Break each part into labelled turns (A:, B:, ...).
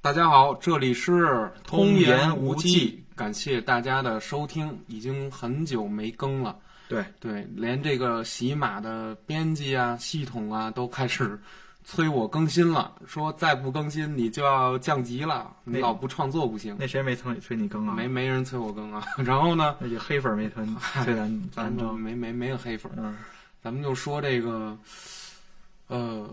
A: 大家好，这里是
B: 通言
A: 无
B: 无
A: 忌，感谢大家的收听，已经很久没更了。
B: 对
A: 对，连这个喜马的编辑啊、系统啊都开始催我更新了，说再不更新你就要降级了，你
B: 那
A: 老不创作不行。
B: 那谁没催催你更啊？
A: 没，没人催我更啊，然后呢，
B: 那就黑粉没催催咱
A: 咱
B: 咱
A: 们
B: 更。
A: 没没没有黑粉，
B: 嗯，
A: 咱们就说这个，呃，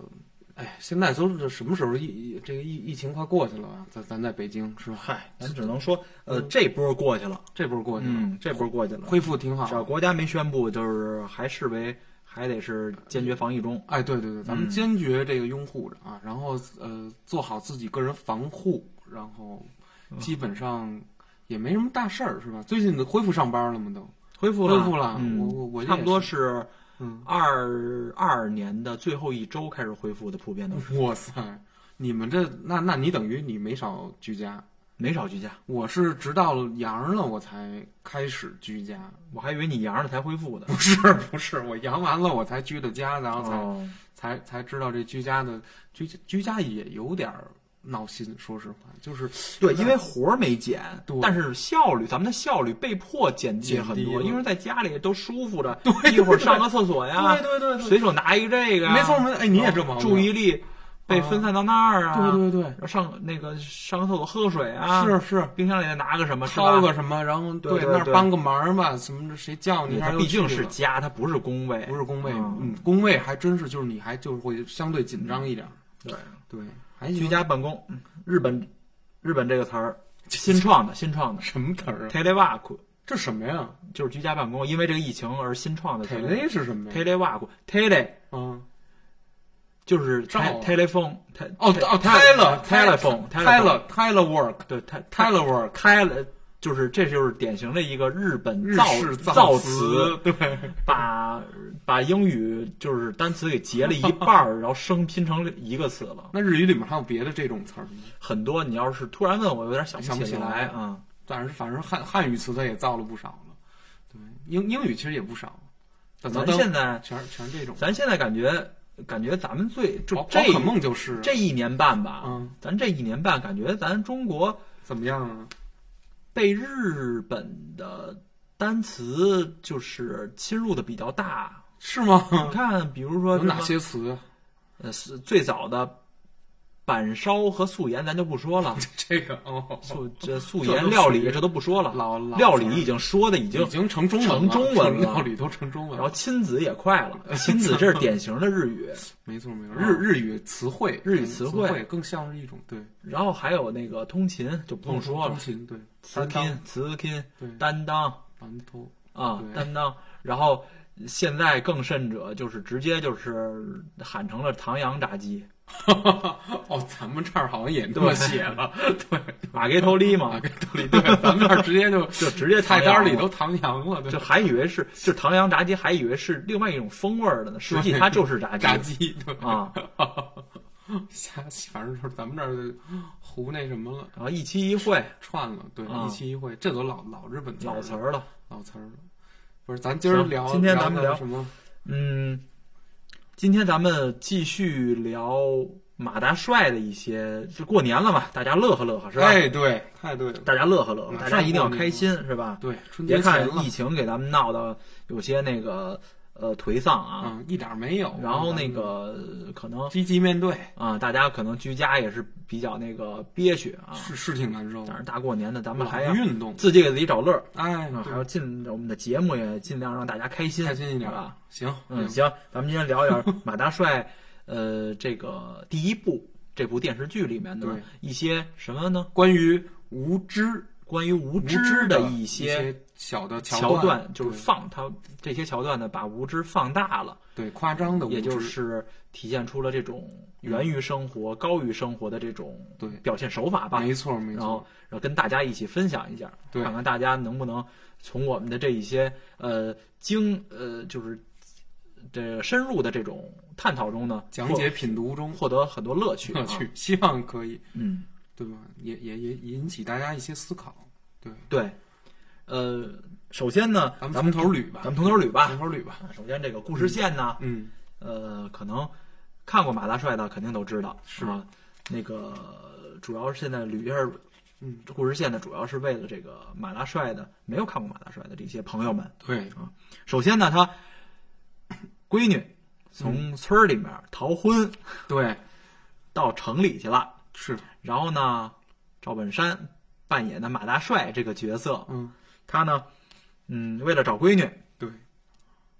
A: 哎，现在都是什么时候疫这个疫疫情快过去了吧？咱咱在北京是吧？
B: 嗨，咱只能说，呃，这波过去了，
A: 这波过去了，
B: 嗯，这波过去了，
A: 恢复挺
B: 只要
A: 好。
B: 国家没宣布，就是还视为还得是坚决防疫中。
A: 哎，对对对，咱们
B: 嗯
A: 坚决这个拥护着啊，然后呃，做好自己个人防护，然后
B: 嗯
A: 基本上也没什么大事儿，是吧？最近恢复上班了吗？都
B: 恢复
A: 恢
B: 了，
A: 复了，
B: 嗯
A: 我我我
B: 差不多
A: 也是，
B: 是
A: 嗯，
B: 二二年的最后一周开始恢复的，普遍都是
A: 哇塞，你们这那那你等于你没少居家，
B: 没少居家。
A: 我是直到阳了我才开始居家，
B: 我还以为你阳了才恢复的
A: 不，是不是，我阳完了我才居的家，然后才、
B: 哦
A: 才才知道这居家的居居家也有点儿闹心，说实话，就是
B: 对，因为活儿没减
A: 对，
B: 但是效率，咱们的效率被迫减低
A: 减
B: 很
A: 低了
B: 多，因为在家里都舒服着，一会儿上个厕所呀，
A: 对对对
B: 随手拿一个这个呀，
A: 没错没错，哎，你也这毛病，
B: 啊注意力被分散到那儿啊，
A: 对对对，
B: 然后上那个上个厕所喝个水啊，
A: 是是，
B: 冰箱里再拿个什么，是吧
A: 掏个什么，然后
B: 对对
A: 那儿
B: 对
A: 帮个忙吧，什么谁叫你，
B: 对
A: 还
B: 它
A: 是
B: 毕竟
A: 有
B: 是
A: 趣
B: 家，它不是工位
A: 的，不是工位，嗯
B: 嗯，
A: 工位还真是就是你还就是会相对紧张一点儿，
B: 对，
A: 对，还行
B: 居家办公，嗯日本日本这个词儿新创的，新创的
A: 什么词儿啊？
B: telework
A: 这什么呀
B: 就是居家办公，因为这个疫情而新创的词儿
A: ？tele 是什么呀？
B: telework tele
A: 嗯。
B: 就是
A: 照
B: te- telephone te-
A: 哦
B: ，te-
A: 哦，泰勒
B: telephone
A: 泰
B: telephone
A: 勒泰勒 work
B: 对 te-
A: 泰勒 work
B: 开了，就是这就是典型的一个日本
A: 日
B: 造
A: 式
B: 造
A: 词
B: 词，，
A: 对，
B: 把把英语就是单词给截了一半 儿，然后生拼成一个词了。
A: 那日语里面还有别的这种词儿吗？
B: 很多你要是突然问我，有点想
A: 想不
B: 不
A: 起来
B: 来啊。
A: 但是反正汉汉语词它也造了不少了，对，英英语其实也不少，等等
B: 咱
A: 等，
B: 现在
A: 全是全是这种。
B: 咱现在感觉感觉咱们最就
A: 宝
B: 这
A: 宝可梦就是
B: 这一年半吧，
A: 嗯，
B: 咱这一年半感觉咱中国
A: 怎么样啊？
B: 被日本的单词就是侵入的比较大。
A: 是吗？
B: 你看，比如
A: 有
B: 说什么
A: 哪些词？
B: 呃，是最早的板烧和素颜，咱就不说 了。
A: 这个哦，
B: 素这素
A: 这都
B: 颜料
A: 属于
B: 理这都不说了，
A: 老老
B: 料
A: 词儿
B: 理已经说的已
A: 已
B: 经，
A: 经成中文了，
B: 成中文了
A: 料理都成中文了
B: 然后，亲子也快 了，亲子这是典型的日语，
A: 没错没错，日日语词汇，
B: 啊日语
A: 词
B: 词汇
A: 更像是一种对，
B: 然后还有那个通勤就不用说
A: 中
B: 了，
A: 琴对，
B: 词
A: 当
B: 拼词拼
A: 对
B: 担当
A: 馒头，
B: 啊
A: 对
B: 担当，然后现在更甚者就是直接就是喊成了唐扬炸鸡，
A: 哦，咱们这儿好像也这么写了， 对，
B: 马给头里
A: 啊，
B: 嘛，
A: 跟道理对，咱们这儿直接就
B: 就直接
A: 菜
B: 唐
A: 单
B: 扬
A: 里
B: 了
A: 都唐扬了，
B: 就
A: 对，
B: 还以为是，就唐扬炸鸡，还以为是另外一种风味儿的呢，实际它就是炸鸡
A: 炸鸡，对，
B: 啊。
A: 瞎，反正就是咱们这儿胡那什么了，
B: 然后一期一会
A: 串了，对，
B: 啊
A: 一期一会，这都老老日本
B: 老
A: 词
B: 词
A: 儿了
B: 儿了，
A: 老词儿了，不是，咱今儿
B: 行
A: 聊，
B: 今天咱们
A: 聊
B: 聊
A: 什么？
B: 嗯，今天咱们继续聊马大帅的一些，就过年了嘛，大家乐呵乐呵是吧？
A: 哎，对，太对了，
B: 大家乐呵乐呵，
A: 马上
B: 大家一定要开心是吧？
A: 对，春
B: 别
A: 节前
B: 看
A: 了
B: 疫，情给咱们闹的有些那个呃颓丧啊，
A: 嗯，一点儿没有，
B: 然后那
A: 咱们
B: 个可能
A: 积极面对，
B: 啊，大家可能居家也是比较那个憋屈啊，
A: 是是挺难受的
B: 但，是大过年的咱们还
A: 老
B: 要
A: 运动，
B: 自己给自己找乐儿，
A: 哎，
B: 啊，还
A: 对
B: 要尽我们的节目也尽量让大家开心，
A: 开心一点
B: 是吧？，
A: 行，
B: 嗯，行，咱们今天聊一聊马大帅，呃，这个第一部这部电视剧里面的
A: 对
B: 一些什么呢？
A: 关于无知
B: 关于无
A: 无知
B: 知的
A: 一
B: 一些
A: 小的
B: 桥
A: 段，
B: 就是
A: 对
B: 放他这些桥段呢，把无知放大了，
A: 对夸张的无知，嗯
B: 也就是体现出了这种源于生活、高于生活的这种
A: 对
B: 表现手法吧。
A: 没错没
B: 然
A: 错，
B: 后，然后跟大家一起分享一下，
A: 嗯对
B: 看看大家能不能从我们的这一些呃经呃就是这深入的这种探讨中呢，
A: 讲解品读中
B: 获获得很多乐趣、啊。
A: 乐趣，希望可以
B: 嗯，
A: 对吧？也也也引起大家一些思考。对，
B: 对。呃，首先呢，
A: 咱
B: 咱
A: 们
B: 们
A: 从头捋吧，嗯
B: 咱们从头捋吧
A: 从头捋吧。
B: 啊首先这个故事线呢，
A: 嗯，
B: 呃，可能看过马大帅的肯定都知道，
A: 是
B: 啊，那个主要是现在捋一下
A: 嗯，
B: 故事线呢，主要是为了这个马大帅的没有看过马大帅的这些朋友们。
A: 对，
B: 首先呢，他闺女从村儿里面逃婚
A: 对，
B: 到城里去了，
A: 是，
B: 然后呢，赵本山扮演的马大帅这个角色，
A: 嗯，
B: 他呢，嗯，为了找闺女，
A: 对，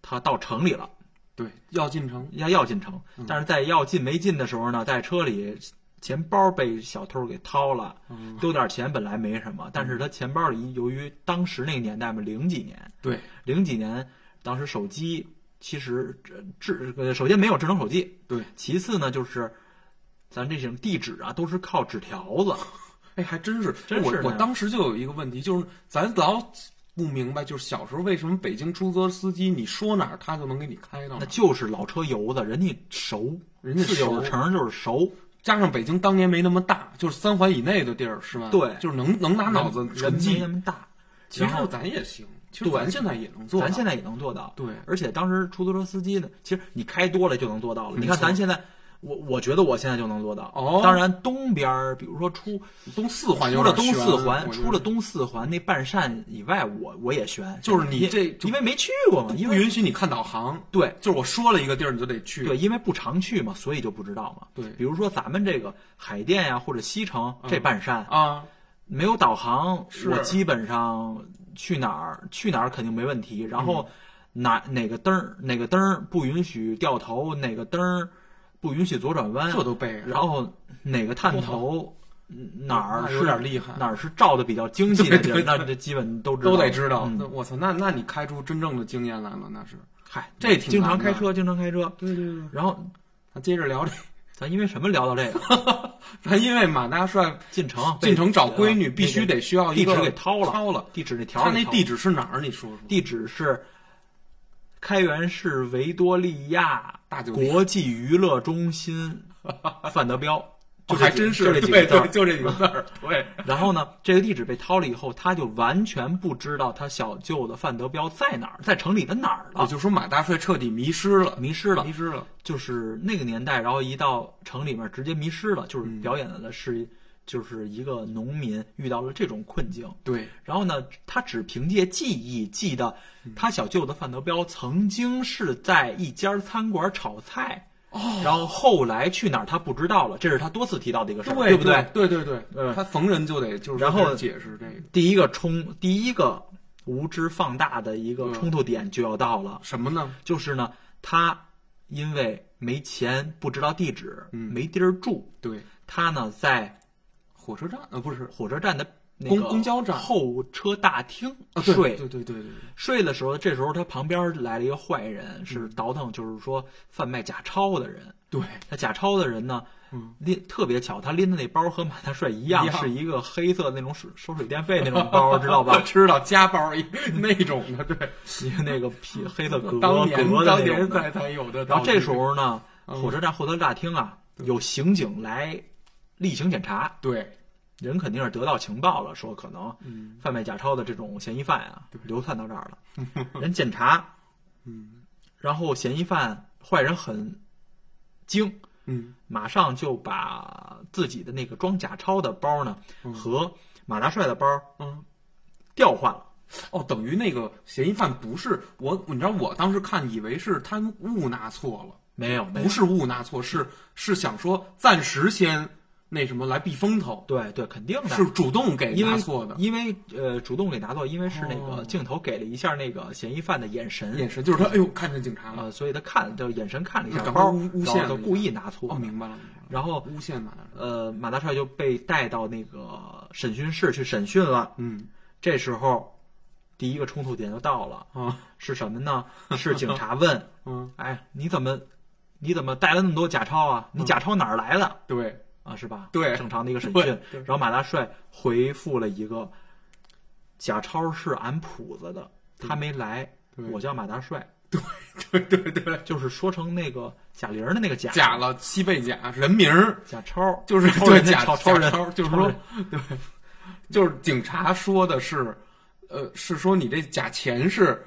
B: 他到城里了，
A: 对，要进城，
B: 要要进城，
A: 嗯
B: 但是在要进没进的时候呢，在车里钱包被小偷给掏了，
A: 嗯，
B: 丢点钱本来没什么，但是他钱包里由于当时那个年代嘛，零几年，
A: 对，
B: 零几年当时手机其实呃智呃首先没有智能手机，
A: 对，
B: 其次呢就是咱这种地址啊都是靠纸条子，
A: 哎，还真是，
B: 真是
A: 我
B: 呢
A: 我当时就有一个问题，就是咱老不明白，就是小时候为什么北京出租车司机你说哪儿他就能给你开到哪儿，
B: 那就是老车油子，人家熟，
A: 人家
B: 四九
A: 熟
B: 的城就是熟，
A: 加上北京当年没那么大，就是三环以内的地儿是吧？
B: 对
A: 就是能能拿脑子
B: 人人
A: 沉
B: 没那
A: 记。
B: 么大，
A: 其
B: 然后
A: 实咱也行，其实
B: 对
A: 咱现在也能做到。
B: 咱现在也能做到。
A: 对
B: 而且当时出租车司机呢，其实你开多了就能做到了。
A: 没
B: 你看
A: 错
B: 咱现在，我我觉得我现在就能做到。
A: 哦
B: 当然东边儿，比如说出
A: 东四环有
B: 出了
A: 点悬
B: 东四环，
A: 我觉得
B: 出了东四环那半扇以外，我我也悬。
A: 就是你
B: 因
A: 这就
B: 因为没去过嘛，因
A: 不
B: 为
A: 允许你看导航，
B: 对
A: 就是我说了一个地儿你就得去。
B: 对，因为不常去嘛，所以就不知道嘛。
A: 对嗯
B: 比如说咱们这个海淀呀、或者西城这半扇，
A: 啊，
B: 没有导航，
A: 是
B: 我基本上去哪儿去哪儿肯定没问题。然后哪、哪个灯儿哪个灯儿不允许掉头，哪个灯儿不允许左转弯，
A: 这都背着，
B: 然后哪个探头哪儿
A: 那
B: 是
A: 有点厉害
B: 哪儿是照的比较精细的地
A: 对
B: 儿，
A: 对对
B: 那这基本都知道
A: 都得知道。
B: 嗯
A: 那我操，那那你开出真正的经验来了，那是。
B: 嗨，
A: 这挺
B: 经
A: 难
B: 常
A: 的
B: 开车，经常开车。
A: 对对对，
B: 然后
A: 咱接着聊这，
B: 咱因为什么聊到这 个
A: 咱因为马大帅
B: 进城？
A: 进城找闺女，
B: 呃
A: 必须
B: 那个
A: 得需要一
B: 地
A: 个
B: 址给掏了，
A: 掏了。
B: 地址那条儿
A: 他
B: 给
A: 那
B: 掏了
A: 地址是哪儿？你说说。
B: 地址是开元市维多利亚
A: 大酒店
B: 国际娱乐 中心范德彪，就
A: 哦
B: 这
A: 还
B: 几
A: 真是
B: 就这几
A: 对
B: 个字
A: 对，
B: 儿。
A: 就这几个字儿。对，啊
B: 然后呢，这个地址被掏了以后，他就完全不知道他小舅子范德彪在哪儿，在城里的哪儿
A: 我
B: 了，
A: 就说马大帅彻底迷失了，
B: 迷失了
A: 迷。失了。
B: 就是那个年代，然后一到城里面直接迷失了，
A: 嗯
B: 就是表演的是、就是一个农民遇到了这种困境，
A: 对，
B: 然后呢，他只凭借记忆记得他小舅子范德彪曾经是在一家餐馆炒菜，哦，然后后来去哪儿他不知道了，这是他多次提到的一个事儿，
A: 对
B: 不
A: 对？对对对
B: 嗯
A: 他逢人就得就是
B: 然后
A: 解释这个
B: 第一个冲，第一个无知放大的一
A: 嗯
B: 个冲突点就要到了，
A: 什么呢？
B: 就是呢，他因为没钱，不知道地址，
A: 嗯
B: 没地儿住，
A: 对，
B: 他呢在
A: 火车站呃不是
B: 火车站的那
A: 公
B: 个
A: 公交站
B: 候车大厅
A: 啊，对
B: 睡。
A: 对对对对，
B: 睡的时候，这时候他旁边来了一个坏人，是
A: 嗯
B: 倒腾，就是说贩卖假钞的人。
A: 对，
B: 他假钞的人呢，
A: 嗯
B: 拎特别巧，他拎的那包和马大帅一样
A: 一，样
B: 是一个黑色的那种水收水电费那种 包， 知道
A: 我
B: 吧？
A: 知道家包一那种的，对，
B: 一个那个皮黑色格
A: 当年
B: 格的
A: 当
B: 那种
A: 年
B: 的。
A: 才才有的。
B: 然后这时候呢，
A: 嗯
B: 火车站候车大厅啊，有刑警来例行检查，
A: 对，
B: 人肯定是得到情报了，说可能
A: 嗯
B: 贩卖假钞的这种嫌疑犯啊，流窜到这 儿了。人检查，
A: 嗯
B: 然后嫌疑犯坏人很精，
A: 嗯，
B: 马上就把自己的那个装假钞的包呢、和马大帅的包
A: 嗯
B: 调换了。
A: 哦，等于那个嫌疑犯不是我，你知道我当时看以为是他误拿错了。
B: 没有，没有
A: 不，是误拿错，是是想说暂时先那什么来避风头，
B: 对对，肯定的，
A: 是主动给
B: 因
A: 拿
B: 为
A: 错的
B: 因为呃，主动给拿错，因为是那个
A: 哦
B: 镜头给了一下那个嫌疑犯的眼神，
A: 眼神，就是说哎呦看见警察了，
B: 呃，所以他看就眼神看了一下
A: 就赶快
B: 包，
A: 诬诬
B: 然后
A: 陷
B: 他
A: 了一
B: 故
A: 下
B: 意拿错
A: 哦
B: 了，
A: 明白了，明白了
B: 然后
A: 诬陷马大帅，
B: 呃，马大帅就被带到那个审讯室去审讯了。
A: 嗯
B: 这时候，第一个冲突点就到了，
A: 啊
B: 是什么 呢？是警察问
A: 嗯，：“
B: 哎，你怎么，你怎么带了那么多假钞啊？你假钞哪儿来的
A: 对
B: 啊？是吧？”
A: 嗯对
B: 正常的一个审
A: 对
B: 讯。然后马大帅回复了一个：“假钞是俺谱子的，他没来，
A: 对
B: 我叫马大帅。
A: 对对对，”
B: 就是说成那个贾玲儿的那个贾
A: 假了西贝假人名儿
B: 假钞，
A: 就是
B: 超
A: 对
B: 人
A: 假
B: 超超人
A: 假钞就是
B: 超
A: 说
B: 人
A: 对，就是警察说的是，呃，是说你这假钱是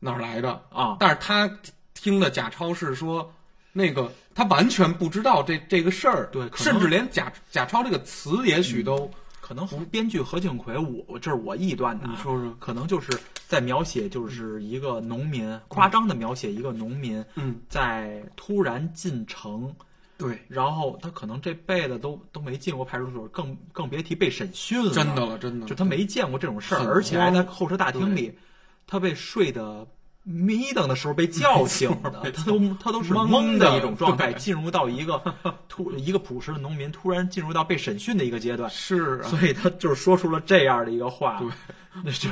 A: 哪儿来的？
B: 啊，
A: 但是他听的假钞是说，那个他完全不知道这这个事儿，
B: 对可能
A: 甚至连假假钞这个词也许都，
B: 可能编剧何庆魁，我这是我臆断的啊，
A: 你说说，
B: 可能就是在描写，就是一个农民，夸张的描写一个农民
A: 嗯，
B: 在突然进城，
A: 对，
B: 然后他可能这辈子都都没进过派出所，更更别提被审讯了。
A: 真的，了，真的了，
B: 就他没见过这种事儿，
A: 很
B: 而且还在候车大厅里，他被睡的迷瞪的时候被叫醒的，他都他都是懵的一种状态，进入到一个突一个朴实的农民突然进入到被审讯的一个阶段。
A: 是啊，
B: 所以他就是说出了这样的一个话， 那就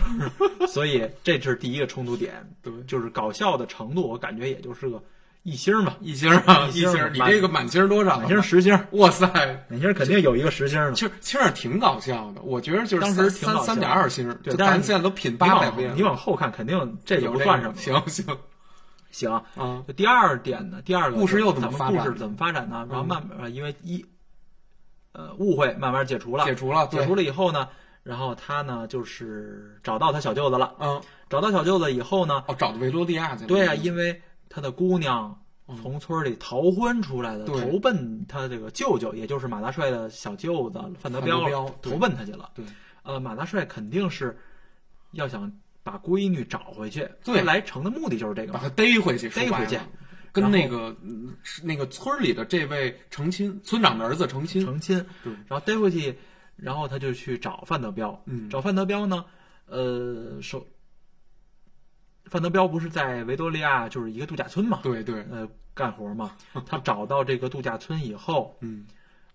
B: 是，所以这是第一个冲突点，
A: 对，
B: 就是搞笑的程度，我感觉也就是个一星儿吧，
A: 一星儿啊，
B: 一
A: 一
B: 星儿
A: 儿你
B: 满
A: 这个满星儿多少？啊
B: 满星儿，十星儿，
A: 哇塞！
B: 满星儿肯定有一个十星儿的。
A: 其实其实挺搞笑的，我觉得就是
B: 当时
A: 三三
B: 挺搞笑
A: 三点二星儿，
B: 对
A: 就
B: 但是
A: 咱现在都品
B: 你
A: 八百
B: 往
A: 遍了，
B: 你往后看，肯定这个
A: 有
B: 不
A: 这
B: 算什
A: 个
B: 么。
A: 行行
B: 行，
A: 啊，
B: 就第二点呢，第二个
A: 故事又怎么
B: 咱们
A: 发展嗯
B: 故事怎么发展呢？然后慢慢，呃因为一，呃，误会慢慢解除了，
A: 嗯解除了，
B: 解
A: 对
B: 除，了以后呢，然后他呢就是找到他小舅子了，
A: 嗯，
B: 找到小舅子以后呢，
A: 哦，找的维多利亚去了，
B: 对啊，
A: 一
B: 因为他的姑娘从村里逃婚出来的，
A: 嗯对
B: 投奔他这个舅舅，也就是马大帅的小舅子范德
A: 嗯范德
B: 彪
A: 彪，对
B: 投奔他去了。
A: 对，
B: 呃，马大帅肯定是要想把闺女找回去，
A: 对
B: 他来城的目的就是这
A: 嗯
B: 个
A: 把
B: 嘛。
A: 他逮回去，说
B: 逮
A: 白
B: 回
A: 了
B: 去，
A: 跟
B: 然后
A: 那个嗯是那个村里的这位成亲，村长的儿子成亲，
B: 成亲，
A: 对
B: 然后逮回去，然后他就去找范德彪。
A: 嗯
B: 找范德彪呢，呃，首范德彪不是在维多利亚就是一个度假村嘛，
A: 对对，
B: 呃，干活嘛。他找到这个度假村以后，
A: 嗯，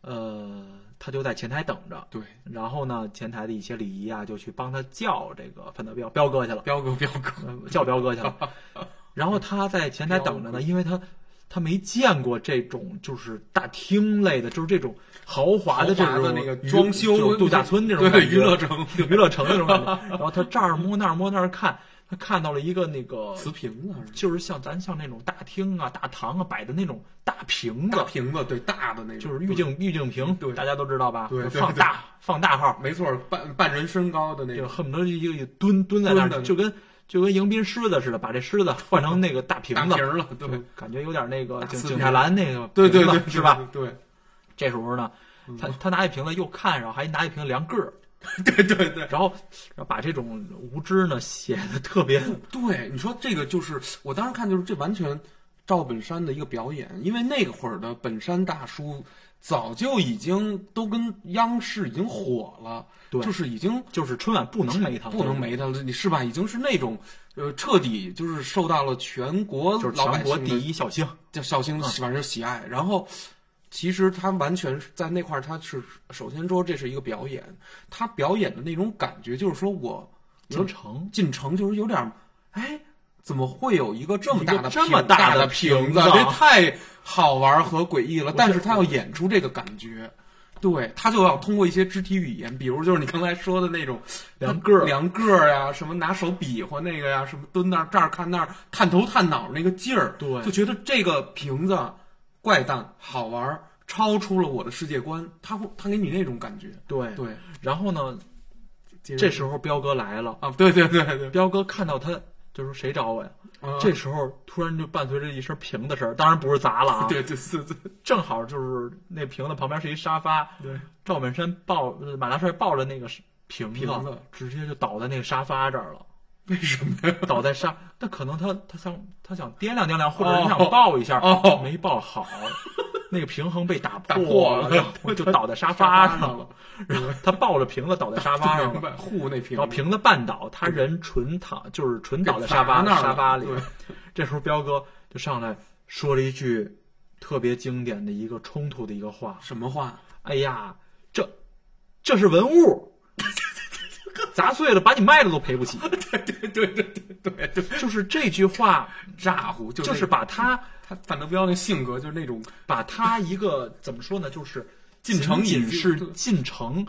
B: 呃，他就在前台等着。
A: 对，
B: 然后呢，前台的一些礼仪啊，就去帮他叫这个范德彪彪哥去了，
A: 彪哥彪哥，
B: 呃叫彪哥去 了。然后他在前台等着呢，因为他他没见过这种就是大厅类的，就是这种豪华的这
A: 豪华的
B: 种
A: 那个
B: 娱
A: 装修
B: 这种度假村这种
A: 对
B: 感觉
A: 娱乐城
B: 娱乐城那种感觉。然后他这儿摸那儿摸那儿看，他看到了一个那个。
A: 瓷瓶子还是
B: 就是像咱像那种大厅啊、大堂啊摆的那种大啊瓶子
A: 大，瓶子，对大的那种，
B: 就是预警预警屏，
A: 对
B: 大家都知道吧？
A: 对
B: 就
A: 对
B: 放
A: 对
B: 大放大号，
A: 没错，半半人身高的那
B: 就
A: 种，
B: 恨不得就一个一个蹲蹲在那
A: 蹲
B: 儿，
A: 着
B: 就跟就跟迎宾狮子似的，把这狮子换成那个大瓶
A: 大
B: 子
A: 瓶，儿了，对
B: 就感觉有点那个
A: 大
B: 景
A: 四
B: 景
A: 瓶
B: 泰蓝那个
A: 对
B: 瓶
A: 对
B: 子
A: 对，嗯
B: 是吧？？
A: 对
B: 这时候呢，他他拿一瓶子又看，然后还拿一瓶量个儿，
A: 对对对
B: 然后然后把这种无知呢写的特别
A: 对，你说这个就是我当时看就是这完全赵本山的一个表演，因为那会儿的本山大叔早就已经都跟央视已经火了，
B: 对啊
A: 就是已经
B: 就是春晚不能没他，
A: 不能没他了，你是吧？已经是那种呃彻底就是受到了全国
B: 就是
A: 老
B: 全
A: 百
B: 国
A: 姓
B: 第
A: 的嗯
B: 一嗯笑星，
A: 叫绍兴反正喜爱，然后。其实他完全是在那块儿，他是首先说这是一个表演，他表演的那种感觉就是说我
B: 进城。
A: 进城就是有点儿，哎，怎么会有一个这么大
B: 一
A: 的
B: 个
A: 瓶
B: 这么
A: 大
B: 大的
A: 瓶
B: 瓶子啊
A: 这太好玩儿和诡异了。
B: 不是
A: 但是他要演出这个感觉，对他就要通过一些肢体语言，比如就是你刚才说的那种
B: 量个儿
A: 量个儿呀，什么拿手比划那个呀，什么蹲那儿这儿看那儿，探头探脑那个劲儿，
B: 对
A: 就觉得这个瓶子怪诞好玩儿，超出了我的世界观，他会他给你那种感觉，
B: 对，
A: 对，
B: 然后呢，
A: 接着
B: 这时候彪哥来了，
A: 啊，对对对对，
B: 彪哥看到他就说：“谁找我呀？”
A: 啊
B: 这时候突然就伴随着一声瓶子声儿，当然不是砸了啊，
A: 对对是是，
B: 正好就是那瓶子旁边是一沙发，
A: 对。
B: 赵本山抱呃马大帅抱着那个是瓶子，
A: 瓶子
B: 直接就倒在那个沙发这儿了，
A: 为什么呀？
B: 倒在沙，那可能他他想他想掂量掂量，或者
A: 哦
B: 是想抱一下，
A: 哦
B: 没抱好，那个平衡被打
A: 打破了
B: 了，然后就倒在沙发上了，然后他抱着瓶子倒在沙发上
A: 明
B: 了。
A: 白，护那瓶
B: 然后瓶子绊倒，他人纯躺，就是纯倒在沙
A: 砸
B: 发
A: 那儿了
B: 沙发里。
A: 对
B: 这时候彪哥就上来说了一句特别经典的一个冲突的一个话
A: 什么话？：“
B: 哎呀，这这是文物，砸碎了把你卖了都赔不起。
A: 对对对对对对，”
B: 就是这句话，
A: 咋呼就
B: 就是把他
A: 他范德彪那性格，就是那种
B: 把他一个怎么说呢，就是
A: 进城
B: 仅
A: 已
B: 仅
A: 经
B: 是
A: 对
B: 进城。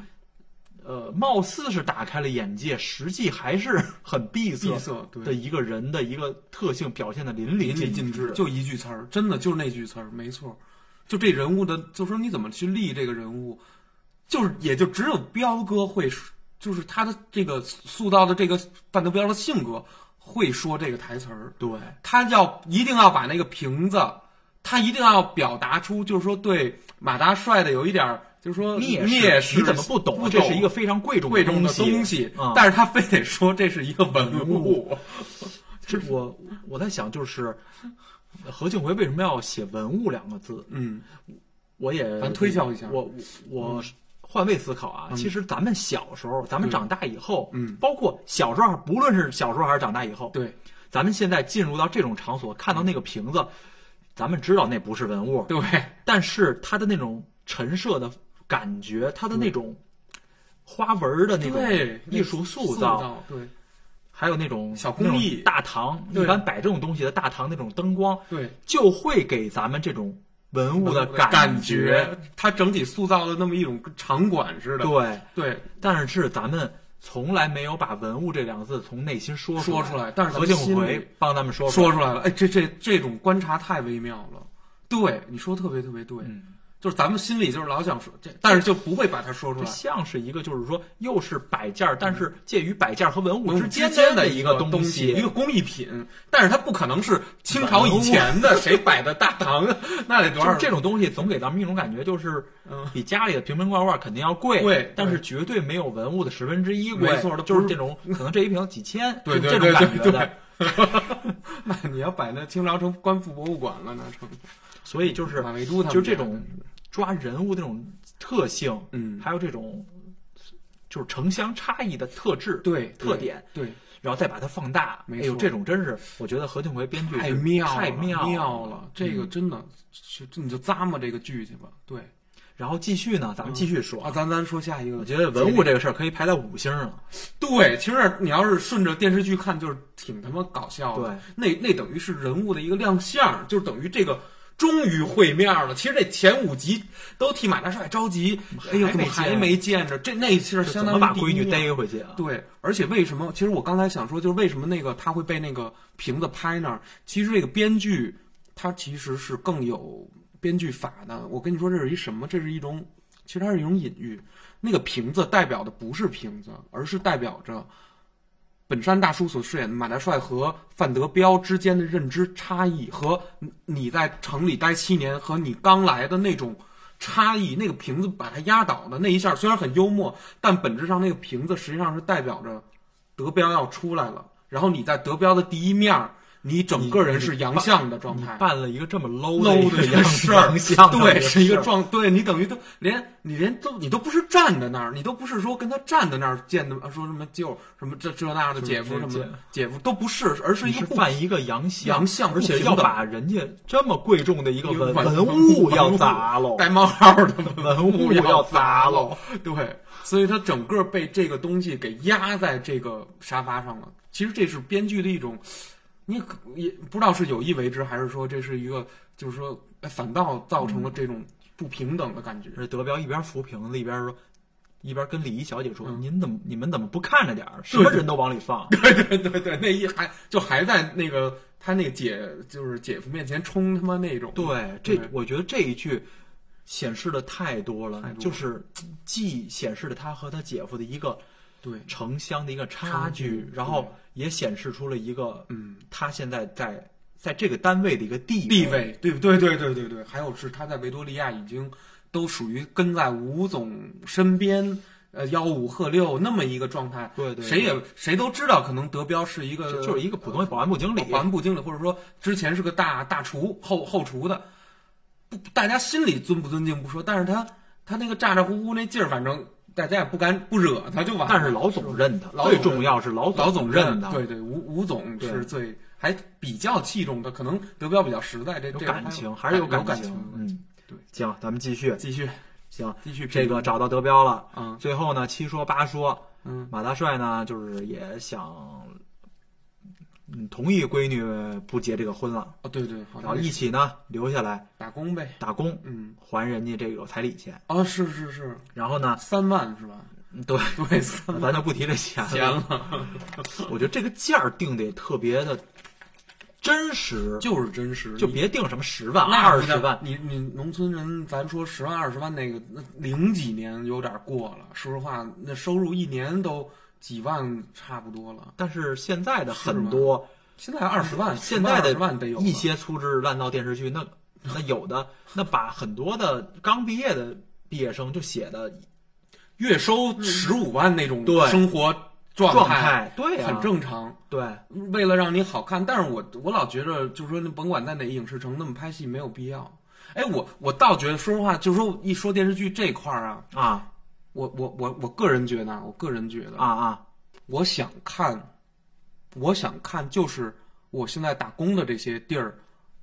B: 呃，貌似是打开了眼界，实际还是很闭塞
A: 闭塞对
B: 的一个人的一个特性表现的淋漓
A: 淋漓尽
B: 致。
A: 致，就一句词儿，真的就是那句词儿，没错。就这人物的，就说你怎么去立这个人物，就是也就只有彪哥会说，就是他的这个塑造的这个范德彪的性格会说这个台词儿，
B: 对，
A: 他要一定要把那个瓶子他一定要表达出，就是说对马大帅的有一点儿，就是说
B: 蔑
A: 蔑
B: 视，你怎么
A: 不
B: 不懂啊？这是一个非常贵重
A: 贵重的
B: 的
A: 东
B: 西
A: 西，
B: 啊。
A: 但是他非得说这是一个文物，
B: 这我我在想，就是何庆魁为什么要写“文物”两个字？
A: 嗯，
B: 我也
A: 咱推敲一下
B: 我我我换位思考啊，其实咱们小时候，咱们长大以后，
A: 嗯
B: 包括小时候，不论是小时候还是长大以后，
A: 对
B: 咱们现在进入到这种场所，看到那个瓶子，咱们知道那不是文物，
A: 对，
B: 但是它的那种陈设的感觉，它的那种花纹的那种
A: 对
B: 艺术
A: 塑
B: 塑造，
A: 对
B: 还有那种
A: 小工艺
B: 那种大堂，一
A: 对
B: 般摆这种东西的大堂那种灯光，
A: 对
B: 就会给咱们这种文物的
A: 感
B: 觉。，
A: 他整体塑造的那么一种场馆似的，
B: 对，
A: 对，
B: 但是咱们从来没有把“文物”这两个字从内心说
A: 说
B: 出
A: 出来但是咱
B: 何
A: 们
B: 庆
A: 心
B: 魁
A: 里
B: 帮咱们说出来
A: 说出来了，哎，这这这种观察太微妙了，对，你说得特别特别对，
B: 嗯
A: 就是咱们心里就是老想说这，但是就不会把它说出
B: 这
A: 来，嗯
B: 像是一个，就是说，又是摆件儿，但是介于摆件儿和文物
A: 文物
B: 之
A: 之
B: 间
A: 间
B: 的
A: 的
B: 一
A: 一
B: 个
A: 个
B: 东
A: 西，一个工艺品，但是它不可能是清朝以前的谁摆的大堂， 那得多
B: 就
A: 少
B: 是这种东西总给咱们一种感觉，就是
A: 嗯
B: 比家里的瓶瓶罐罐肯定要贵，
A: 贵
B: 但是绝对没有文物的十分之一贵。
A: 没错它不
B: 就是是这种可能这一瓶几千，
A: 对
B: 就
A: 对
B: 这
A: 对
B: 种
A: 对
B: 感觉
A: 对
B: 的。。
A: 那你要摆那清朝成官复博物馆了，那成
B: 所以就是
A: 马未都他们
B: 就是这
A: 家
B: 种抓人物这种特性，
A: 嗯
B: 还有这种就是城乡差异的特质，
A: 对
B: 特点，
A: 对
B: 然后再把它放大。
A: 没
B: 哎呦，
A: 错
B: 这种真是我觉得何庆魁编剧
A: 太
B: 是
A: 妙了
B: 太
A: 妙
B: 妙嗯
A: 了，这个真的就就你就咂摸这个剧去吧。对
B: 然后继续呢，咱们继续说。
A: 啊，咱咱说下一个，
B: 我觉得文物这个事儿可以排在五星上，
A: 对，其实你要是顺着电视剧看，就是挺他妈搞笑的。那那等于是人物的一个亮相，就是等于这个终于会面了。其实这前五集都替马大帅着急，哎呦，
B: 还
A: 怎
B: 没
A: 么还
B: 见
A: 没见着？这那其实
B: 就
A: 相
B: 怎么
A: 当于
B: 把
A: 第
B: 闺
A: 一
B: 女
A: 面
B: 逮回去啊？
A: 对，而且为什么？其实我刚才想说，就是为什么那个他会被那个瓶子拍那儿？其实这个编剧他其实是更有编剧法的。我跟你说，这是一什么？这是一种，其实它是一种隐喻。那个瓶子代表的不是瓶子，而是代表着本山大叔所饰演的马大帅和范德彪之间的认知差异，和你你在城里待七年和你刚来的那种差异。那个瓶子把他压倒的那一下，虽然很幽默，但本质上那个瓶子实际上是代表着德彪要出来了。然后你在德彪的第一面儿，你整个人是洋相的状
B: 你
A: 态。
B: 办了一个这么 low
A: 搂
B: 的
A: 的
B: 一
A: 一
B: 个
A: 个事儿，
B: 像
A: 对，是一个
B: 状。
A: 状，对你等于都连你连都你都不是站在那儿，你都不是说跟他站在那儿见的，呃说什么舅什么这这那的姐夫
B: 这
A: 什
B: 这
A: 么的姐夫都不是，而是
B: 你
A: 一
B: 是
A: 个不
B: 犯一个洋相，
A: 洋相
B: 而且
A: 不平
B: 要
A: 等
B: 把人家这么贵重的一个文
A: 文
B: 物要砸喽。
A: 带冒号的
B: 文物
A: 物
B: 要砸
A: 砸
B: 喽。
A: 对，所以他整个被这个东西给压在这个沙发上了。其实这是编剧的一种，你可也不知道是有意为之，还是说这是一个，就是说哎反倒造成了
B: 嗯
A: 这种不平等的感觉。
B: 而德彪一边扶瓶子一边说，一边跟礼仪小姐说：“
A: 嗯
B: 您怎么你们怎么不看着点儿？什么人都往里 放。
A: 对对对对，那一还就还在那个他那个姐就是姐夫面前冲他妈那种，
B: 对”这
A: 对
B: 我觉得这一句显示的太多了，
A: 太多了
B: 就是既显示了他和他姐夫的一个
A: 对，
B: 城乡的一个差距
A: 差距，
B: 然后也显示出了一个
A: 嗯，
B: 他现在在在这个单位的一个地
A: 地位，对对对对对对，还有是他在维多利亚已经都属于跟在吴总身边，呃，吆五喝六那么一个状态，
B: 对对对
A: 谁也谁都知道，可能德彪是一个
B: 就就是一个普通的保安部经理。
A: 呃保安部经理，或者说之前是个大大厨后后厨的，不，大家心里尊不尊敬不说，但是他他那个咋咋呼呼那劲儿，反正大家也不敢不惹他就完了。
B: 但是老总认他，
A: 老总
B: 最
A: 认
B: 重要是老
A: 老总
B: 认
A: 的，哦
B: 他，
A: 嗯对对，吴吴总
B: 对
A: 是最还比较器重的，可能德彪比较实在，这
B: 有
A: 这
B: 感情，还
A: 还
B: 是
A: 有
B: 感
A: 感
B: 嗯，
A: 对，
B: 行，咱们继续，
A: 继续
B: 行，
A: 继续
B: 这个找到德彪了。
A: 嗯
B: 最后呢，七说八说，
A: 嗯
B: 马大帅呢，就是也想，嗯，同意闺女不结这个婚了，
A: 哦对对，好
B: 然后
A: 像
B: 一起呢留下来
A: 打工呗，
B: 打工，
A: 嗯
B: 还人家这个彩礼钱。
A: 哦是是是，
B: 然后呢，
A: 三万是吧？
B: 对，
A: 对，三
B: 咱就不提这钱
A: 钱
B: 了。
A: 了，
B: 我觉得这个价儿定的也特别的真实，
A: 就是真实，
B: 就
A: 你
B: 别定什么十万、
A: 那
B: 二
A: 不
B: 十
A: 叫
B: 万，
A: 你你农村人，咱说十万二十万那个，那零几年有点过了。说实话，那收入一年都几万差不多了。
B: 但是现在的
A: 是吗
B: 很多
A: 现在二十万，
B: 现在的
A: 十万得有了
B: 一些粗制滥造电视剧，那那有的那把很多的刚毕业的毕业生就写的
A: 月收十五万那种
B: 嗯对
A: 生活状
B: 状态，对啊，
A: 很正常。
B: 对，
A: 为了让你好看，但是我我老觉着，就是说，甭管在哪影视城，那么拍戏没有必要。哎，我我倒觉得，说实话，就是说一说电视剧这块儿啊，
B: 啊
A: 我我我我个人觉得，啊，我个人觉得，
B: 啊啊
A: 我想看，我想看，就是我现在打工的这些地儿，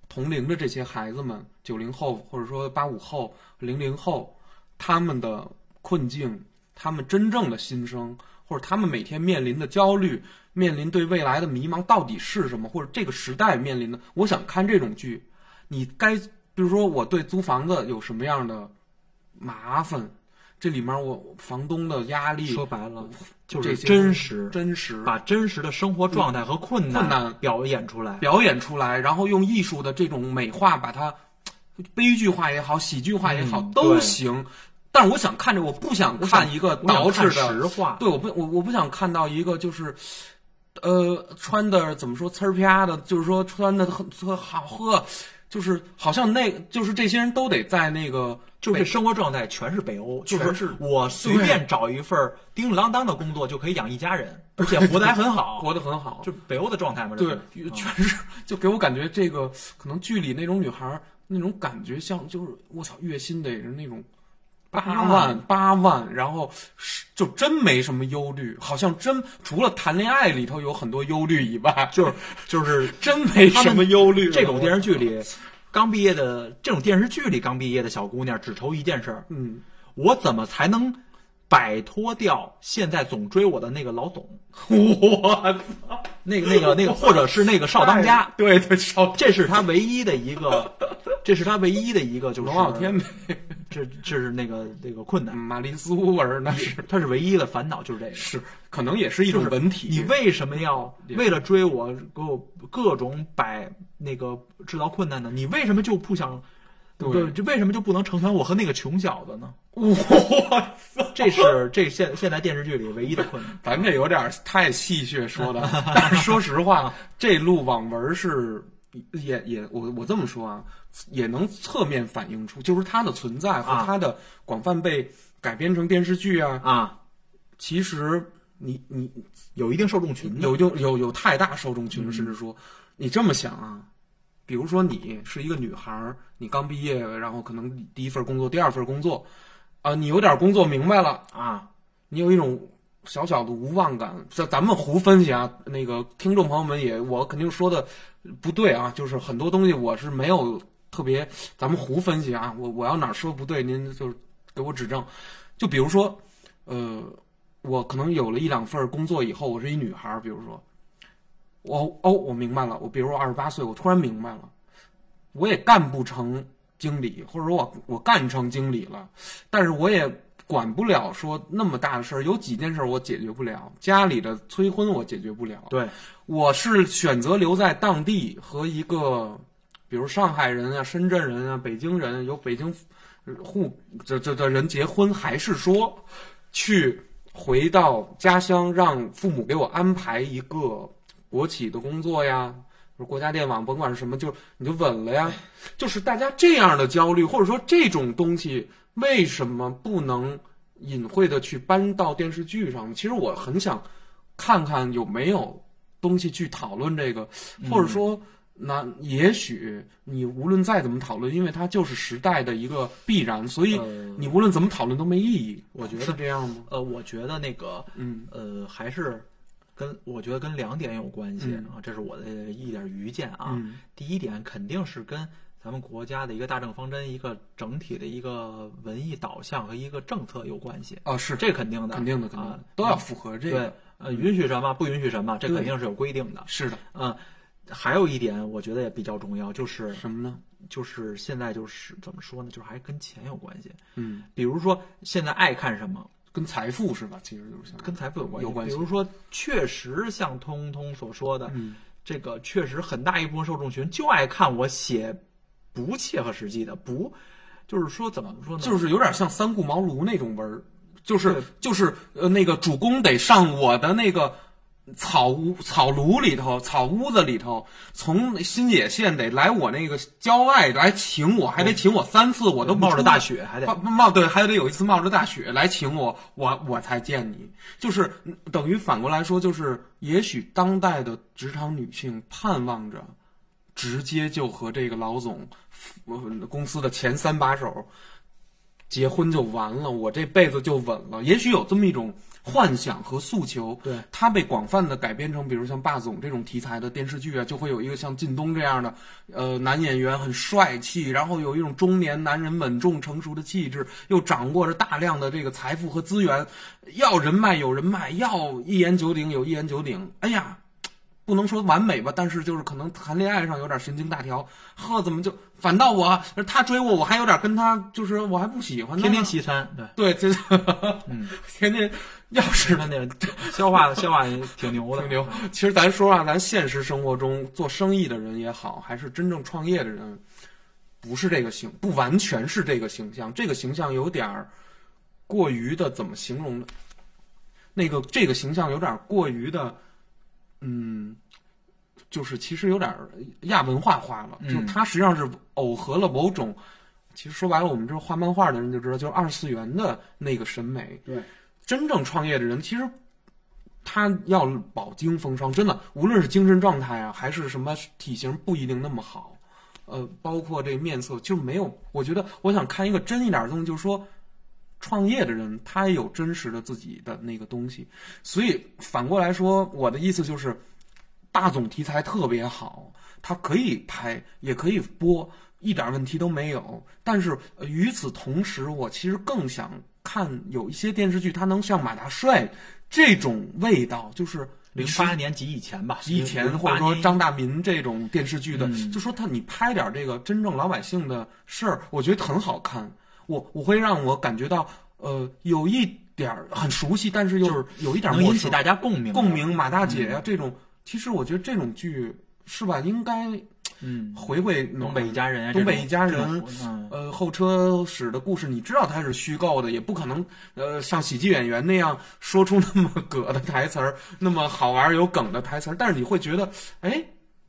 A: 同龄的这些孩子们，九零后或者说八五后、零零后，他们的困境，他们真正的心声，或者他们每天面临的焦虑，面临对未来的迷茫到底是什么，或者这个时代面临的，我想看这种剧。你该，比如说我对租房子有什么样的麻烦，这里面我房东的压力，
B: 说白了就是
A: 这些
B: 真实，
A: 真实
B: 把真实的生活状态和困难
A: 困难
B: 表演出来。
A: 表演出来，然后用艺术的这种美化把它呃悲剧化也好，喜剧化也好、
B: 嗯
A: 都
B: 对
A: 行。但是我想看着，我不想
B: 我想
A: 看一个
B: 我想
A: 捯饬
B: 看
A: 的，
B: 实话，
A: 对，我不我我不想看到一个就是，呃，穿的怎么说呲儿啪的，就是说穿的很很好喝，就是好像那就是这些人都得在那个
B: 就是这生活状态全是北欧，就
A: 全是
B: 我随便找一份儿叮叮当当的工作就可以养一家人，而且活得还很好，
A: 活得很好，
B: 就北欧的状态嘛。这
A: 对
B: 是，嗯
A: 全是就给我感觉这个可能剧里那种女孩儿那种感觉像就是我操，月薪得是那种八万八万，然后是就真没什么忧虑，好像真除了谈恋爱里头有很多忧虑以外，
B: 就是就是
A: 真没
B: 他
A: 什
B: 们
A: 么忧虑了。
B: 这种电视剧里，刚毕业的这种电视剧里刚毕业的小姑娘只愁一件事儿：
A: 嗯，
B: 我怎么才能摆脱掉现在总追我的那个老总，
A: 我操，
B: 那个那个那个，或者是那个少当家？
A: 太，对对，少
B: 这是他唯一的一个，这是他唯一的一个，就是
A: 龙傲天呗，
B: 这这是那个那个困难，
A: 玛丽苏文儿那是
B: 他是唯一的烦恼就是这个。
A: 嗯是，可能也是一种
B: 就是
A: 文体。
B: 你为什么要为了追我给我各种摆那个制造困难呢？你为什么就不想？
A: 对
B: 不就为什么就不能成全我和那个穷小子呢？
A: 我操，
B: 这是这现现在电视剧里唯一的困难。
A: 咱这有点太戏谑说的，但是说实话，这路网文是也也我我这么说啊，也能侧面反映出，就是它的存在和
B: 啊
A: 它的广泛被改编成电视剧啊，
B: 啊，
A: 其实你你
B: 有一定受众群的
A: 有就有有太大受众群，甚至说你这么想啊，比如说你是一个女孩儿，你刚毕业，然后可能第一份工作、第二份工作，啊，你有点工作明白了。
B: 啊，
A: 你有一种小小的无望感。咱咱们胡分析啊，那个听众朋友们也，我肯定说的不对啊，就是很多东西我是没有特别，咱们胡分析啊，我我要哪儿说不对，您就是给我指正。就比如说，呃，我可能有了一两份工作以后，我是一女孩儿，比如说，我哦，我明白了，我比如说二十八岁，我突然明白了，我也干不成经理，或者说我我干成经理了，但是我也管不了说那么大的事儿，有几件事儿我解决不了，家里的催婚我解决不了，
B: 对，
A: 我是选择留在当地和一个，比如上海人啊、深圳人啊、北京人有北京呃户这这这人结婚，还是说去回到家乡，让父母给我安排一个国企的工作呀？比如国家电网，甭管是什么，就你就稳了呀。就是大家这样的焦虑，或者说这种东西，为什么不能隐晦的去搬到电视剧上呢？其实我很想看看有没有东西去讨论这个，或者说，那也许你无论再怎么讨论，因为它就是时代的一个必然，所以
B: 呃
A: 你无论怎么讨论都没意义。
B: 我觉得
A: 是这样吗？
B: 呃，我觉得那个
A: 嗯
B: 呃，还是跟我觉得跟两点有关系啊，这是我的一点愚见啊。
A: 嗯
B: 第一点肯定是跟咱们国家的一个大政方针、一个整体的一个文艺导向和一个政策有关系，
A: 啊，是
B: 这肯定的，
A: 肯定的，肯定
B: 啊
A: 的，都要符合这
B: 对
A: 个。，
B: 呃，允许什么，不允许什么，这
A: 对
B: 肯定是有规定的。
A: 是的，
B: 啊，还有一点我觉得也比较重要，就是
A: 什么呢？
B: 就是现在就是怎么说呢，就是还跟钱有关系。
A: 嗯，
B: 比如说现在爱看什么，
A: 跟财富是吧？其实就是像
B: 跟财富有关系。
A: 有关系
B: 比如说，确实像通通所说的，
A: 嗯
B: 这个确实很大一部分受众群就爱看我写不切合实际的，不就是说怎么说呢？
A: 就是有点像三顾茅庐那种文儿，就是
B: 对
A: 就是呃那个主公得上我的那个草屋草庐里头，草屋子里头，从新野县得来我那个郊外来请我，还得请我三次，我都不
B: 冒着
A: 出
B: 大
A: 来
B: 雪还得
A: 冒冒对，还得有一次冒着大雪来请我，我我才见你，就是嗯等于反过来说，就是也许当代的职场女性盼望着直接就和这个老总、呃公司的前三把手结婚就完了，我这辈子就稳了。也许有这么一种幻想和诉求，
B: 对
A: 它被广泛的改编成，比如像霸总这种题材的电视剧啊，就会有一个像靳东这样的，呃，男演员很帅气，然后有一种中年男人稳重成熟的气质，又掌握着大量的这个财富和资源，要人脉有人脉，要一言九鼎有一言九鼎。哎呀，不能说完美吧，但是就是可能谈恋爱上有点神经大条。呵，怎么就反倒我他追我，我还有点跟他就是我还不喜欢他呢，
B: 天天西餐，
A: 对，
B: 对，
A: 就是天 天要是
B: 吃饭那 消化消化也挺牛的，
A: 挺牛。其实咱说啊，咱现实生活中做生意的人也好，还是真正创业的人，不是这个形，不完全是这个形象。这个形象有点儿过于的，怎么形容呢？那个这个形象有点儿过于的，嗯，就是其实有点儿亚文化化了。
B: 嗯
A: 就它实际上是耦合了某种，其实说白了，我们这画漫画的人就知道，就是二次元的那个审美。
B: 对，
A: 真正创业的人，其实他要饱经风霜，真的，无论是精神状态啊，还是什么体型不一定那么好，呃，包括这面色，就是没有。我觉得我想看一个真一点的东西，就是说，创业的人他也有真实的自己的那个东西。所以反过来说，我的意思就是，霸总题材特别好，它可以拍，也可以播，一点问题都没有。但是呃与此同时，我其实更想看有一些电视剧，它能像《马大帅》这种味道，就是
B: 零八年及以前吧，
A: 以前
B: 08
A: 或者说
B: 年
A: 张大民这种电视剧的，
B: 嗯
A: 就说他你拍点这个真正老百姓的事儿，我觉得很好看。我我会让我感觉到，呃，有一点儿很熟悉，但是又
B: 就是
A: 有一点儿
B: 能
A: 陌
B: 引
A: 生
B: 起大家嗯共鸣，
A: 共，鸣。马大姐呀、啊这种，其实我觉得这种剧是吧，应该
B: 嗯，
A: 回味
B: 东北一家人啊，
A: 东北
B: 这种嗯
A: 一家人，
B: 这种
A: 呃，后车室的故事，你知道它是虚构的，也不可能呃像喜剧演员那样 说出那么葛的台词儿，那么好玩儿有梗的台词儿。但是你会觉得，哎，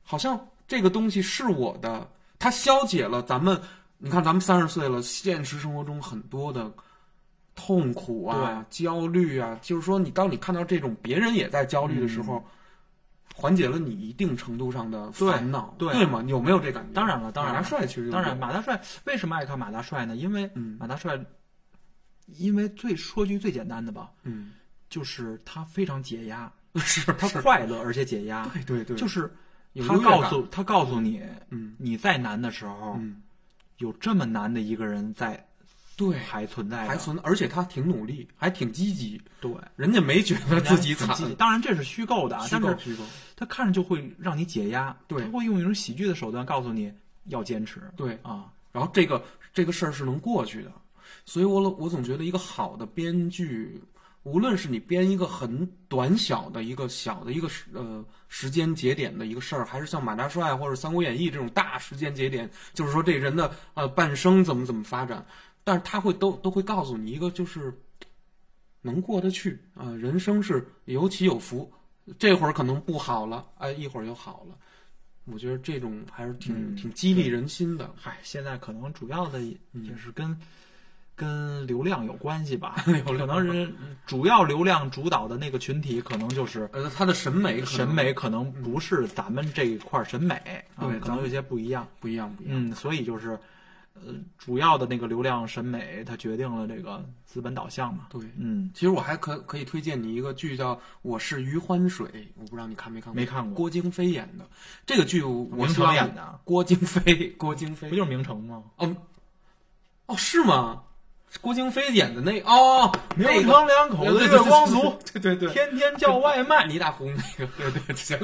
A: 好像这个东西是我的，它消解了咱们。你看，咱们三十岁了，现实生活中很多的痛苦啊、焦虑啊，就是说，你当你看到这种别人也在焦虑的时候，缓解了你一定程度上的
B: 嗯对
A: 烦恼，
B: 对
A: 吗？有没有这感觉？
B: 当然了当然了
A: 马大帅其实
B: 嗯，
A: 有
B: 当然
A: 这
B: 马大帅为什么爱看马大帅呢？因为
A: 嗯
B: 马大帅，因为最说句最简单的吧，
A: 嗯，
B: 就是他非常解压，
A: 是
B: 他
A: 是
B: 快乐而且解压，
A: 对对对，
B: 就是
A: 有
B: 他
A: 优越感
B: 告诉他告诉你，
A: 嗯
B: 你再难的时候，
A: 嗯，
B: 有这么难的一个人在
A: 对，
B: 还存在着，
A: 还存，而且他挺努力，还挺积极，
B: 对。
A: 人家没觉得自己惨，
B: 当然这是虚构的啊，
A: 虚
B: 但
A: 构
B: 是
A: 虚构，
B: 他看着就会让你解压，
A: 对
B: 他会用一种喜剧的手段告诉你要坚持
A: 对。
B: 啊，
A: 然后这个这个事儿是能过去的，所以我我总觉得一个好的编剧，无论是你编一个很短小的一个小的一个时呃时间节点的一个事儿，还是像马大帅或者《三国演义》这种大时间节点，就是说这人的呃半生怎么怎么发展，但是他会都都会告诉你一个就是能过得去啊、呃人生是有起有伏，这会儿可能不好了，哎，一会儿又好了。我觉得这种还是挺、
B: 嗯
A: 挺激励人心的。
B: 嗨，现在可能主要的也
A: 嗯
B: 也是跟、跟流量有关系吧，
A: 流量
B: 可能人主要流量主导的那个群体，可能就是
A: 呃，他的审美可能
B: 审美可能不是咱们这一块儿审美，啊
A: 对
B: 可
A: 咱
B: 能
A: 们
B: 有些不一样，
A: 不一样，不一样。
B: 嗯，所以就是。呃，主要的那个流量审美，它决定了这个资本导向嘛。
A: 对，
B: 嗯，
A: 其实我还可可以推荐你一个剧叫《我是余欢水》，我不知道你看没看过，
B: 没看过
A: 郭京飞演的这个剧，我
B: 明
A: 希
B: 成
A: 望
B: 演的啊，
A: 郭京飞，郭京
B: 不
A: 飞，
B: 就是明成吗？
A: 哦，是吗？是郭京飞演的那哦，那
B: 明
A: 个
B: 成两口
A: 对
B: 子
A: 对
B: 月
A: 对
B: 光族，，
A: 对对对，
B: 天天叫外卖，
A: 你大红那个，对对， 行，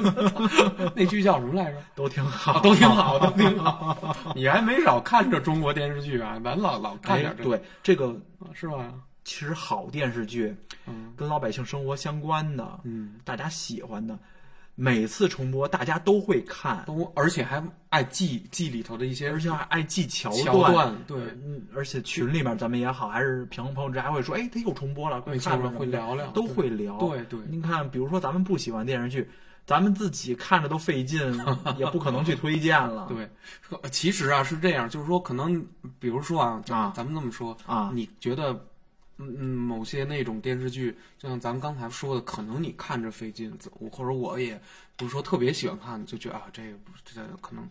A: 那剧叫什么来着？
B: 都挺
A: 啊
B: 好，
A: 都挺好， 都挺好。 你还没少看这中国电视剧啊，咱老老看
B: 哎
A: 点，这个，
B: 对这个，
A: 是吧？
B: 其实好电视剧
A: 嗯
B: 跟老百姓生活相关的，
A: 嗯，
B: 大家喜欢的，每次重播大家都会看，
A: 都而且还爱记记里头的一些
B: 而且还爱记桥
A: 桥段，对，
B: 嗯，而且群里面咱们也好，还是平朋友之间还会说，哎，他又重播了，
A: 没错
B: 看吧，
A: 会聊聊
B: 都会聊。
A: 对对
B: 您看，比如说咱们不喜欢电视剧，咱们自己看着都 费劲，也不可能去推荐了。
A: 对，呃其实啊是这样，就是说可能，比如说啊，
B: 啊
A: 咱们这么说
B: 啊
A: 你觉得，嗯嗯，某些那种电视剧，就像咱们刚才说的，可能你看着费劲，我或者我也不是说特别喜欢看，就觉得啊，这个不这个可能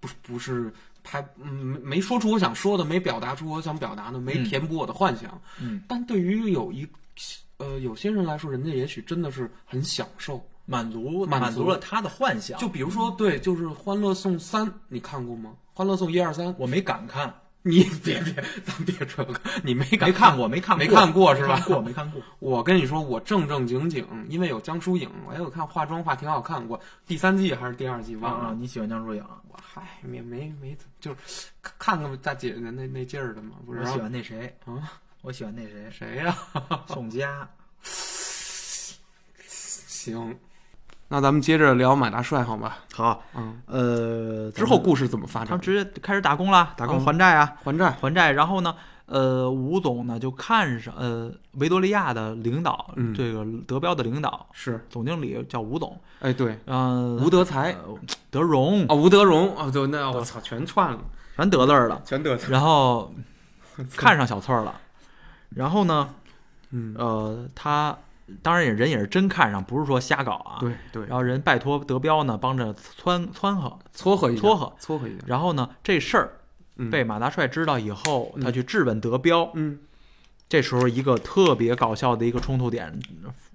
A: 不是不是拍，嗯，没没说出我想说的，没表达出我想表达的，没填补我的幻想。
B: 嗯，
A: 但对于有一呃有些人来说，人家也许真的是很享受。
B: 满足
A: 满足
B: 足了他的幻想，
A: 就比如说，对，就是《欢乐颂三》，你看过吗？《欢乐颂一二三》，
B: 我没敢看，
A: 你别别，咱别这个，你没敢
B: 没看过，没看过，
A: 没看过是吧
B: 没看过没看 过，
A: 我跟你说，我正正经经，因为有江疏影，哎，我看化妆化挺好看，我第三季还是第二季忘
B: 啊
A: 了，，
B: 你喜欢江疏影，
A: 我嗨没没没，就是看看大姐姐那那劲儿的嘛，不
B: 我
A: 是？
B: 喜欢那谁
A: 啊，
B: 我喜欢那 谁，
A: 谁呀、
B: 宋佳。
A: 行，那咱们接着聊马大帅好吧？
B: 好，
A: 嗯，
B: 呃，
A: 之后故事怎么发
B: 他
A: 展
B: 们？直接开始打工了，打工
A: 嗯
B: 还债啊，
A: 还债，
B: 还债。然后呢，呃，吴总呢就看上呃维多利亚的领导，
A: 嗯
B: 这个德彪的领导，
A: 是，
B: 总经理叫吴总，
A: 哎，对，
B: 嗯、
A: 吴德才，
B: 呃德荣，
A: 哦，吴德荣，哦，对，那我操，全串了，
B: 全得字 儿了。
A: 全得罪，
B: 然后看上小翠儿了，然后呢，
A: 嗯，
B: 呃，他当然也人也是真看上，不是说瞎搞啊。。
A: 对对
B: 然，后人拜托德彪呢帮着撺撺和，
A: 撮合一下，
B: 撮合
A: 撮合一下，
B: 然后呢这事儿
A: 嗯
B: 被马大帅知道以后，
A: 嗯
B: 他去质问德彪，
A: 嗯
B: 这时候一个特别搞笑的一个冲突点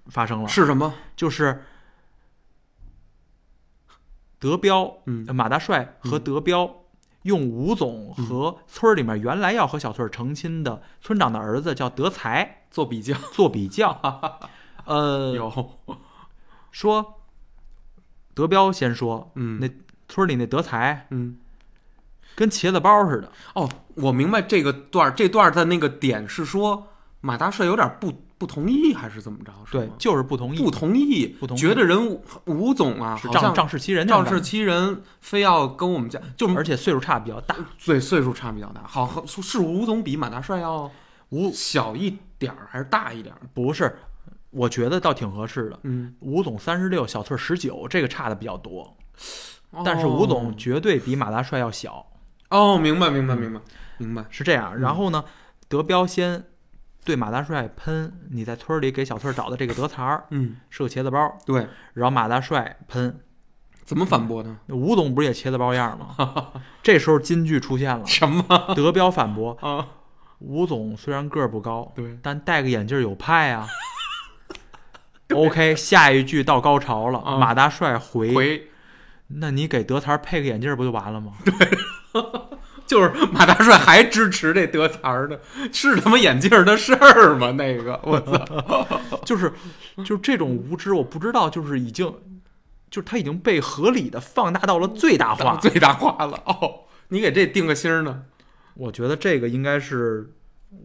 B: 发生了，
A: 是什么？
B: 就是德彪、呃
A: 嗯
B: 马大帅和德彪用吴总和村儿里面原来要和小翠儿成亲的村长的儿子叫德才
A: 做比较，
B: 做比 较，呃，
A: 有，
B: 说德彪先说
A: 嗯
B: 那村里那德才
A: 嗯。
B: 跟茄子包似的，
A: 哦，我明白这个段儿，这段儿的那个点是说马大帅有点不不同意，还是怎么着？是
B: 对
A: 吗，
B: 就是不同意
A: 不，同意，
B: 不同意
A: 觉得人吴吴总啊，
B: 是
A: 好
B: 仗
A: 像
B: 仗势欺人那种
A: 仗
B: 感
A: 势
B: 觉，
A: 欺人，非要跟我们家，就呃
B: 而且岁数差比较大，
A: 岁岁数差比较大，好好是吴总比马大帅要
B: 吴
A: 小一点儿还是大一点儿？
B: 不是，我觉得倒挺合适的。
A: 嗯，
B: 吴总三十六，小翠十九，这个差的比较多，但是
A: 哦
B: 吴总绝对比马大帅要小，
A: 哦，明白明白明白明白，
B: 是这样。然后呢，德彪先对马大帅喷，你在村里给小翠找的这个德才儿
A: 嗯，
B: 是个茄子包，
A: 对，
B: 然后马大帅喷，
A: 怎么反驳呢？
B: 吴总不是也茄子包样吗？这时候金句出现了，
A: 什么
B: 德彪反驳
A: 啊？
B: 吴总虽然个儿不高，
A: 对，
B: 但戴个眼镜儿有派啊。OK，下一句到高潮了，
A: 啊
B: 马大帅回
A: 回
B: 那你给德才配个眼镜不就完了吗？
A: 就是马大帅还支持这德才儿的，是他妈眼镜儿的事儿吗？那个，我操！
B: 就是，就是这种无知，我不知道，就是已经，就是他已经被合理的放大到了最大化。
A: 最大化了哦！你给这定个星儿呢？
B: 我觉得这个应该是，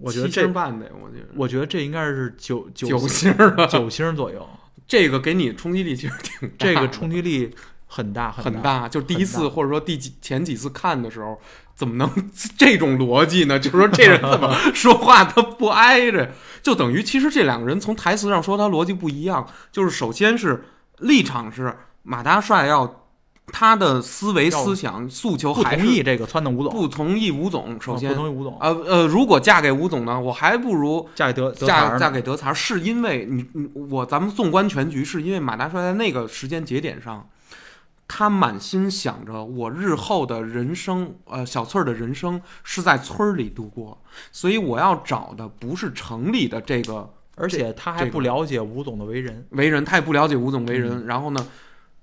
B: 我觉得
A: 七星
B: 这，
A: 半得，我觉得
B: 我觉得这应该是九九
A: 九星儿了。
B: 九星 左右，
A: 这个给你冲击力其实挺大
B: 这
A: 的
B: 个冲击力很大大。
A: 很大，就是第一
B: 很
A: 次或者说第几前几次看的时候，怎么能 这种逻辑呢？就是说这人怎 么说话他不挨着，就等于其实这两个人从台词上说他逻辑不一样，就是首先是立场是马大帅要他的思维
B: 要
A: 思想诉求
B: 不
A: 还
B: 同
A: 是
B: 意这个撺掇吴总，
A: 不同意吴总，首
B: 不
A: 先
B: 同意吴总
A: 呃呃，如果嫁给吴总呢，我还不如
B: 嫁给德德
A: 嫁
B: 才
A: 嫁给德才儿，是因为你你我咱们纵观全局，是因为马大帅在那个时间节点上，他满心想着我日后的人生，呃，小翠儿的人生是在村儿里度过，所以我要找的不是城里的这个
B: 而且他还
A: 这个
B: 不了解吴总的为人，
A: 为人，他也不了解吴总为
B: 嗯
A: 人，然后呢。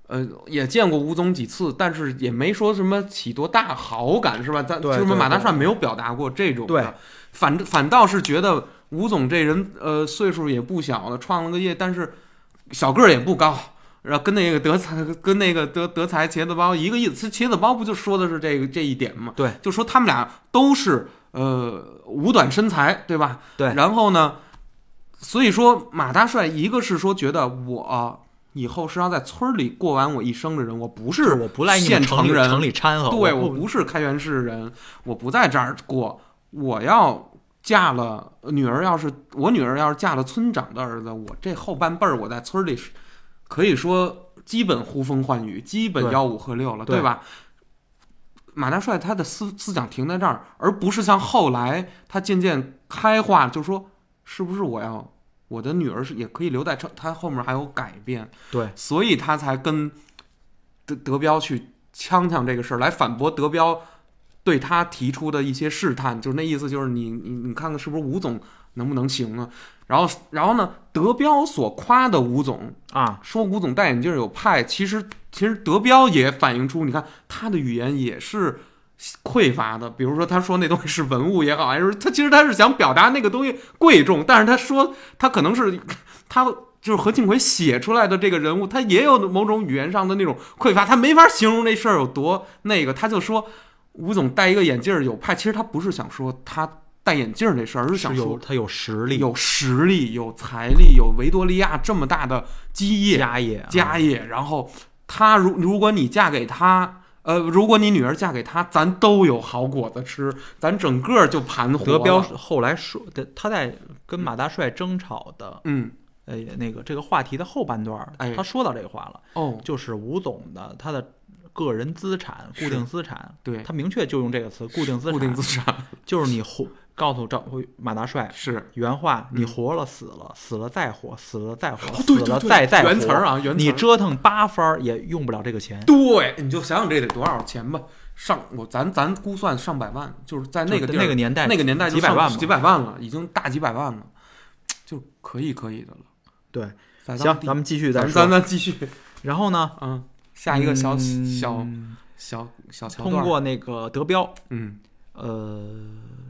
A: 呃，也见过吴总几次，但是也没说什么起多大好感，是吧？咱
B: 对
A: 就是
B: 对
A: 马大
B: 对
A: 帅没有表达过这种的
B: 对
A: 反反倒是觉得吴总这人，呃，岁数也不小了，创了个业，但是小个儿也不高，然后跟那个德才跟那个德德才茄子包一个意思。茄子包不就说的是这个这一点吗？
B: 对，
A: 就说他们俩都是呃五短身材，对吧？
B: 对
A: 然后呢，所以说马大帅一个是说觉得我以后是要在村儿里过完我一生的人，我不是
B: 我不来你
A: 县
B: 们城
A: 城
B: 里
A: 人，
B: 城里掺和，
A: 对，
B: 我
A: 我
B: 不
A: 不是开元市人，我不在这儿过，我要嫁了女儿，要是我女儿要是嫁了村长的儿子，我这后半辈儿我在村里是可以说基本呼风唤雨，基本
B: 对
A: 吆五喝六了，
B: 对
A: 对吧？马大帅他的思思想停在这儿，而不是像后来他渐渐开化，就说是不是我要我的女儿是也可以留在城，他后面还有改变，
B: 对
A: 所以他才跟德德彪去呛呛这个事儿，来反驳德彪对他提出的一些试探，就是那意思，就是你你你看看是不是吴总能不能行啊？然后然后呢，德彪所夸的吴总，
B: 啊，
A: 说吴总戴眼镜有派，其实其实德彪也反映出，你看他的语言也是匮乏的。比如说他说那东西是文物也好，还是他其实他是想表达那个东西贵重，但是他说他可能是他就是何庆魁写出来的这个人物，他也有某种语言上的那种匮乏，他没法形容这事儿有多那个，他就说吴总戴一个眼镜儿有派，其实他不是想说他戴眼镜儿这事儿，而是想
B: 是
A: 说
B: 有他有实力，
A: 有实力、有财力、有维多利亚这么大的基业
B: 家业啊
A: 家业，然后他如如果你嫁给他，呃，如果你女儿嫁给他，咱都有好果子吃，咱整个就盘活
B: 德彪
A: 了，
B: 后来说，他在跟马大帅争吵的，
A: 嗯，
B: 呃，那个这个话题的后半段儿
A: 哎，
B: 他说到这个话了，
A: 哦，
B: 就是吴总的他的个人资产、
A: 是
B: 固定资产，
A: 对，
B: 他明确就用这个词“固定资
A: 固定
B: 产
A: 资产”，
B: 就是你活，告诉赵马大帅
A: 是，
B: 原话：
A: 嗯
B: 你活了，死了，死了再活，死了再活，
A: 哦对
B: 死了
A: 对对
B: 再再活。
A: 原词儿啊原词儿
B: 你折腾八番儿也用不了这个钱。
A: 对，你就想想这得多少钱吧，上我咱咱估算上百万，就是在哎那个
B: 就
A: 地儿
B: 那个年代，
A: 那个年代就
B: 几百
A: 上
B: 万嘛
A: 几百万了，已经大几百万了，就可以可以的了，
B: 对，
A: 在当
B: 行，
A: 地
B: 咱们继续再
A: 咱
B: 说
A: 咱。咱继续。
B: 然后呢，
A: 嗯，下一个小、
B: 嗯
A: 小小小桥段，
B: 通过那个德彪，
A: 嗯，
B: 呃，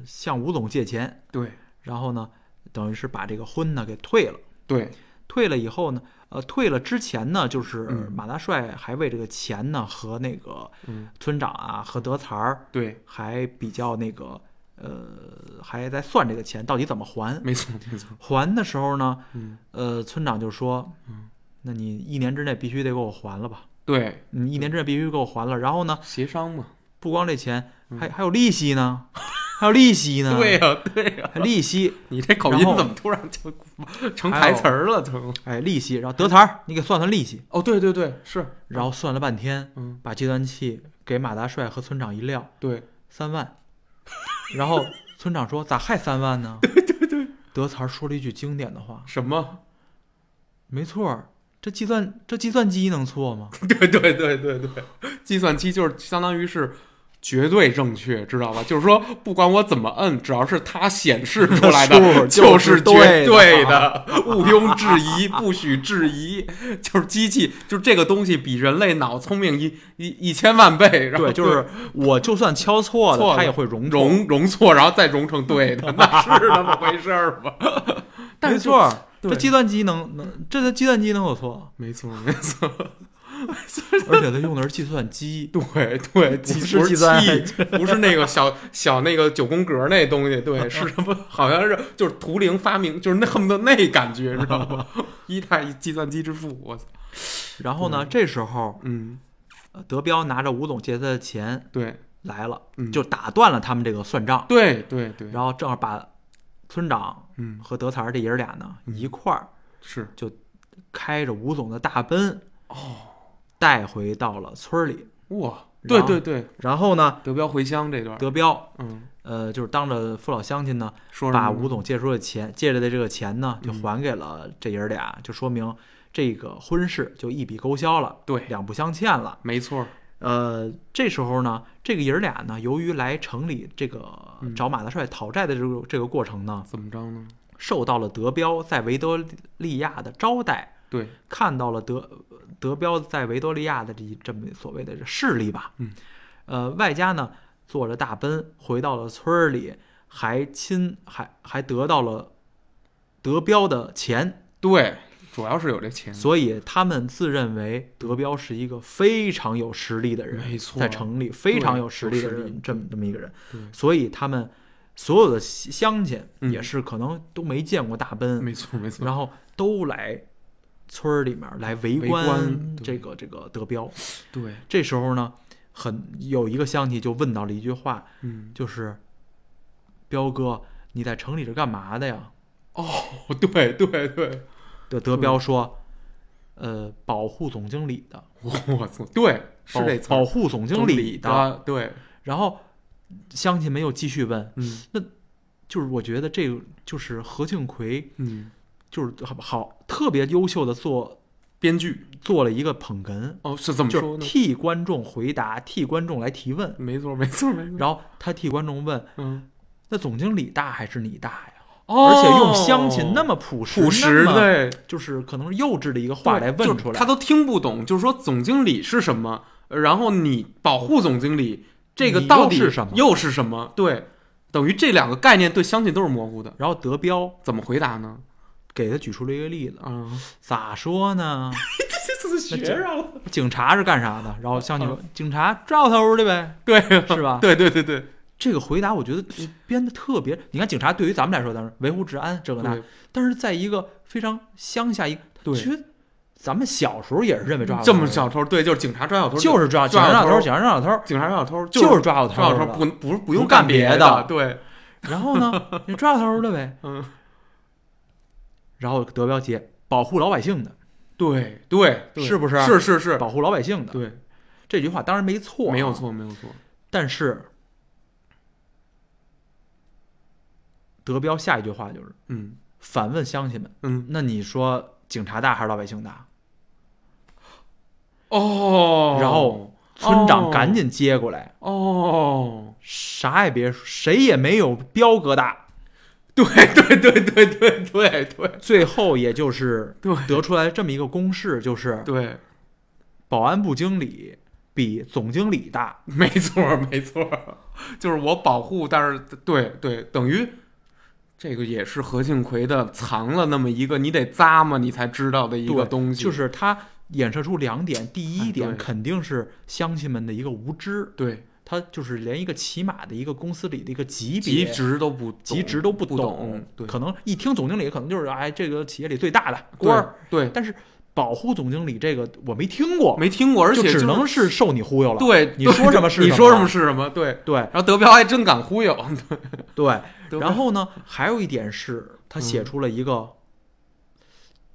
B: 向吴总借钱，
A: 对
B: 然后呢，等于是把这个婚呢给退了。
A: 对，
B: 退了以后呢，呃，退了之前呢，就是
A: 嗯
B: 马大帅还为这个钱呢和那个
A: 嗯
B: 村长啊和德才儿
A: 对，
B: 还比较那个呃，还在算这个钱到底怎么还。
A: 没错没错，
B: 还的时候呢，
A: 嗯，
B: 呃，村长就说，
A: 嗯
B: 那你一年之内必须得给我还了吧？
A: 对，
B: 你一年之内必须给我还了。然后呢，
A: 协商嘛，
B: 不光这钱，还还有利息呢， 还有利息呢。
A: 嗯对呀、对呀、
B: 还利息，
A: 你这口音
B: 啊然后
A: 怎么突然就成台词儿了？成
B: 哎，利
A: 嗯
B: 息，然后德才儿，你给算算利息，
A: 哦，对对对，是，
B: 然后算了半天，
A: 嗯，
B: 把计算器给马大帅和村长一撂，
A: 对，
B: 三万，然后村长说咋还三万呢？对对对，德才儿说了一句经典的话，
A: 什么？
B: 没错儿，这计算这计算机能错吗？
A: 对对对对对，计算机就是相当于是。绝对正确，知道吧？就是说，不管我怎么摁，只要是它显 示出来
B: 数
A: 的，
B: 就是
A: 绝
B: 对的
A: 对 的，毋庸置疑，不许质疑。就是机器，就是这个东西比人类脑聪明一一一千万倍。然后
B: 对，就是 我就算敲
A: 错
B: 错了，
A: 了
B: 他也会容错
A: 容容错，然后再容成对的，那 是那么回事儿吗？但
B: 没
A: 是就
B: 错儿，
A: 对
B: 这计算机能能，这计算机能 有错
A: ，没错，没错，
B: 而且他用的是计算机，
A: 对对，
B: 不
A: 计
B: 是
A: 不
B: 计
A: 是
B: 算
A: 器，不是那个小小那个九宫格那东西，对，是什么？好像是就是图灵发明，就是那恨不得那感觉，知道吗？ 一代计算机之父，我操，
B: 然后呢，这时候
A: 嗯，
B: 呃德彪拿着吴总借他的钱
A: 对，
B: 来了，
A: 嗯
B: 就打断了他们这个算账，
A: 对对对，
B: 然后正好把村长
A: 嗯，
B: 和德才儿这爷儿俩呢
A: 嗯
B: 一块儿
A: 是
B: 开着吴总的大奔
A: 哦，
B: 带回到了村儿里。
A: 哇，对
B: 然后
A: 对对，
B: 然后呢，
A: 德彪回乡这段，
B: 德彪
A: 嗯，
B: 呃就是当着父老乡亲呢，
A: 说什
B: 把
A: 么
B: 吴总借出的钱借来的这个钱呢，就
A: 嗯
B: 还给了这爷儿俩，就说明这个婚事就一笔勾销了，
A: 对，
B: 两不相欠了。
A: 没错，
B: 呃，这时候呢，这个爷儿俩呢，由于来城里这个
A: 嗯
B: 找马大帅讨债的这个这个过程呢，
A: 怎么着呢？
B: 受到了德彪在维多利亚的招待，
A: 对，
B: 看到了德德彪在维多利亚的这一这么所谓的势力吧，
A: 嗯，
B: 呃，外加呢坐着大奔回到了村儿里，还亲还还得到了德彪的钱，
A: 对，主要是有这钱，
B: 所以他们自认为德彪是一个非常有实力的人，
A: 没错
B: 在城里非常有实力的
A: 有实
B: 人，这么这么一个人
A: 对，
B: 所以他们所有的乡亲
A: 嗯
B: 也是可能都没见过大奔，
A: 没错没错，
B: 然后都来村儿里面来围
A: 围
B: 观
A: 观对
B: 这个这个德彪。
A: 对，
B: 这时候呢，很有一个乡亲就问到了一句话，
A: 嗯，
B: 就是彪哥，你在城里是干嘛的呀？
A: 哦，对对对，
B: 德德彪说，呃，保护总经理的，
A: 我操，对，哦是这词
B: 保
A: 儿，
B: 保护总经理的。
A: 的，啊对，
B: 然后乡亲们又继续问，
A: 嗯
B: 就是我觉得这个就是何庆魁，
A: 嗯，
B: 就是好好特别优秀的做
A: 编剧
B: 做了一个捧哏，
A: 哦，是怎么说
B: 就
A: 呢？
B: 是替观众回答，替观众来提问。
A: 没错，没错，没错。
B: 然后他替观众问
A: 嗯，：“
B: 那总经理大还是你大呀？”
A: 哦
B: 而且用乡亲那么朴实、
A: 朴实
B: 那么
A: 对
B: 就是可能是幼稚的一个话来问出
A: 就是
B: 来。
A: 他都听不懂，就是说总经理是什么，然后你保护总经理这个
B: 你
A: 到底
B: 又是什么
A: 又是什么？对，等于这两个概念对乡亲都是模糊的，
B: 然后德彪
A: 怎么回答呢？
B: 给他举出了一个例子，
A: 啊，
B: 咋说呢？
A: 这次学上了，
B: 警察是干啥的？然后乡
A: 嗯
B: 亲说：“警察照头的呗，
A: 对，
B: 是吧？”
A: 对对对对，
B: 这个回答我觉得编的特别。你看，警察对于咱们来说，当然维护治安这个那
A: 对，
B: 但是在一个非常乡下一个，他
A: 对
B: 觉得咱们小时候也是认为抓小
A: 这
B: 偷
A: 么小偷，对，就是警察抓小偷，
B: 就是抓警
A: 抓
B: 察抓
A: 小
B: 小偷，警察抓小偷，
A: 警察抓小偷，
B: 就是是抓小
A: 抓小
B: 偷
A: 偷，
B: 的。
A: 不不不用
B: 不干
A: 干别
B: 别的
A: 对，
B: 然后呢， 你抓小偷的呗。
A: 嗯，
B: 然后德彪接保护老百姓的，
A: 对对，对
B: 是不是
A: 是是是，
B: 保护老百姓的
A: 对，
B: 这句话当然没错，啊
A: 没有。错，没有错，
B: 但是德彪下一句话就是
A: 嗯
B: 反问乡亲们：
A: 嗯，
B: 那你说警察大还是老百姓大？
A: 哦，
B: 然后村长赶紧接过来，
A: 哦，
B: 啥也别说，谁也没有彪哥大。
A: 对对对对对对对
B: 最后也就是
A: 对
B: 得出来这么一个公式，就是
A: 对，
B: 保安部经理比总经理大。
A: 没错儿没错儿，就是我保护，但是对对，等于这个也是何庆魁的藏了那么一个你得咂摸你才知道的一个
B: 对
A: 东西，
B: 就是他衍射出两点，第一
A: 哎
B: 点
A: 对
B: 肯定是乡亲们的一个无知，
A: 对
B: 他就是连一个起码的一个公司里的一个级
A: 极
B: 别。
A: 值都不懂
B: 级职都不
A: 不懂，对
B: 可能一听总经理，可能就是哎，这个企业里最大的
A: 对
B: 官儿。
A: 对，
B: 但是保护总经理这个我没听过，
A: 没听过，而
B: 就
A: 且就
B: 只
A: 是
B: 能是受你忽悠了。
A: 对
B: 你
A: 对
B: 说什么是
A: 你
B: 什么
A: 说什么是什么，对。
B: 对
A: 然后德彪还真敢忽悠，
B: 对，
A: 德彪
B: 然后呢，还有一点是他写
A: 嗯
B: 出了一个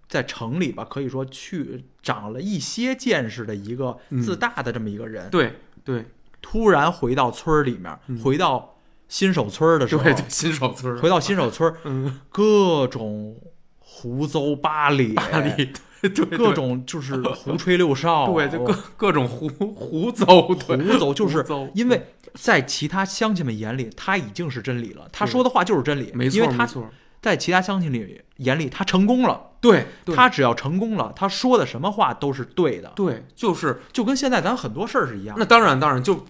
B: 在城里吧，可以说去长了一些见识的一个
A: 嗯
B: 自大的这么一个人，
A: 对对
B: 突然回到村儿里面，回到新手村儿的时
A: 嗯
B: 候，
A: 对对，新手村儿，
B: 回到新手村儿，
A: 嗯，
B: 各种胡诌八咧，
A: 巴黎，对对对
B: 各种就是胡吹六哨，
A: 对，就各各种胡胡诌，
B: 胡
A: 对，
B: 诌，就
A: 胡
B: 是
A: 诌
B: 因为在其他乡亲们眼里，他已经是真理了，他说的话就是真理，
A: 没
B: 因
A: 错
B: 为
A: 没
B: 他
A: 错，
B: 在其他乡亲里眼里，他成功了，
A: 对，对
B: 他只要成功了，他说的什么话都是对的，
A: 对就是
B: 就跟现在咱很多事儿是一样的。
A: 那当然当然就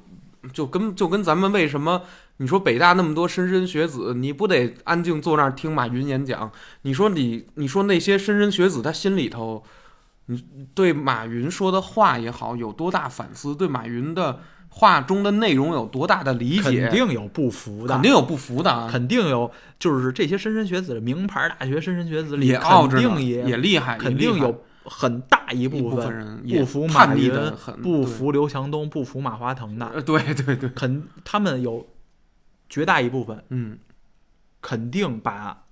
A: 就跟就跟咱们为什么你说北大那么多莘莘学子，你不得安静坐那儿听马云演讲？你说你你说那些莘莘学子，他心里头。你对马云说的话也好，有多大反思？对马云的话中的内容有多大的理解？
B: 肯定有不服的，
A: 肯定有不服的啊，
B: 肯定有，就是这些莘莘学子，名牌大学莘莘学子里，
A: 也傲
B: 肯
A: 着呢，
B: 定
A: 也厉害，也
B: 肯
A: 厉
B: 定
A: 害
B: 有很大一
A: 一
B: 部
A: 部分
B: 分
A: 人也
B: 不服马
A: 叛逆
B: 云
A: 的很，、
B: 不服刘强东、不服马化腾的，
A: 呃，对对对，
B: 肯他们有绝大一部分
A: 嗯，
B: 肯定把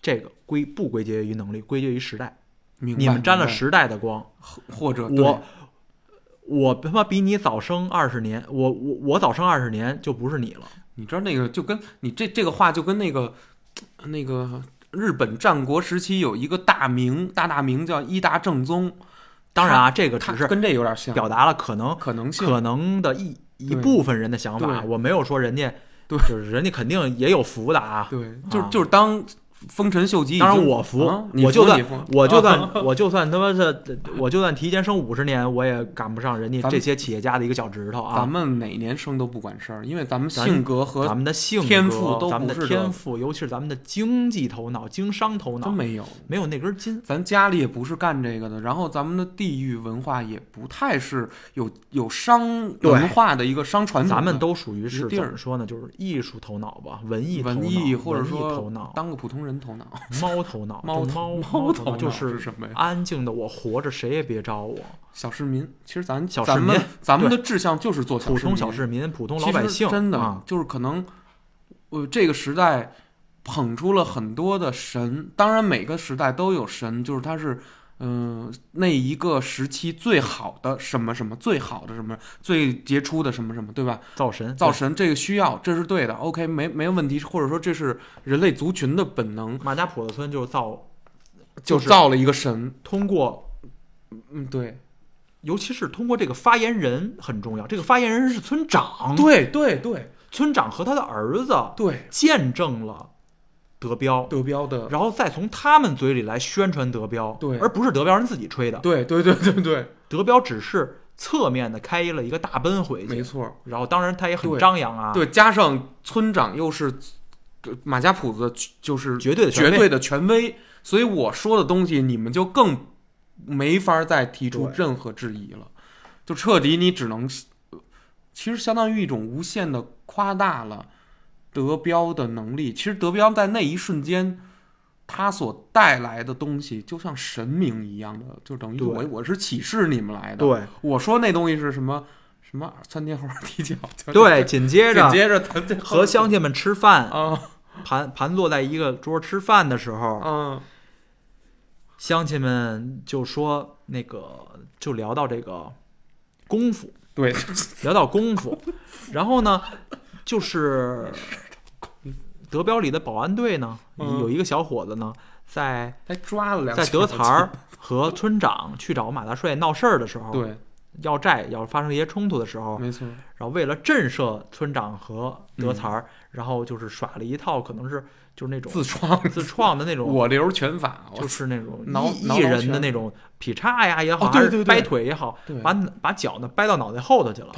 B: 这个归不归结于能力，归结于时代。
A: 明白
B: 你们沾了
A: 明白
B: 时代的光，
A: 或者对
B: 我我他妈比你早生二十年，我我我早生二十年就不是你了。
A: 你知道那个就跟你这这个话就跟那个那个日本战国时期有一个大名大大名叫伊达正宗，
B: 当然啊，这个
A: 他
B: 只是
A: 跟这有点像，
B: 表达了可能
A: 可能性
B: 可能的一一
A: 对
B: 部分人的想法，啊
A: 对
B: 我没有说人家，
A: 对
B: 就是人家肯定也有福的啊。
A: 对，就
B: 啊
A: 就是当丰臣秀吉已经，
B: 当然我服，
A: 啊你
B: 我就
A: 服
B: 算
A: 你服
B: 我就
A: 啊
B: 算我就算他妈是，我就算提前生五十年，我也赶不上人家
A: 咱们
B: 这些企业家的一个脚趾头
A: 咱
B: 啊。
A: 们哪年生都不管事儿，因为咱们
B: 咱
A: 性格
B: 咱
A: 和
B: 们的性格、
A: 天赋都
B: 咱们
A: 不是
B: 的
A: 这
B: 天赋，尤其是咱们的经济头脑、经商头
A: 真
B: 脑，
A: 没有。
B: 没有那根筋。
A: 咱家里也不是干这个的，然后咱们的地域文化也不太是有有商
B: 对
A: 文化的一个商传统的，
B: 咱们都属于
A: 一
B: 是
A: 个地
B: 怎
A: 儿
B: 么说呢？就是艺术头脑吧，文艺头脑、
A: 文艺或者
B: 文艺
A: 说
B: 头脑，
A: 当个普通人头脑，
B: 猫 头脑，
A: 猫
B: 就
A: 头
B: 猫
A: 猫
B: 头
A: 头
B: 脑就
A: 脑
B: 是
A: 什么呀？
B: 安静的我活着，谁也别招我。
A: 小市民，其实咱
B: 小市
A: 咱们
B: 民
A: 咱们的志向就是做
B: 普通
A: 小
B: 小
A: 市
B: 市民，普通
A: 民
B: 老百
A: 其实
B: 姓，
A: 真的
B: 啊，
A: 就是可能，呃，这个时代捧出了很多的神，当然每个时代都有神，就是他是。嗯、那一个时期最好的什么什么，最好的什么，最杰出的什么什么，对吧？
B: 造神，
A: 造神这个需要，这是对的，OK，没没有问题，或者说这是人类族群的本能，
B: 马家普特村就是造，
A: 就
B: 就是
A: 造了一个神，
B: 通过，
A: 嗯，对，
B: 尤其是通过这个发言人很重要。这个发言人是村长，
A: 对对对
B: 村长和他的儿子
A: 对，
B: 见证了德彪，
A: 德彪的，
B: 然后再从他们嘴里来宣传德彪，
A: 对
B: 而不是德彪人自己吹的。
A: 对对对对对，
B: 德彪只是侧面的开了一个大奔回
A: 没
B: 去，
A: 错，
B: 然后当然他也很
A: 对
B: 张扬啊，，
A: 对，加上村长又是呃马家铺子，就是
B: 绝对的权
A: 绝
B: 威
A: 对的权威，所以我说的东西你们就更没法再提出
B: 对
A: 任何质疑了，就彻底你只能，呃其实相当于一种无限的夸大了德彪的能力。其实德彪在那一瞬间。他所带来的东西就像神明一样的，就等于
B: 对
A: 我我是启示你们来的。
B: 对
A: 我说那东西是什么什么窜天猴踢脚，就是
B: 对，紧接着
A: 紧接着咱这
B: 和乡亲们吃饭，
A: 啊
B: 盘盘坐在一个桌吃饭的时候，
A: 啊
B: 乡亲们就说那个就聊到这个功夫，
A: 对，
B: 聊到功夫，然后呢， 就是德彪里的保安队呢，
A: 嗯
B: 有一个小伙子呢，在
A: 还抓了两
B: 在
A: 下
B: 德才儿和村长去找马大帅闹事儿的时候，
A: 对，
B: 要债要发生一些冲突的时候，
A: 没错，
B: 然后为了震慑村长和德才儿，然后就是耍了一套可能是就是那种
A: 嗯自创
B: 自创的那种
A: 我流拳法，我
B: 哦 就是那种
A: 挠
B: 艺
A: 挠
B: 艺
A: 挠
B: 人的
A: 拳
B: 那种劈叉呀也好，
A: 哦对
B: 还是
A: 对对
B: 掰腿也好
A: 对，
B: 把把脚呢掰到脑袋后头去了。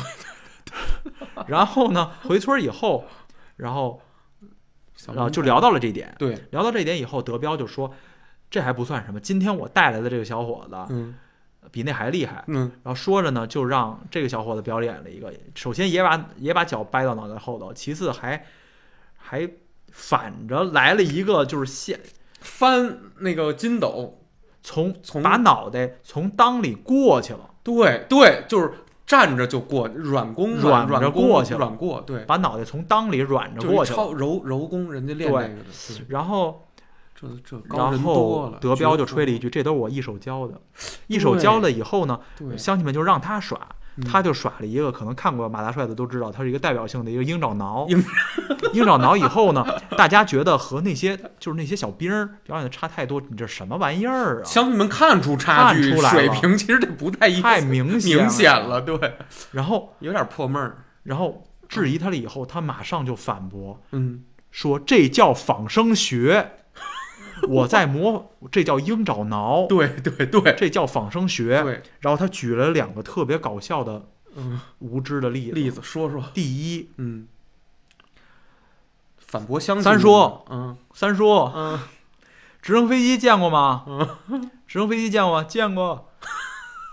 B: 然后呢，回村以后，然后
A: 小
B: 然后
A: 明
B: 就聊到了这一点，
A: 对，
B: 聊到这一点以后，德彪就说：“这还不算什么，今天我带来的这个小伙子
A: 嗯
B: 比那还厉害。”
A: 嗯，
B: 然后说着呢，就让这个小伙子表演了一个，首先也把也把脚掰到脑袋后头，其次还还反着来了一个，就是现
A: 翻那个筋斗，
B: 从
A: 从
B: 把脑袋从裆里过去了，
A: 对对，就是站着就过，软弓
B: 软着
A: 软弓
B: 过去了
A: 软过，对，
B: 把脑袋从裆里软着
A: 就
B: 过
A: 是
B: 去了。
A: 超柔柔弓，人家练
B: 对
A: 那个的，对
B: 然后，
A: 这这高
B: 然
A: 人多
B: 后
A: 了，嗯
B: 德彪
A: 绝
B: 就吹了一句：“这都是我一手教的。”一手教了以后呢，
A: 对，
B: 乡亲们就让他耍，
A: 嗯
B: 他就耍了一个可能看过马大帅的都知道，他是一个代表性的一个鹰爪挠。
A: 鹰
B: 鹰爪挠以后呢，大家觉得和那些就是那些小兵儿表演的差太多，你这什么玩意儿啊？
A: 乡亲们看出差距
B: 看出来
A: 水
B: 了
A: 平，其实这不太一
B: 太明显
A: 明显了，
B: 了。
A: 对，
B: 然后，
A: 有点破闷儿，
B: 然后质疑他了以后，他马上就反驳。
A: 嗯。
B: 说这叫仿 生学，我在模，这叫鹰爪挠，
A: 对对对
B: 这叫仿生学。
A: 对，
B: 然后他举了两个特别搞笑的
A: 嗯，
B: 无知的例子。
A: 例子说说，
B: 第一，
A: 嗯，反驳相信
B: 三说，
A: 嗯
B: 三叔，
A: 嗯，
B: 直升飞机见过吗？直升飞机见过吗，见过。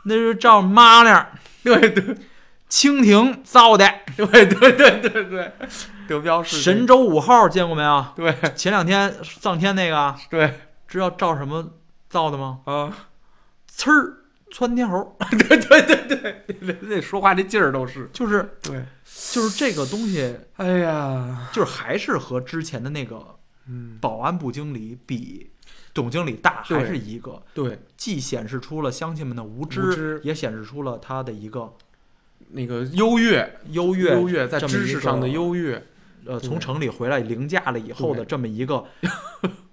B: 那是照妈那儿
A: 对对
B: 蜻蜓造的。
A: 对对对对对，德彪是
B: 神舟五号见过没有？
A: 对
B: 前两天上天那个，
A: 对
B: 知道照什么造的吗？
A: 啊，
B: 呲儿，窜天猴，
A: 对对对对，那说话这劲儿都是
B: 就是
A: 对。
B: 就是这个东西。
A: 哎呀，
B: 就是还是和之前的那个
A: 嗯，
B: 保安部经理比，总经理大
A: 对
B: 还是一个，
A: 对，
B: 既显示出了乡亲们的无知，
A: 无知
B: 也显示出了他的一个
A: 那个优越
B: 优越，
A: 优越在
B: 这么
A: 知
B: 一
A: 识
B: 个
A: 上的优越，
B: 呃，
A: 对
B: 从城里回来凌驾了以后的
A: 对
B: 这么 一个，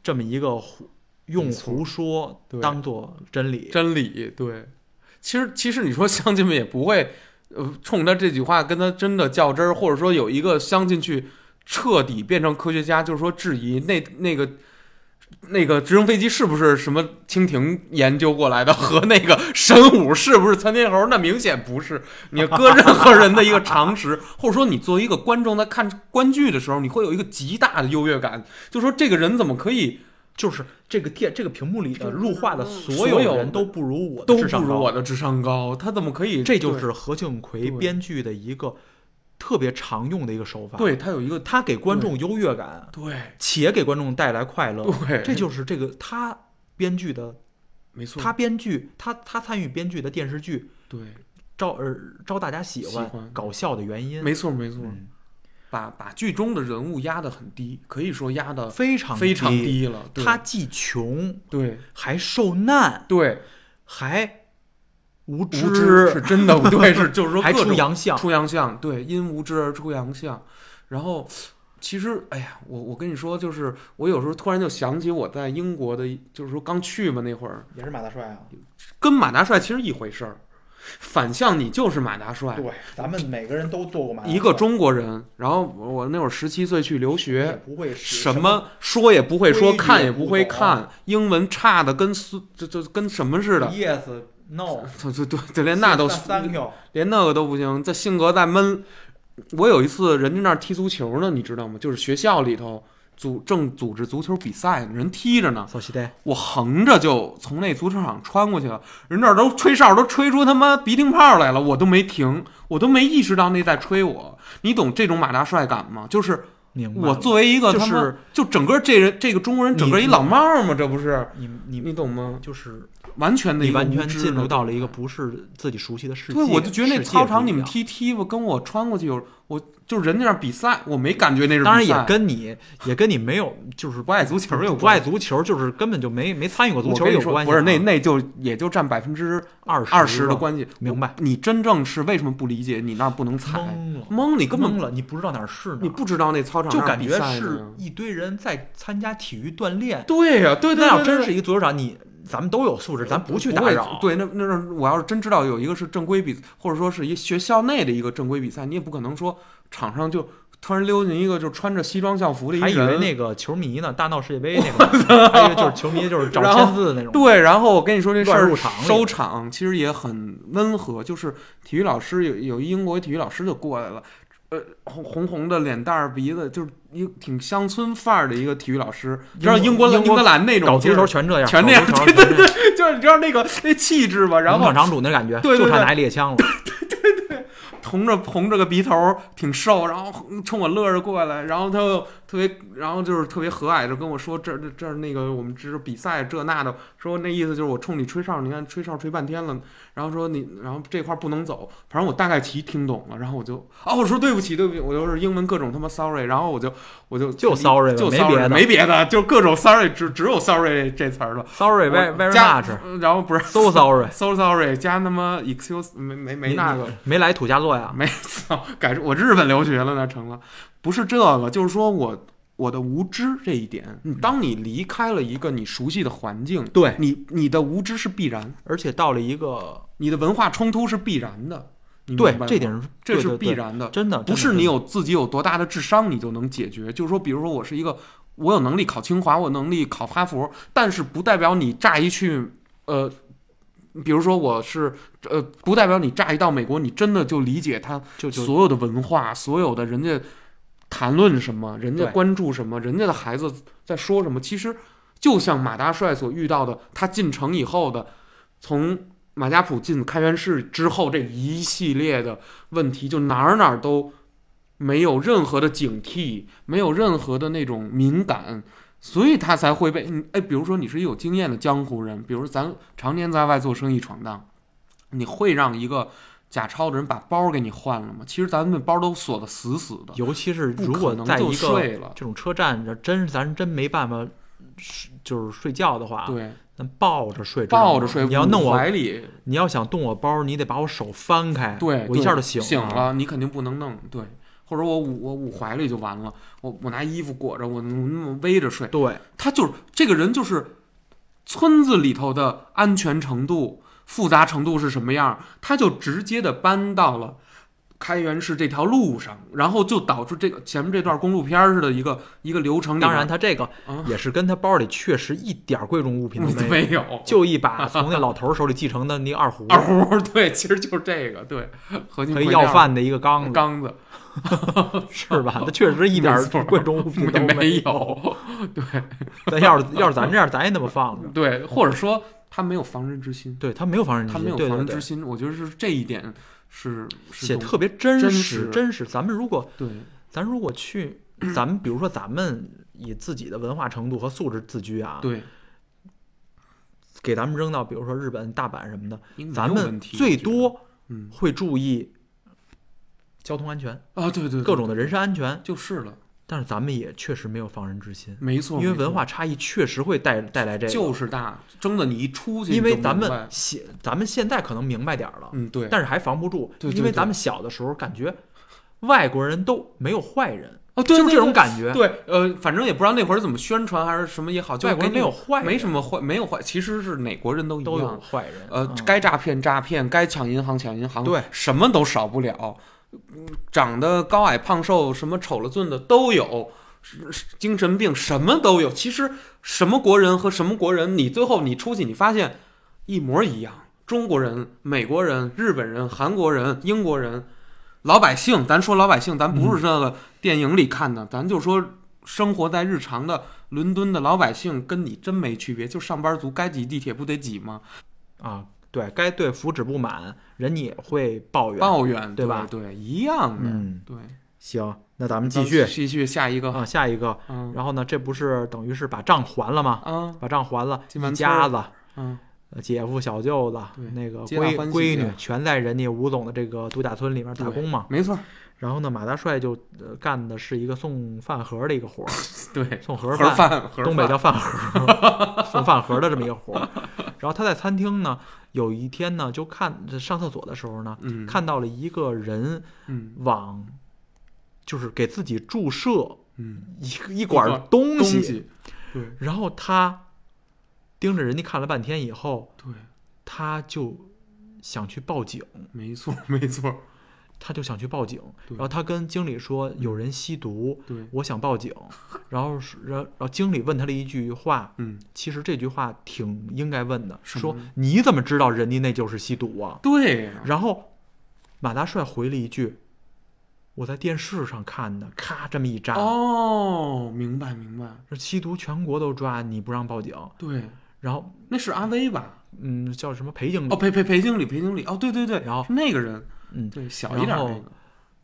B: 这么一个胡用
A: 没错
B: 胡说
A: 对
B: 当做真理，
A: 真理对。其实其实你说乡亲们也不会，呃，冲他这句话跟他真的较真儿，或者说有一个乡亲去彻底变成科学家，就是说质疑那那个。那个直升飞机是不是什么蜻蜓研究过来的？和那个神武是不是窜天猴？那明显不是。你搁任何人的一个常识，或者说你作为一个观众在看观剧的时候，你会有一个极大的优越感，就说这个人怎么可以
B: 就是这个电这个屏幕里的入画的
A: 嗯
B: 所
A: 所有
B: 人
A: 的
B: 都不如我的
A: 都
B: 智
A: 不
B: 商
A: 如
B: 高
A: 我的智商高？他怎么可以？
B: 这就
A: 对
B: 是何庆魁
A: 对
B: 编剧的一个特别常用的一个手法。，
A: 对他有一个
B: 它给观众优越感，
C: 对
B: 且给观众带来快乐。
A: 对，
B: 哦这就是这个他编剧的，
A: 没错，
B: 他编剧，他他参与编剧的电视剧
A: 对，
B: 招呃招大家喜
A: 喜欢
B: 欢搞笑的原因，
A: 没错没错，
B: 嗯
A: 把把剧中的人物压得很低，可以说压得
B: 非常
A: 非常。低了。对
B: 他既穷
A: 对
B: 还受难，
A: 对
B: 还无知，
A: 无知是真 的，对是就是说
B: 还
A: 各
B: 出
A: 种
B: 洋相。
A: 出洋相，对，因无知而出洋相。然后，其实，哎呀，我我跟你说，就是我有时候突然就想起我在英国的一，就是说刚去嘛那会儿，
B: 也是马大帅啊，
A: 跟马大帅其实一回事儿，反向你就是马大帅，
B: 对，咱们每个人都做过马
A: 一个中国人。然后我我那会儿十七岁去留学，
B: 不会
A: 什么说也不会
B: 规
A: 说，
B: 矩
A: 看
B: 也
A: 也不
B: 不
A: 会
B: 懂啊
A: 看，英文差的跟苏就就跟什么似的，
B: yes no，
A: 就就就就连那 都
B: thank you，
A: 连那个都不行，这性格再闷。我有一次人家那儿踢足球呢，你知道吗？就是学校里头组正组织足球比赛呢，人踢着呢，
B: 小西呆，
A: 我横着就从那足球场穿过去了，人那儿都吹哨都吹出他妈鼻涕泡来了，我都没停，我都没意识到那在吹我。你懂这种马大帅感吗？就是
B: 明白了
A: 我作为一个
B: 就
A: 他妈
B: 是
A: 就整个这人这个中国人整个一老帽儿嘛，这不是
B: 你你
A: 你懂吗？
B: 就是
A: 完全的一
B: 你
A: 个
B: 完全
A: 无知
B: 进入
A: 的
B: 到了一个不是自己熟悉的世界，
A: 对，我就觉得那
B: 世界
A: 操
B: 不
A: 场
B: 一
A: 你们
B: 样。
A: 踢踢吧，跟我穿过去有我就是人家那儿比赛，我没感觉那是比赛。
B: 当然也跟你也跟你没有就是
A: 不爱足球有
B: 不爱
A: 关系。
B: 足球，就是根本就没没参与过足
A: 我
B: 球
A: 跟你
B: 有
A: 说
B: 关系啊。
A: 不是那那就也就占百分之
B: 二
A: 二十的
B: 关
A: 关系。
B: 明白
A: 我你真正是为什么不理解？你那儿不能踩，
B: 懵了，
A: 懵你根本
B: 懵了，你不知道哪儿是哪儿，
A: 你不知道那操场
B: 就
A: 上
B: 感
A: 比
B: 觉
A: 赛
B: 是
A: 呢
B: 一堆人在参加体育锻炼。
A: 对呀、对对对
B: 那要
A: 对
B: 真
A: 对
B: 是一个足球场，你咱们都有素质，咱不去打
A: 会
B: 扰。
A: 对，那那那我要是真知道有一个是正规比，或者说是一学校内的一个正规比赛，你也不可能说场上就突然溜进一个就穿着西装校服的一
B: 还
A: 人，
B: 以为那个球迷呢，大闹世界杯那个，还以为就是球迷就是找
A: 然后
B: 签字的那种。
A: 对，然后我跟你说这事
B: 乱
A: 儿
B: 入场里
A: 收场其实也很温和，就是体育老师有有一英国体育老师就过来了，呃，红红红的脸蛋儿鼻子，就是一挺乡村范儿的一个体育老师，你知道英
B: 英
A: 国
B: 国
A: 英
B: 英国
A: 格兰那种
B: 搞
A: 劲儿
B: 足球全这样，
A: 全这样
B: 搞足球全这样，
A: 就是你知道那个那气质吧，然
B: 农
A: 后
B: 场场主那感觉，
A: 对对
B: 就差
A: 对
B: 拿一猎枪 了。
A: 红着红着个鼻头儿，挺瘦，然后冲我乐着过来，然后他又特别，然后就是特别和蔼，就跟我说这儿这这儿那个我们这是比赛这那的，说那意思就是我冲你吹哨，你看吹哨吹半天了，然后说你，然后这块儿不能走，反正我大概其听懂了，然后我就啊、我说对不起对不起，我就是英文各种他妈 sorry，然后我就我就
B: 就 sorry 吧
A: 就
B: 没
A: sorry
B: 别的
A: 没别的，就各种 sorry，只只有 sorry 这词儿了，
B: Sorry, very very
A: 加
B: much,
A: 然后不是
B: so sorry。
A: so sorry 加他妈 excuse 没没没那个。
B: 没来土家洛呀？
A: 没操，改我日本留学了那成了，不是这个，就是说我我的无知这一点，
B: 嗯
A: 你当你离开了一个你熟悉的环境，
B: 对，
A: 你你的无知是必然，
B: 而且到了一个
A: 你的文化冲突是必然的，你明白
B: 对
A: 吗
B: 这点是
A: 这
B: 对
A: 是
B: 对
A: 必
B: 对
A: 然的，
B: 真的
A: 不是你
B: 有
A: 有自己有多大的智商你就能解决。就是说，比如说我是一个我有能力考清华，我有能力考哈佛，但是不代表你乍一去呃。比如说我是，呃，不代表你乍一到美国，你真的就理解他
B: 就就
A: 所有的文化，所有的人家谈论什么，人家
B: 对
A: 关注什么，人家的孩子在说什么，其实就像马大帅所遇到的，他进城以后的，从马家堡进开元市之后这一系列的问题，就哪儿哪儿都没有任何的警惕，没有任何的那种敏感。所以他才会被你哎，比如说你是一有经验的江湖人，比如咱常年在外做生意闯荡，你会让一个假钞的人把包给你换了吗？其实咱们包都锁得死死的，
B: 尤其是
A: 不
B: 如
A: 可
B: 果
A: 能
B: 在
A: 就
B: 一个
A: 睡了。
B: 这种车站，这真是咱真没办法睡，就是睡觉的话，
A: 对，
B: 那抱着睡，知道吗
A: 抱着睡，
B: 你要弄我，
A: 怀里，
B: 你要想动我包，你得把我手翻开，
A: 对，
B: 我一下
A: 对
B: 就
A: 醒
B: 醒
A: 了，你肯定不能弄，对，或者我捂我捂怀里就完了，我我拿衣服裹着，我那么偎着睡，
B: 对，
A: 他就是这个人，就是村子里头的安全程度、复杂程度是什么样，他就直接的搬到了开元市这条路上，然后就导致这个前面这段公路片儿似的一个一个流程里边。
B: 当然他这个
A: 啊
B: 也是跟他包里确实一点贵重物品都没有，
A: 嗯没有，，
B: 就一把从那老头手里继承的那二胡
A: 二胡，对，其实就是这个，对，合金
B: 和一
A: 盔
B: 要
A: 料
B: 饭的一个缸子，
A: 缸子
B: 是吧？他确实一点
A: 没错
B: 贵重物品
A: 也
B: 都
A: 没
B: 有。
A: 有，
B: 但要是要是咱这样，咱也那么放着。
A: 对，或者说他没有防人之心，
B: 对他没有防人之
A: 他
B: 心，
A: 没有
B: 对
A: 防
B: 对
A: 人
B: 对
A: 之心，我觉得是这一点是是
B: 写
A: 东
B: 特别真
A: 真
B: 实
A: 实
B: 真实。咱们如果
A: 对，
B: 咱如果去，咱们比如说咱们以自己的文化程度和素质自居啊，
A: 对，
B: 给咱们扔到比如说日本大阪什么的，
A: 应该
B: 咱
A: 没有
B: 们
A: 问题
B: 最
A: 我觉得
B: 多
A: 嗯
B: 会注意交通安全、
A: 啊，对对，对
B: 各种的人身安全，
A: 就是了，
B: 但是咱们也确实没有防人之心，
A: 没错，
B: 因为
A: 没错
B: 文化差异确实会带带来这个。
A: 就是大，真的你一出去，
B: 因为
A: 你就
B: 咱
A: 明白
B: 们现咱们现在可能明白点儿了，
A: 嗯对，
B: 但是还防不住，
A: 对对
B: 因为
A: 对
B: 咱们小的时候感觉外国人都没有坏人，
A: 哦对，
B: 就是
A: 对
B: 这种感觉，
A: 对，呃，反正也不知道那会儿怎么宣传还是什么也啊好，就
B: 外
A: 是
B: 国人
A: 给
B: 没
A: 你
B: 有坏人，
A: 没什么坏，没有坏，其实是哪国人都一
B: 都有
A: 样。
B: 坏人，
A: 呃
B: 嗯，
A: 该诈骗诈骗，该抢银行抢银行，
B: 对，
A: 什么都少不了。嗯长得高矮胖瘦，什么丑了俊的都有，是是精神病什么都有。其实什么国人和什么国人，你最后你出去，你发现一模一样。中国人、美国人、日本人、韩国人、英国人，老百姓，咱说老百姓，咱不是那个电影里看的，咱就说生活在日常的伦敦的老百姓，跟你真没区别，就上班族，该挤地铁不得挤吗？
B: 啊，对该对福祉不满，人也会抱怨。
A: 抱怨
B: 对吧
A: 对，一样的。
B: 嗯，
A: 对，
B: 行，那咱们
A: 咱
B: 继
A: 们继
B: 续
A: 续下一个。
B: 啊，下一个，
A: 嗯
B: 然后呢，这不是等于是把账还了吗？
A: 啊
B: 把账还了，
A: 金
B: 一
A: 门
B: 家子。
A: 嗯，
B: 呃姐夫、小舅子
A: 对，
B: 那个
A: 皆大
B: 闺
A: 欢喜
B: 闺
A: 啊
B: 女，全在人家吴总的这个度假村里面打
A: 对
B: 工嘛。
A: 没错 儿，
B: 然后呢，马大帅就呃干的是一个送饭盒的一个活儿，
A: 对，
B: 送盒
A: 盒
B: 儿
A: 儿饭，盒儿
B: 东北
A: 饭
B: 叫饭盒，送饭盒的这么一个活儿。然后他在餐厅呢，有一天呢，就看上厕所的时候呢，
A: 嗯，
B: 看到了一个人
A: 嗯
B: 往，就是给自己注射
A: 嗯，
B: 一个一
A: 管
B: 管东
A: 东
B: 西，
A: 西，对
B: 然后他盯着人家看了半天以后，
A: 对，
B: 他就想去报警，
A: 没错 儿没错儿，
B: 他就想去报警，
A: 对嗯
B: 然后他跟经理说有人吸毒，
A: 对，
B: 我想 报警，然后是然然后经理问他了一句话，
A: 嗯，
B: 其实这句话挺应该问的，
A: 什么
B: 说你怎么知道人家那就是吸毒啊？
A: 对呀，
B: 然后马大帅回了一句：“我在电视上看的。”咔，这么一扎，
A: 哦，明白明白，
B: 这吸毒全国都抓，你不让报警。
A: 对，
B: 然后，
A: 那是阿威吧？
B: 嗯，叫什么裴经理，
A: 哦，裴裴裴经理，裴经理，哦，对对对，
B: 然后
A: 是那个人，
B: 嗯
A: 对，小一点
B: 然后
A: 那个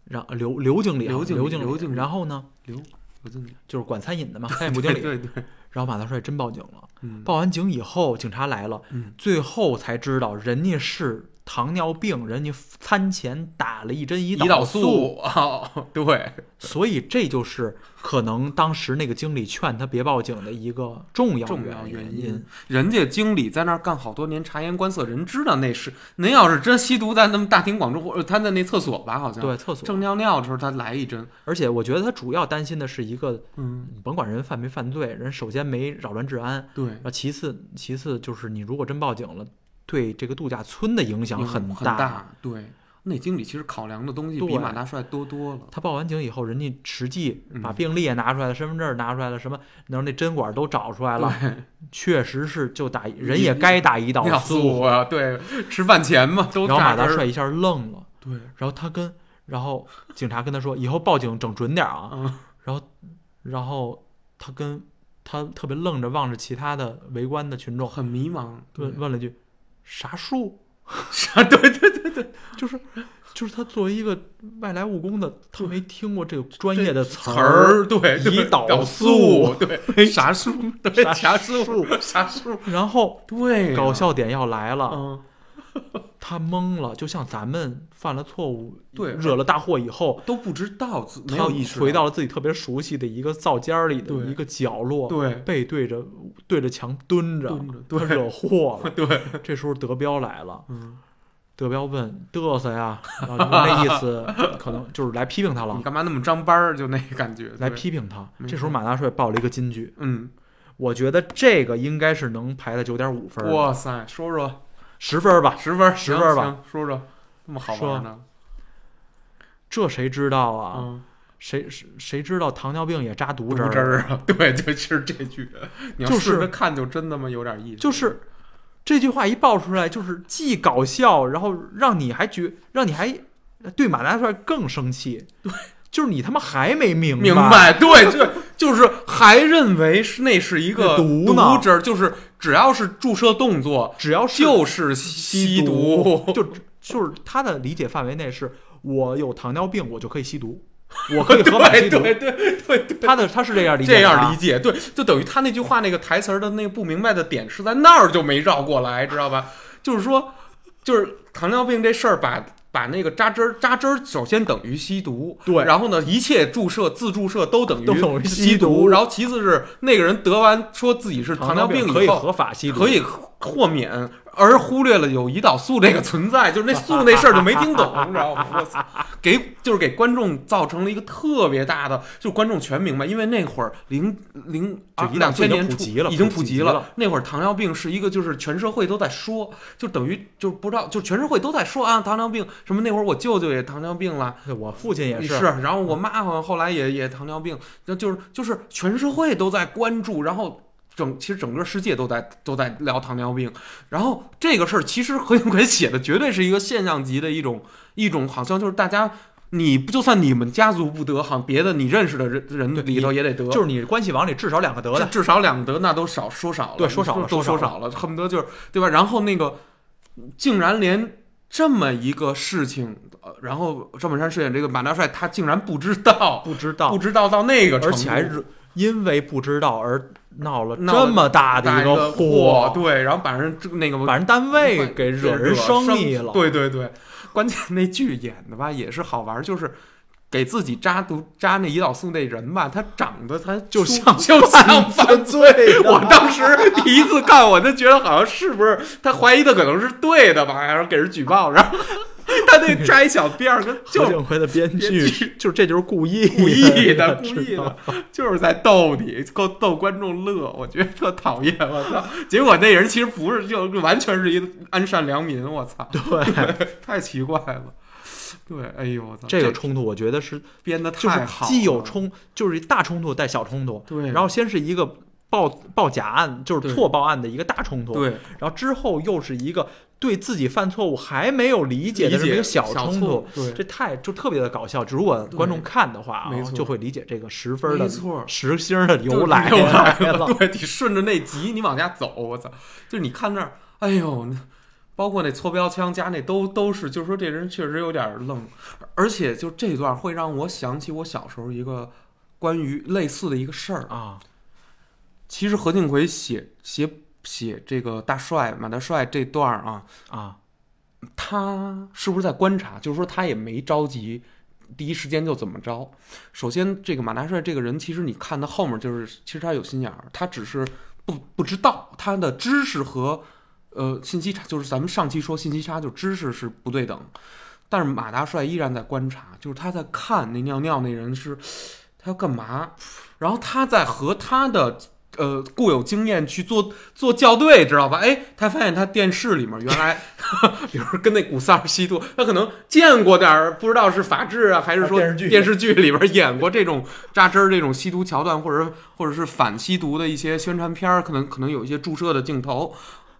B: 然后刘刘经理啊，
A: 刘
B: 刘
A: 经理
B: 经
A: 刘经理
B: 然后呢，
A: 刘刘经理，
B: 就是管餐 饮的嘛，餐饮部经理。
A: 对对对，
B: 然后马大帅真报警了，
A: 嗯，
B: 报完警以后，警察来了，
A: 嗯
B: 最后才知道人家是糖尿病，人家餐前打了一针胰
A: 胰岛
B: 素，
A: 素，哦，对，
B: 所以这就是可能当时那个经理劝他别报警的一个重要
A: 重要原
B: 因
A: 因。。人家经理在那儿干好多年，察言观色，人知道那是。您要是真吸毒，在那么大庭广众，或者他在那厕所吧，好像
B: 对，厕所。
A: 正尿尿的时候他来一针，
B: 啊而且我觉得他主要担心的是一个，
A: 嗯，
B: 你甭管人犯没犯罪，人首先没扰乱治安，
A: 对，
B: 啊，其次其次就是你如果真报警了，对这个度假村的影响
A: 很
B: 大。
A: 大，对。那经理其实考量的东西比
B: 对
A: 马大帅多多了，
B: 他报完警以后，人家实际把病历也拿出来了，身份证拿出来了，什么，然后那针管都找出来了，确实是就打人也该打胰岛
A: 尿
B: 素。
A: 素啊，对，吃饭前嘛，都
B: 然后马
A: 扎
B: 大
A: 根儿
B: 帅，一下愣了，
A: 对，
B: 然后他跟，然后警察跟他说，以后报警整准点儿啊。
A: 嗯
B: 然后，然后他跟他特别愣着望着其他的围观的群众，
A: 很迷茫，
B: 问问了一句：“啥树
A: 啥？对对对，？”
B: 就是， 就是他作为一个外来务工的，他没听过这个专业的词
A: 词儿，对，对
B: 胰岛
A: 素
B: 素，
A: 对，啥素，对，啥
B: 啥
A: 素，啥素，
B: 然后
A: 对，
B: 搞，笑点要来了，
A: 嗯，
B: 他懵了，就像咱们犯了错误，
A: 对
B: 惹了大祸以后，
A: 都不知道自，没
B: 他
A: 有意识，
B: 回到了自己特别熟悉的一个灶间儿里的
A: 对
B: 一个角落，
A: 对
B: 背对着对着墙蹲着，
A: 蹲着
B: 他
A: 对
B: 惹祸 了。
A: 对，
B: 这时候德彪来了，
A: 嗯，
B: 德彪问嘚瑟呀，然后就那意思 可能就是来批评他了
A: 你，干嘛那么张班儿？就那感觉，
B: 来
A: 对，
B: 批评他。
A: 没
B: 这时候马大帅爆了一个金句，
A: 嗯，
B: 我觉得这个应该是能排在九点五分儿的，
A: 哇塞，说说
B: 十分儿吧。
A: 十分儿
B: 十分儿吧，
A: 行行说说那么好玩呢？
B: 这谁知道啊？
A: 嗯，
B: 谁谁谁知道糖尿病也扎毒
A: 毒
B: 针儿啊？
A: 汁儿啊，对，就是这句，你要
B: 就是
A: 试着看就真他妈有点意思，
B: 就是这句话一爆出来，就是既搞笑，然后让你还觉，让你还对马大帅更生气。对，就是你他妈还没明白，
A: 明白，对，就就是还认为是那是一个
B: 是毒呢
A: 汁儿，就是只要是注射动作
B: 只要是
A: 就是
B: 吸
A: 吸
B: 毒，就就是他的理解范围内是，我有糖尿病，我就可以吸毒，我可以合法吸毒。
A: 对对对对，
B: 他的啊他是这样理解，
A: 这样理解，
B: 解。
A: 对，就等于他那句话那个台词儿的那个不明白的点是在那儿就没绕过来，知道吧？就是说，就是糖尿病这事儿把。把那个扎针儿，扎针儿首先等于吸毒，
B: 对
A: 然后呢，一切注射、自注射都等
B: 都等于
A: 于
B: 吸
A: 吸
B: 毒
A: 然后其次是那个人得完说自己是
B: 糖
A: 尿
B: 病
A: 病
B: 可以
A: 以后，
B: 合法吸毒，
A: 可以豁免，而忽略了有胰岛素这个存在，就是那素那事儿就没听懂，你知道吗？我操，给就是给观众造成了一个特别大的，就是观众全明白，因为那会儿零零
B: 就
A: 啊
B: 胰岛
A: 两
B: 素
A: 千
B: 已经
A: 年
B: 普
A: 初
B: 及了
A: 已经
B: 普
A: 普
B: 及
A: 及了
B: 了。
A: 那会儿糖尿病是一个就是全社会都在说，就等于就是不知道，就全社会都在说啊糖尿病什么。那会儿我舅舅也糖尿病了，
B: 对我父亲也
A: 是，啊
B: 是，
A: 然后我妈好像后来也也糖尿病，那就是就是全社会都在关注，然后整其实整个世界都在都在聊糖尿病，然后这个事儿其实何永奎写的绝对是一个现象级的一种一种，好像就是大家你就算你们家族不得，好像别的你认识的人
B: 对
A: 人里头也得得，
B: 就是你关系网里至少两个得
A: 至
B: 的，
A: 至少两得，那都少说少了，
B: 对说少了
A: 都都
B: 说
A: 说
B: 少
A: 少了，恨不得就是对吧？然后那个竟然连这么一个事情，呃然后赵本山饰演这个马大帅，他竟然不知道，
B: 不知道
A: 不，知道到那个程
B: 而
A: 度，
B: 且还是因为不知道而闹了
A: 闹了
B: 这么大的
A: 大
B: 一
A: 个
B: 个祸，
A: 对，然后把人这那个
B: 把人单位给惹人
A: 生
B: 生意了。嗯
A: 对对对，关键那剧演的吧也是好玩儿，就是。给自己扎毒扎那胰岛素那人吧，他长得他
B: 就
A: 出
B: 像
A: 就像
B: 犯罪
A: 我当时第一次看，我就觉得好像是不是他怀疑的可能是对的吧，然后给人举报，然后他那扎一小辫儿 跟就
B: 何
A: 是
B: 景辉的编
A: 编
B: 剧，就是这就是故意
A: 故意的，故
B: 知
A: 意
B: 道
A: 的，就是在逗你，够逗观众乐，我觉得特讨厌，我操！结果那人其实不是，就完全是一个安善良民，我操，
B: 对
A: 太奇怪了。对，哎呦我操，
B: 这个冲突，我觉得是
A: 编的
B: 就是
A: 太好了，
B: 既有冲，就是大冲突带小冲突，
A: 对，
B: 然后先是一个报报假案，就是
A: 对
B: 错报案的一个大冲突，
A: 对
B: 然后之后又是一个对自己犯错误还没有理解的这么一个小冲突
A: 错，，对，
B: 这太就特别的搞笑。如果观众看的话啊
A: 没，错
B: 就会理解这个十分
A: 没
B: 的
A: 错
B: 十星的由来 啊
A: 由 来
B: 了。
A: 对你顺着那集你往家走，我操！就是你看那儿，哎呦，那包括那搓标枪加那都都是，就是说这人确实有点愣，而且就这段会让我想起我小时候一个关于类似的一个事儿。
B: 啊，
A: 其实何庆魁写写写这个大帅马大帅这段儿啊，
B: 啊，
A: 他是不是在观察？就是说他也没着急，第一时间就怎么着。首先，这个马大帅这个人，其实你看他后面就是，其实他有心眼儿，他只是不不知道他的知识和呃信息差，就是咱们上期说信息差，就知识是不对等。但是马大帅依然在观察，就是他在看那尿尿那人是他要干嘛，然后他在和他的。呃，固有经验去做做校对，知道吧？哎，他发现他电视里面原来 比如说跟那古萨尔西多，他可能见过点儿，不知道是法制啊，还是说
B: 电视剧
A: 电视剧里边演过这种扎针儿、这种吸毒桥段，或者或者是反吸毒的一些宣传片儿，可能可能有一些注射的镜头。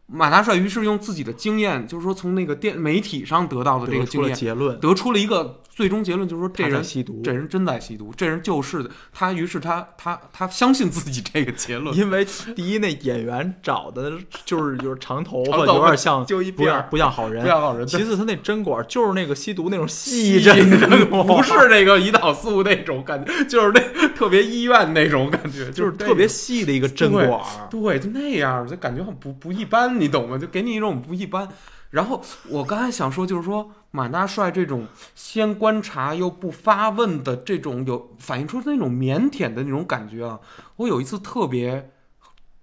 A: 马大帅于是用自己的经验，就是说从那个电媒体上得到的这
B: 得
A: 个
B: 出
A: 经
B: 了
A: 验，
B: 结论，
A: 得出了一个最终结论，就是说这
B: 他在
A: 人
B: 吸毒
A: 这，人真在吸毒，这人就是的。他于是他他他相信自己这个结论，
B: 因为第一那演员找的就是就是长头发，
A: 长头发
B: 有点像
A: 就一
B: 不
A: 辫
B: 像
A: 儿
B: 不像好人
A: 不。要老人
B: 其次，他那针管就是那个吸毒那种细
A: 真
B: 针
A: 的不
B: 不
A: 是那个胰岛素那种感觉，就是那特别医院那种感觉，
B: 就是是特别细的一个针管儿。
A: 对，就那样，就感觉很不不一般，你懂吗？就给你一种不一般。然后我刚才想说，就是说马大帅这种先观察又不发问的这种，有反映出那种腼腆的那种感觉啊。我有一次特别，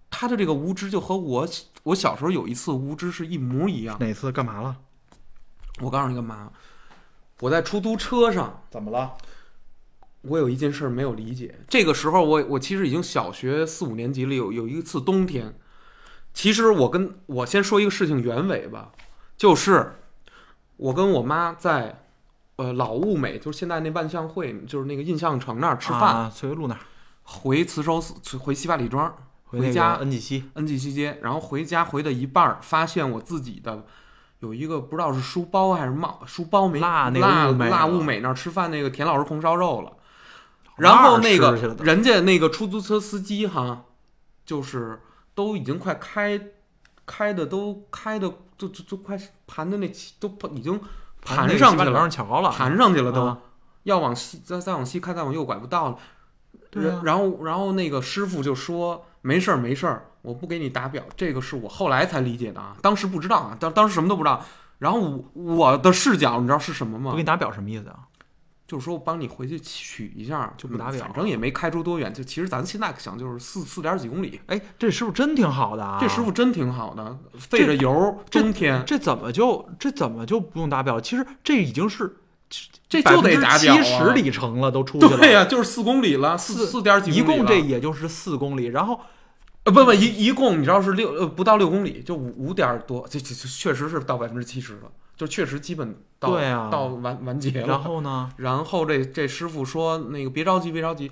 A: 他的这个无知就和我我小时候有一次无知是一模一样。
B: 哪次干嘛了？
A: 我告诉你干嘛？啊我在出租车上，
B: 怎么了？
A: 我有一件事儿没有理解。这个时候我，我其实已经小学四五年级了，有有一次冬天。其实我跟我先说一个事情原委吧，就是我跟我妈在呃老物美，就是现在那万象汇，就是那个印象城那儿吃饭，
B: 啊，翠微路那儿，
A: 回磁州寺回西八里庄
B: 那个
A: 回家
B: N G 西
A: NGC 街，然后回家回到一半儿，发现我自己的有一个不知道是书包还是帽，书包没
B: 落那个
A: 落
B: 物美啊
A: 落
B: 了
A: 物美那儿吃饭那个田老师红烧肉了。
B: 那儿
A: 然后那个
B: 吃去了都
A: 人家那个出租车司机哈，就是都已经快开开的都开的就就就快盘的那起都已经
B: 啊那
A: 盘
B: 个
A: 上去
B: 七八
A: 了
B: 九，道上桥了，
A: 盘上去了都，
B: 啊
A: 要往西再再往西开，再往右拐不到了。
B: 对
A: 然
B: 啊
A: 然后然后那个师傅就说没事儿没事儿，我不给你打表，这个是我后来才理解的啊，当时不知道啊，当当时什么都不知道。然后我我的视角你知道是什么
B: 不
A: 吗
B: 给？你打表什么意思啊？
A: 就是说我帮你回去取一下，
B: 就不打表
A: 反正也没开出多远。就其实咱现在想就是四四点几公里，
B: 哎，这师傅真挺好的啊！
A: 这师傅真挺好的，费着油，
B: 这
A: 冬天
B: 这怎么就这怎么就不用打表？其实这已经是
A: 这就得打表啊
B: 七十里程了，都出去了。
A: 对呀、就是四公里了，四
B: 四
A: 四点几公里
B: 一共
A: 了
B: 这也就是四公里，然后
A: 呃，不不，一一共你知道是六呃不到六公里，就五五点多，这这这确实是到百分之七十了，就确实基本到
B: 对啊
A: 到完完结了。
B: 然后呢？
A: 然后这这师傅说那个别着急别着急，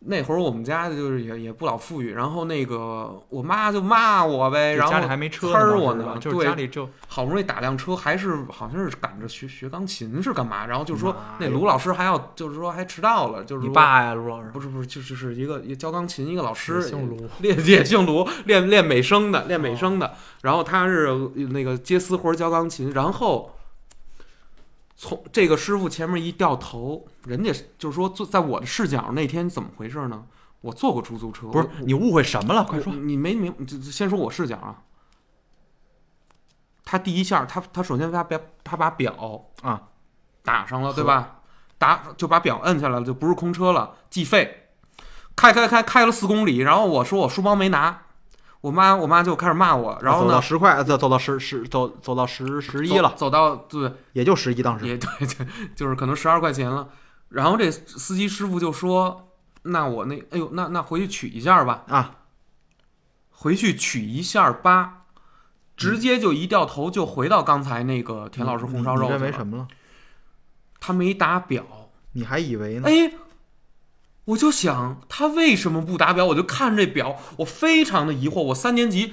A: 那会儿我们家就是也也不老富裕，然后那个我妈就骂我呗，哎
B: 就
A: 然后
B: 家里还没车
A: 呲
B: 呢，
A: 儿我
B: 当时是吧
A: 呢
B: 就是
A: 对
B: 家里就
A: 好不容易打辆车，还是好像是赶着学学钢琴是干嘛？然后就说
B: 妈
A: 那
B: 呀
A: 卢老师还要就是说还迟到了，就是
B: 你
A: 说
B: 爸呀，卢老师
A: 不是不是，就就是一个一个教钢琴一个老师，
B: 也姓卢哦
A: 也，练也姓卢，练练美声的，练美声的。然后他是那个接私活儿教钢琴，然后从这个师傅前面一掉头，人家就是说坐在我的视角那天怎么回事呢？我坐过出租车，
B: 不是你误会什么了？
A: 我
B: 快说
A: 我！你没明，就就先说我视角啊。他第一下，他他首先他表他把表
B: 啊
A: 打上了，对吧？打就把表摁下来了，就不是空车了，计费。开开开开了四公里，然后我说我书包没拿，我妈我妈就开始骂我，然后
B: 走到
A: 呢
B: 十块，走走到十十走走到十十一
A: 走
B: 了，
A: 走到对
B: 也就十一当时。
A: 也对 对，就是可能十二块钱了。然后这司机师傅就说：“那我那哎呦，那那回去取一下吧。”
B: 啊，
A: 回去取一下八，
B: 嗯
A: 直接就一掉头就回到刚才那个田老师红烧肉
B: 你
A: 去
B: 认为
A: 了。
B: 什么了？
A: 他没打表，
B: 你还以为呢？
A: 哎，我就想他为什么不打表？我就看这表，我非常的疑惑。我三年级，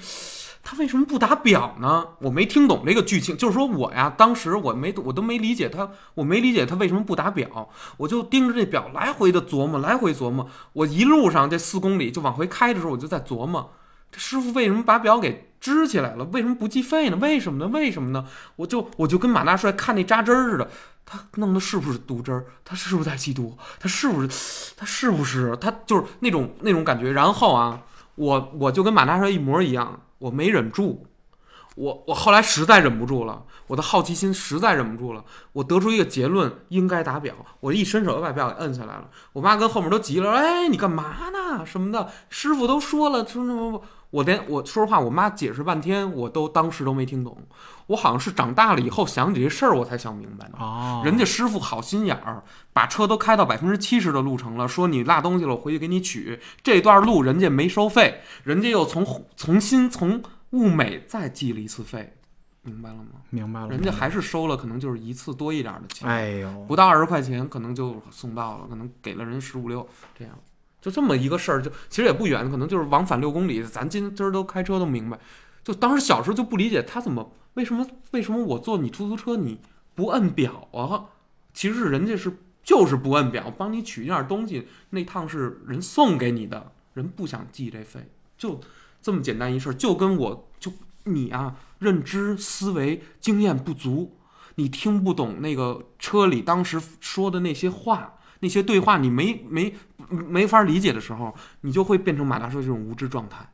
A: 他为什么不打表呢？我没听懂这个剧情，就是说我呀，当时我没我都没理解他，我没理解他为什么不打表，我就盯着这表来回的琢磨，来回琢磨。我一路上这四公里就往回开的时候，我就在琢磨，这师傅为什么把表给支起来了？为什么不计费呢？为什么呢？为什么呢？我就我就跟马大帅看那扎针儿似的，他弄的是不是毒针儿？他是不是在吸毒？他是不是？他是不是？他就是那种那种感觉。然后啊，我我就跟马大帅一模一样，我没忍住。我我后来实在忍不住了，我的好奇心实在忍不住了，我得出一个结论，应该打表。我一伸手就把表给摁下来了。我妈跟后面都急了，哎，你干嘛呢？什么的，师傅都说了，什么什么。我连我说实话，我妈解释半天，我都当时都没听懂。我好像是长大了以后想起这事儿，我才想明白的。
B: 哦，
A: 哎人家师傅好心眼儿，把车都开到百分之七十的路程了，说你落东西了，我回去给你取。这段路人家没收费，人家又从 从新从物美再计了一次费，明白了吗？
B: 明白了，
A: 人家还是收了，可能就是一次多一点儿的钱，
B: 哎呦，
A: 不到二十块钱，可能就送到了，可能给了人十五六这样。就这么一个事儿，就其实也不远，可能就是往返六公里。咱今今儿都开车都明白，就当时小时候就不理解他怎么为什么为什么我坐你出租车你不摁表啊？其实人家是就是不摁表，帮你取一样东西，那趟是人送给你的，人不想记这费，就这么简单一事儿，就跟我就你啊，认知思维经验不足，你听不懂那个车里当时说的那些话，那些对话你没没没法理解的时候，你就会变成马大帅这种无知状态。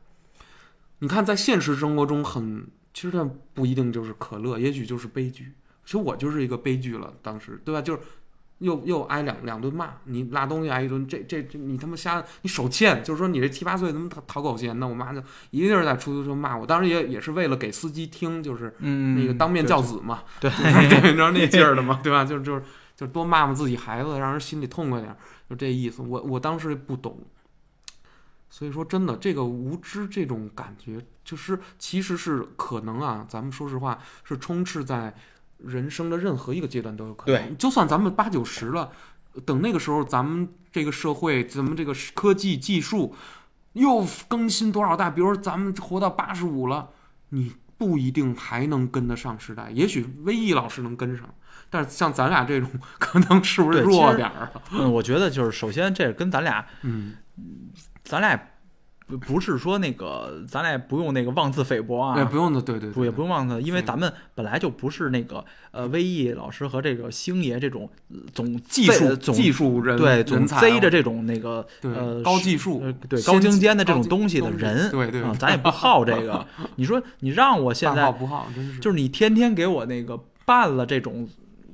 A: 你看，在现实生活中很，其实它不一定就是可乐，也许就是悲剧。其实我就是一个悲剧了，当时对吧？就是又又挨两两顿骂，你拉东西挨一顿，这这这你他妈瞎，你手欠，就是说你这七八岁怎么讨讨狗嫌呢？我妈就一定是在出租车骂我，当时也也是为了给司机听，就是
B: 嗯
A: 那个当面教子嘛，
B: 对，
A: 对，你知道 那劲儿的嘛，对吧？就是就是就多骂骂自己孩子，让人心里痛快点儿，就这意思。我我当时不懂，所以说真的，这个无知这种感觉，就是其实是可能啊，咱们说实话是充斥在人生的任何一个阶段都有可能。就算咱们八九十了，等那个时候咱们这个社会，咱们这个科技技术又更新多少代？比如说咱们活到八十五了，你不一定还能跟得上时代。也许威毅老师能跟上，但是像咱俩这种，可能是不是
B: 对其实
A: 弱点儿啊？
B: 嗯，我觉得就是首先这跟咱俩
A: 嗯，
B: 咱俩不不是说那个，咱俩也不用那个妄自菲薄啊，
A: 哎，不用的，对对
B: 不
A: 对，
B: 也不用忘了，因为
A: 对嗯
B: 咱们本来就不是那个呃威毅老师和这个星爷这种呃总技
A: 技
B: 术总
A: 技术人
B: 对总
A: 人才
B: 贼着
A: 这
B: 这种那个呃
A: 对高技术
B: 呃对
A: 先
B: 高精尖的这种
A: 高精
B: 东西的
A: 东西
B: 人，
A: 对对
B: 啊，咱也不好这 个。你说你让我现
A: 好
B: 在
A: 不好，真是
B: 就是你天天给我那个办了这种，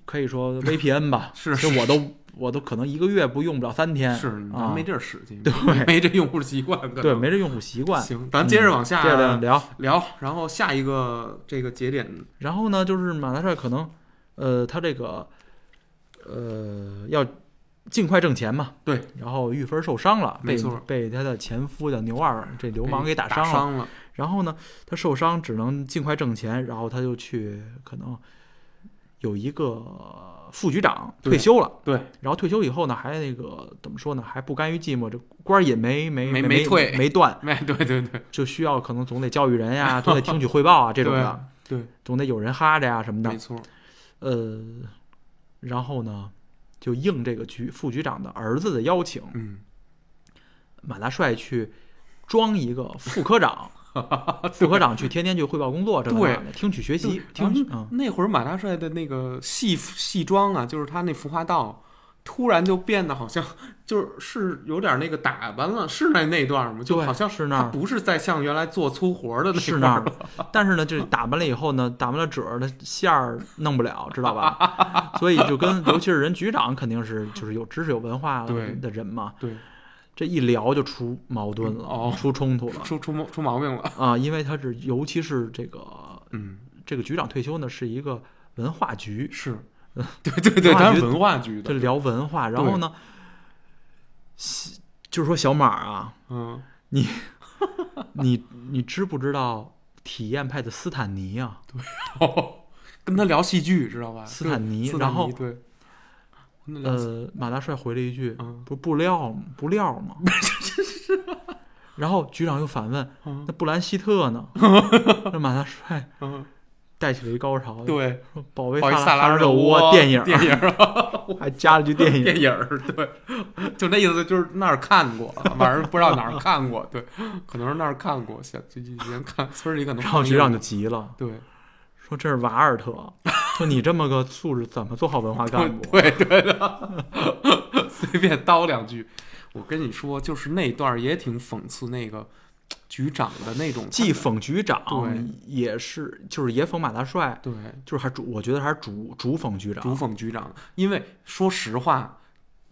B: 可以说 VPN 吧，
A: 是
B: 这我都我都可能一个月不用不了三天，
A: 是
B: 啊
A: 咱没地儿使去，
B: 对
A: 没这用户习惯，可能
B: 对没这用户习惯。
A: 行，咱接着往
B: 接着
A: 下
B: 聊，
A: 聊，然后下一个这个节点
B: 然后呢，就是马大帅可能，呃，他这个，呃，要尽快挣钱嘛，
A: 对，
B: 然后玉芬受伤了，
A: 没
B: 被
A: 错
B: 被他的前夫叫牛二这流氓给打伤
A: 哎伤
B: 了，
A: 了，
B: 然后呢，他受伤只能尽快挣钱，然后他就去可能有一个副局长
A: 对
B: 退休了，
A: 对，
B: 然后退休以后呢，还那个怎么说呢，还不甘于寂寞，这官儿也没没
A: 没
B: 没
A: 没退
B: 没断，
A: 哎，对对对，
B: 就需要可能总得教育 人呀，总得听取汇报啊这种的，
A: 对对
B: 总得有人哈着呀什么的
A: 没，错，
B: 呃，然后呢，就应这个局副局长的儿子的邀请，
A: 嗯，
B: 马大帅去装一个副科 长，副科长去天天去汇报工作，这个
A: 对
B: 那的，听取学习
A: 对，
B: 听取，
A: 然后
B: 嗯，
A: 那会儿马大帅的那个戏戏装啊，就是他那服化道，突然就变得好像就是是有点那个打扮了，是那那段吗？就
B: 嗯对
A: 好像
B: 是那
A: 他
B: 儿
A: 不是在像原来做粗活的那
B: 是那
A: 段
B: 儿
A: 儿
B: 的
A: 了，，
B: 但是呢，这打完了以后呢，打完了褶儿，它线儿弄不了，知道吧？所以就跟，尤其是人局长肯定是就是有知识有文化
A: 对
B: 的人嘛，
A: 对，
B: 这一聊就出矛盾了，
A: 哦
B: 出冲突了
A: 出出毛出毛病了，
B: 啊！因为他是，尤其是这个
A: 嗯，
B: 这个局长退休呢，是一个文化局，
A: 是， 对对对，
B: 文化
A: 他
B: 局
A: 是文化局
B: 这
A: 的，
B: 聊文化，然后呢，西就是说小马啊，
A: 嗯，
B: 你你知不知道体验派的斯坦尼啊？
A: 跟他聊戏剧知道吧？
B: 斯坦尼
A: 斯
B: 然后
A: 对，那聊
B: 呃，马大帅回了一句：“
A: 嗯
B: 不布料吗布料 吗？”然后局长又反问：“
A: 嗯
B: 那布兰希特 呢？”那马大帅
A: 嗯，
B: 带起了一高潮，
A: 对，
B: 说：“保卫
A: 保卫萨拉
B: 拉热
A: 热
B: 窝
A: 窝
B: 电影 儿，
A: 电影 儿
B: 还加了句 电影
A: 电影儿，对，就那意思，就是那儿看过，反正不知道哪儿看过，对，可能是那儿看过，想就以前看村儿里可”能
B: 然后
A: 放映
B: 局长就急了，
A: 对
B: 说：“这是瓦尔特，说你这么个素质怎么做好文化 干部？”
A: 对对的， 随便叨两句。我跟你说，就是那段儿也挺讽刺那个局长的那种，
B: 既讽局长
A: 对，
B: 也是就是也讽马大帅，
A: 对
B: 就是还主我觉得还是主主讽局长，
A: 主讽局长，因为说实话，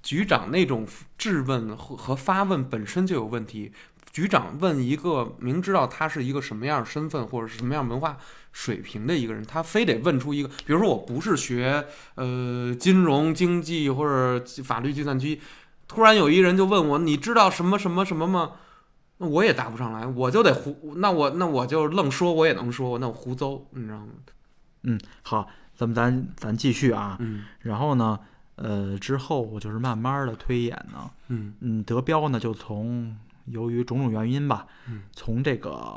A: 局长那种质问和和发问本身就有问题。局长问一个明知道他是一个什么样身份或者是什么样文化水平的一个人，他非得问出一个，比如说我不是学呃金融经济或者法律计算机，突然有一人就问我，你知道什么什么什么吗？那我也答不上来，我就得胡，那我那我就愣说，我也能说，那我胡诌，你知道吗？
B: 嗯，好，咱们咱咱继续啊。
A: 嗯
B: 然后呢，呃，之后我就是慢慢的推演呢，
A: 嗯
B: 嗯，德彪呢就从由于种种原因吧，
A: 嗯
B: 从这个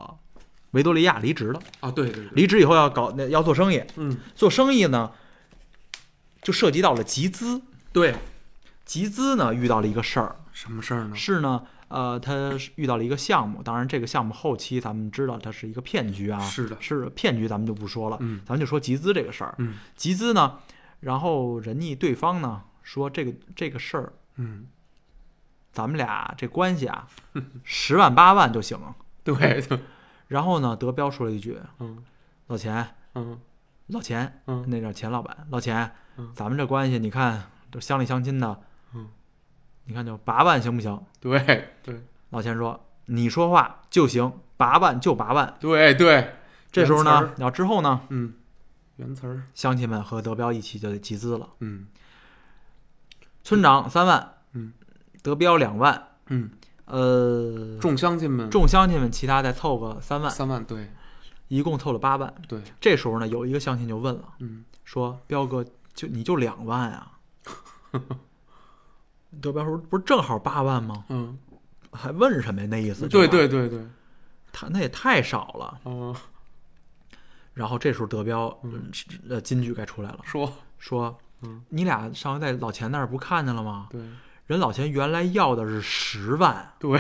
B: 维多利亚离职了。
A: 啊，对对对，
B: 离职以后要搞那要做生意，
A: 嗯
B: 做生意呢就涉及到了集资。
A: 对，
B: 集资呢遇到了一个事儿，
A: 什么事儿呢？
B: 是呢，呃，他是遇到了一个项目，当然这个项目后期咱们知道它是一个骗局啊，
A: 是的
B: 是骗局，咱们就不说了，
A: 嗯
B: 咱们就说集资这个事儿。
A: 嗯
B: 集资呢，然后人家对方呢说这个这个事儿，
A: 嗯，
B: 咱们俩这关系 啊，十万八万就行了。
A: 对对，
B: 然后呢，德彪说了一句
A: 嗯：“
B: 老钱，
A: 嗯
B: 老钱，
A: 嗯
B: 那叫钱老板，老钱，
A: 嗯
B: 咱们这关系，你看都乡里乡亲的，
A: 嗯，
B: 你看就八万行不行？”
A: 对对
B: 老钱说：“你说话就行，八万就八万。”
A: 对对，
B: 这时候
A: 原词
B: 呢
A: 儿，
B: 然后之后呢，
A: 嗯，原词儿，
B: 乡亲们和德彪一起就集资了。
A: 嗯
B: 村长三万，
A: 嗯，
B: 德彪两万，
A: 嗯，
B: 呃，
A: 众乡亲们，
B: 众乡亲们其他再凑个三万，
A: 三万，对
B: 一共凑了八万。
A: 对，
B: 这时候呢，有一个乡亲就问了，
A: 嗯
B: 说：“彪哥，就你就两万啊？” 德彪说：“不是正好八万吗？
A: 嗯，
B: 还问什么呀？那意思
A: 对
B: 就是
A: 对对对，
B: 他那也太少了。
A: 嗯，”
B: 然后这时候德彪，嗯呃，金句该出来了，
A: 说，
B: 说
A: 嗯：“
B: 你俩上回在老钱那儿不看见了吗？”
A: 对
B: 人老钱原来要的是十万，
A: 对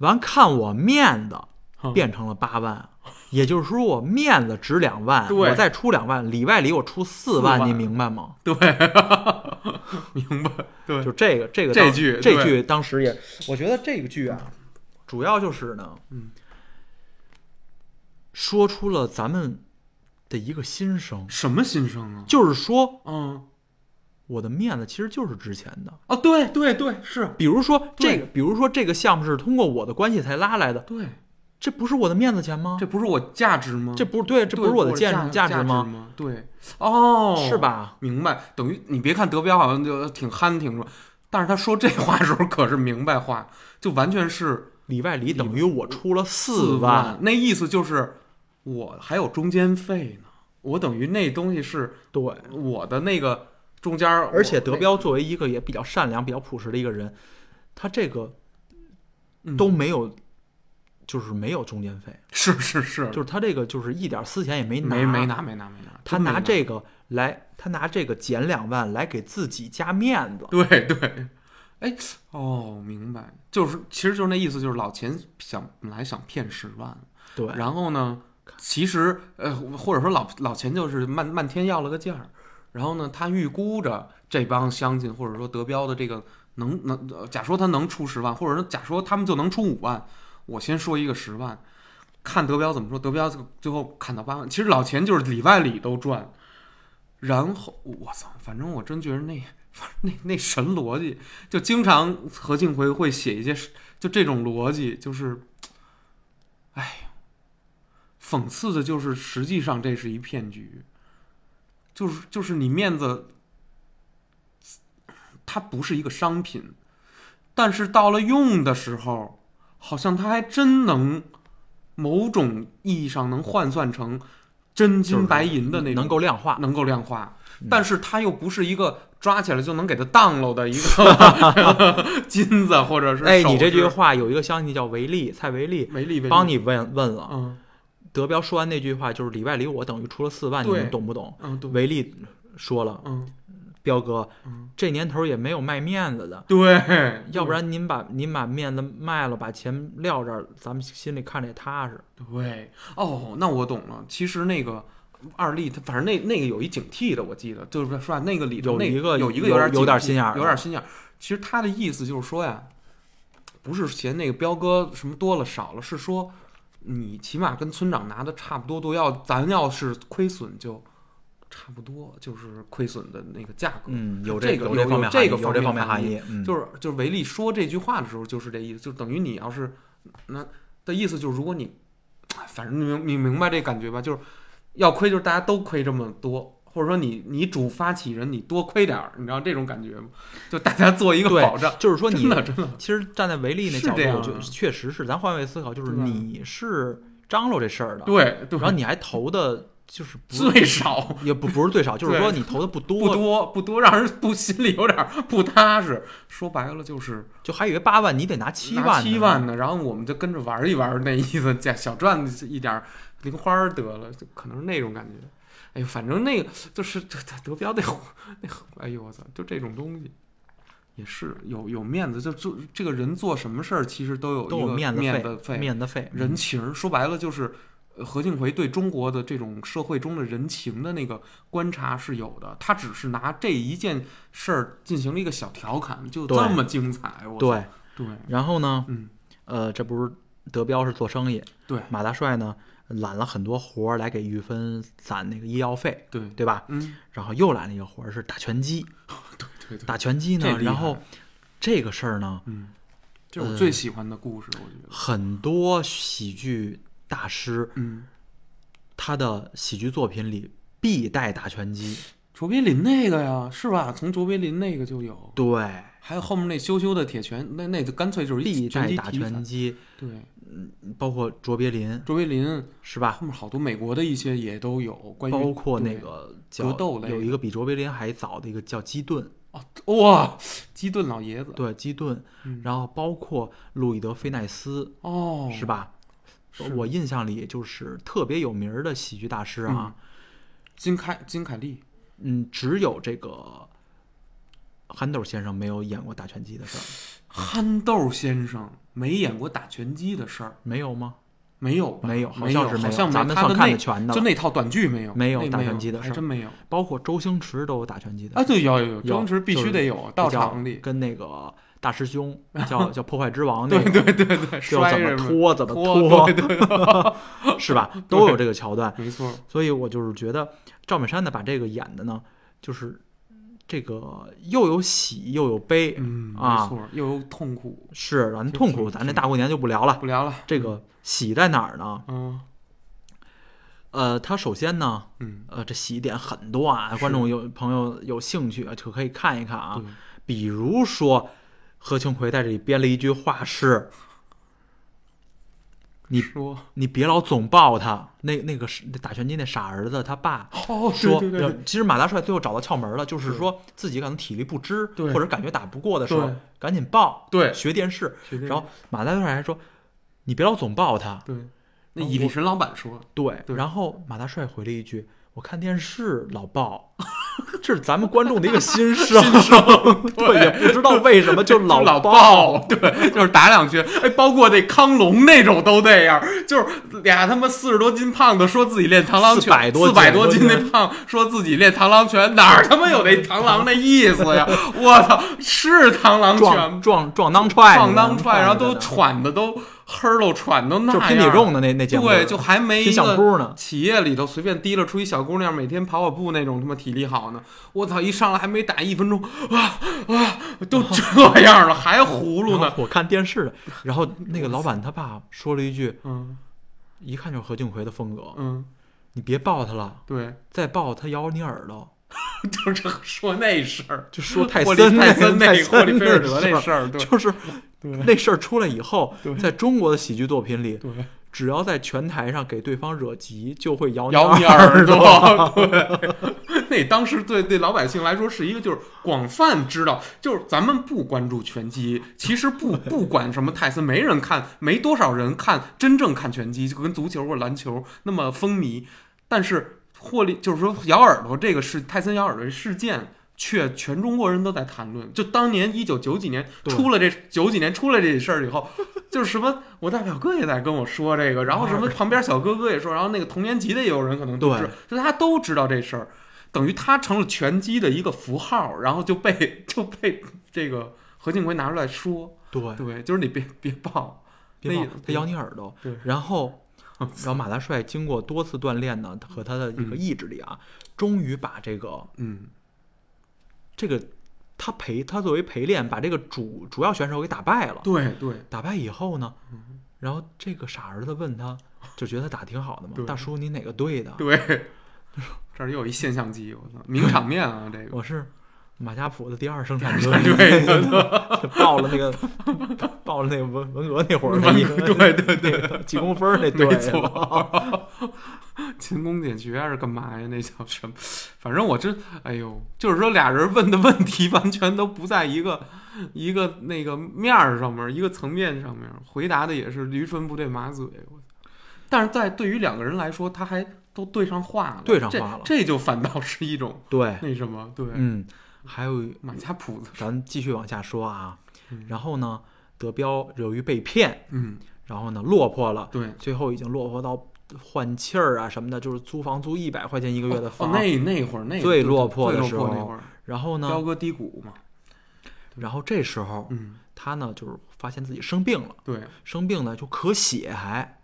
B: 完看我面子
A: 嗯
B: 变成了八万，也就是说我面子值两万，
A: 对
B: 我再出两万，里外里我出四
A: 四
B: 万，
A: 万
B: 你明白吗？
A: 对， 明白，对，
B: 就这个这个
A: 这
B: 当
A: 句
B: 这
A: 对
B: 句当时也，我觉得这个剧啊，主要就是呢，
A: 嗯，
B: 说出了咱们的一个心声，
A: 什么心声啊？
B: 就是说
A: 嗯，
B: 我的面子其实就是值钱的。
A: 哦，对对对，是，
B: 比如说这
A: 对
B: 个，比如说这个项目是通过我的关系才拉来的，
A: 对，
B: 这不是我的面子钱吗？
A: 这不是我价值吗？
B: 这不是对，这
A: 对
B: 不是我的
A: 价
B: 见
A: 价
B: 值吗？
A: 吗？对，哦，
B: 是？吧？
A: 明白，等于你别看德彪好像就挺憨挺弱，但是他说这话的时候可是明白话，就完全是
B: 里外里等于我出了四
A: 四
B: 万，，
A: 那意思就是我还有中间费呢，我等于那东西是
B: 对。
A: 我的那个中间儿，
B: 而且
A: 我
B: 德
A: 那
B: 彪作为一个也比较善良、比较朴实的一个人，他这个
A: 嗯
B: 都没有，就是没有中间费，
A: 是是是，
B: 就是他这个就是一点私钱也没拿，
A: 没没，拿没拿没拿，
B: 他
A: 真没
B: 拿这个来，他拿这个减两万来给自己加面子。
A: 对对，哎，哦，明白，就是其实就是那意思，就是老钱想本来想骗十万，
B: 对，
A: 然后呢，其实呃，或者说老老钱就是漫漫天要了个价儿，然后呢，他预估着这帮乡亲或者说德彪的这个能能，呃假说他能出十万，或者说假说他们就能出五万，我先说一个十万。看德彪怎么说，德彪最最后砍到八万。其实老钱就是里外里都赚，然后我操，反正我真觉得那那那神逻辑，就经常何庆魁会写一些就这种逻辑，就是，哎，讽刺的就是实际上这是一骗局，就是就是你面子，它不是一个商品，但是到了用的时候，好像它还真能某种意义上能换算成真
B: 就
A: 金
B: 是
A: 白银的那种
B: 能够量化，
A: 能够量化
B: 啊嗯，
A: 但是它又不是一个抓起来就能给它当漏的一 个金子或者是
B: 哎，
A: 手
B: 你这句
A: 指
B: 话有一个乡亲叫维利，蔡维利，
A: 没力没力
B: 帮你问问了。
A: 嗯
B: 德彪说完那句话就是里外里我等于出了四万，你
A: 对
B: 们懂不懂？
A: 嗯对
B: 维利说了，
A: 嗯
B: 彪哥
A: 嗯
B: 这年头也没有卖面子的，
A: 对，
B: 要不然您把您把面子卖了，把钱撂这儿，咱们心里看着也踏实。
A: 对哦，那我懂了。其实那个二力，他反正那那个有一警惕的，我记得就是是吧？那个里头
B: 有
A: 那
B: 一个
A: 有一个
B: 有
A: 点
B: 有点
A: 警惕
B: 心眼儿的
A: 有点心眼儿。其实他的意思就是说呀，不是嫌那个彪哥什么多了少了，是说你起码跟村长拿的差不多多，要咱要是亏损就差不多，就是亏损的那个价格。
B: 嗯，有
A: 这个
B: 有
A: 有
B: 方
A: 有
B: 面
A: 这
B: 含义
A: 个
B: 有
A: 方
B: 这
A: 面
B: 方面
A: 含
B: 含
A: 义
B: 义，嗯
A: 就是就是维利说这句话的时候就是这意思，就等于你要是那的意思就是，如果你哎反正你明你明白这感觉吧，就是要亏就是大家都亏这么多，或者说你你主发起人你多亏点儿，你知道这种感觉吗？就大家做一个
B: 对
A: 保障，
B: 就是说你
A: 真的真的
B: 其实站在维利那
A: 是
B: 角度，
A: 这样
B: 我觉得
A: 啊
B: 确实是，咱换位思考，就是
A: 对吧啊
B: 你是张罗这事儿的，
A: 对对
B: 然，后你还投的就是不
A: 最少
B: 也不不是最少，就是
A: 对
B: 说你投的不多，
A: 不多不多，让人不心里有点儿不踏实。说白了就是
B: 就还以为八万，你得拿七
A: 拿
B: 万，
A: 七万，呢，然后我们就跟着玩一玩，那意思 加小赚一点儿零花儿得了，就可能是那种感觉。哎呦，反正那个就是这这德彪那会儿那会儿哎呦我操，就这种东西也是有有面子，就就这个人做什么事儿其实都有一
B: 都
A: 个
B: 有面子
A: 面
B: 费，面子费，嗯
A: 人情儿。说白了就是。呃何庆魁对中国的这种社会中的人情的那个观察是有的，他只是拿这一件事儿进行了一个小调侃，就
B: 对
A: 这么精彩，我操
B: 对，
A: 对，
B: 然后呢，
A: 嗯，
B: 呃，这不是德彪是做生意，
A: 对
B: 马大帅呢揽了很多活儿来给玉芬攒那个医药费，
A: 对，
B: 对吧？
A: 嗯，
B: 然后又揽了一个活儿是打拳击，
A: 对对对，
B: 打拳击
A: 这
B: 呢，
A: 厉害
B: 然后呃这个事儿呢，
A: 嗯，这是我最喜欢的故事，我觉得，
B: 很多喜剧大师
A: 嗯，
B: 他的喜剧作品里必带打 拳击，
A: 卓别林那个呀，是吧？从卓别林那个就有，
B: 对，
A: 还有后面那羞羞的铁拳，那那就干脆就是
B: 必
A: 一
B: 带
A: 击
B: 打
A: 体
B: 拳
A: 坛。
B: 击，
A: 对，
B: 包括卓别林
A: 卓别林
B: 是吧？
A: 后面好多美国的一些也都有关于，
B: 啊包括
A: 对
B: 那个叫
A: 格斗类的
B: 有一个比卓别林还早的一个叫基顿，
A: 哇，基顿老爷子，
B: 对基顿，
A: 嗯
B: 然后包括路易德菲奈斯，
A: 哦，
B: 是吧？
A: 是
B: 我印象里就是特别有名儿的喜剧大师
A: 嗯
B: 啊，
A: 金凯金凯利，
B: 嗯只有这个憨豆先生没有演过打拳击的事儿。
A: 憨豆先生，没演过打拳击的事儿，
B: 没有吗？
A: 没有吧？
B: 没
A: 有，
B: 有，好
A: 好
B: 像是
A: 没
B: 没
A: 像
B: 咱们
A: 他
B: 算
A: 的
B: 看
A: 那
B: 的全的
A: 就
B: 了，
A: 那套短剧没有，
B: 没有
A: 那
B: 打
A: 没有
B: 拳击的
A: 还
B: 事儿
A: 真没有
B: 包括周星驰都有打拳击的
A: 啊，对，有有有，
B: 有
A: 周星驰必须得有，到场里，
B: 跟那个大 师兄叫叫破坏之王那个，
A: 对对对对，
B: 就
A: 摔
B: 怎
A: 着
B: 么拖怎么
A: 拖，对对，
B: 是吧？都有这个桥段，
A: 没错，
B: 所以我就是觉得赵本山呢把这个演的呢，就是这个又有喜又有悲，
A: 嗯，没
B: 啊
A: 错，又有痛苦，
B: 是让
A: 挺
B: 人痛
A: 挺
B: 苦。咱这
A: 挺
B: 大过年就不聊了。
A: 不聊了，
B: 这个喜在哪儿呢？
A: 嗯
B: 呃，他首先呢，
A: 嗯，
B: 呃，这喜点很多啊，观众有朋友有兴趣啊，就可以看一看啊。
A: 对
B: 比如说，何庆魁在这里编了一句话是：“你
A: 说
B: 你别老总抱他。那”那个是那打拳击那傻儿子他爸
A: 哦，
B: 说，呃
A: 对对对对，
B: 其实马大帅最后找到窍门了，就是
A: 对
B: 说自己可能体力不支，
A: 对
B: 或者感觉打不过的时候
A: 对，
B: 赶紧抱，
A: 对
B: 学电视。
A: 学这
B: 然后马大帅还说：“你别老总抱他。
A: 对，那以力神老板说，
B: 对，
A: 对
B: 然后马大帅回了一句：“我看电视老爆， 这是咱们观众的一个心声。 对，也不知道为什么就
A: 就老
B: 爆。
A: 爆，对，就是打两拳，哎，包括那康龙那种都那样，就是俩他妈四十多斤胖子说自己练螳螂拳，四
B: 400多斤
A: 百多斤那胖说自己练螳螂拳，哪儿他妈有那螳螂那意思呀？我操，是螳螂拳
B: 撞
A: 吗，
B: 撞撞裆踹，
A: 放裆踹，然后
B: 对
A: 都
B: 对对
A: 喘的都嘿儿都喘都那
B: 就
A: 样，
B: 是拼体重的那那节目，
A: 对，就还没
B: 拼
A: 一
B: 相
A: 个
B: 扑呢。
A: 企业里头随便提了出一小姑娘，每天跑跑步那种，他妈体力好呢。我操，一上来还没打一分钟，啊啊，都 这样了还葫芦
B: 然
A: 呢。
B: 后我看电视的，然后那个老板他爸说了一句，
A: 嗯
B: 一看就是何庆魁的风格
A: 嗯，：“
B: 你别抱他了，
A: 对，
B: 再抱他咬你耳朵。
A: 就是说那事儿”，
B: 就说泰
A: 霍
B: 森
A: 利泰
B: 森
A: 森那
B: 森
A: 霍利菲尔德
B: 那
A: 那
B: 事
A: 事儿，
B: 儿，
A: 对
B: 就是
A: 对
B: 那事儿出来以后
A: 对，
B: 在中国的喜剧作品里，
A: 对，
B: 只要在拳台上给对方惹急，就会咬
A: 咬
B: 你
A: 你
B: 耳
A: 耳朵， 对，那当时对对老百姓来说是一个就是广泛知道，就是咱们不关注拳击，其实不不管什么泰森，没人看，没多少人看，真正看拳击就跟足球或篮球那么风靡，但是霍利就是说咬耳朵这个事，泰森咬耳朵这事件。却全中国人都在谈论，就当年一九九几年
B: 对
A: 出了这九几年出了这事儿以后， 就是什么我大表哥也在跟我说这个，然后什
B: 哎
A: 么旁边小哥哥也说，然后那个同年级的也有人可能都知道，就大家都知道这事儿，等于他成了拳击的一个符号，然后就被 就被这个何庆魁拿出来说，
B: 对，
A: 对，就是你别别抱，
B: 哎别
A: 那
B: 抱
A: 个
B: 他咬你耳朵
A: 对。
B: 然后，然后马大帅经过多次锻炼呢，和他的一个意志力啊，终于把这个
A: 嗯，
B: 这个他陪他作为陪练，把这个主主要选手给打败了。
A: 对嗯对，
B: 打败以后呢，然后这个傻儿子问他，就觉得他打挺好的嘛
A: 对，
B: 大叔你哪个队的？
A: 对，这儿又有一现象级，我操，名场面啊，这个
B: 我是马家堡的第二 生产队，
A: 对对
B: 报了那个报了那个文文革那会儿，
A: 对对对，
B: 对对，几公分儿那队，
A: 没错，勤工俭学啊还是干嘛呀？那叫什么？ 反正我真，哎呦，就是说俩人问的问题完全都不在一个一个那个面儿上面，一个层面上面，回答的也是驴唇不对马嘴。我但是在对于两个人来说，他还都对上话了，
B: 对上话了
A: 这，这就反倒是一种
B: 对，
A: 那什么，对，
B: 嗯，还有
A: 马家谱子，
B: 咱继续往下说啊
A: 嗯，
B: 然后呢，德彪由于被骗，
A: 嗯，
B: 然后呢落魄了，
A: 对。
B: 最后已经落魄到换气儿啊什么的，就是租房租一百块钱一个月的
A: 哦
B: 房，，
A: 那那会儿那
B: 最
A: 对
B: 落魄的
A: 最
B: 时
A: 落魄那
B: 候
A: 会儿，
B: 然后
A: 彪
B: 呢，
A: 哥低谷嘛，
B: 然后这时候
A: 嗯，
B: 他呢就是发现自己生病了，
A: 对
B: 生病呢就咳血还，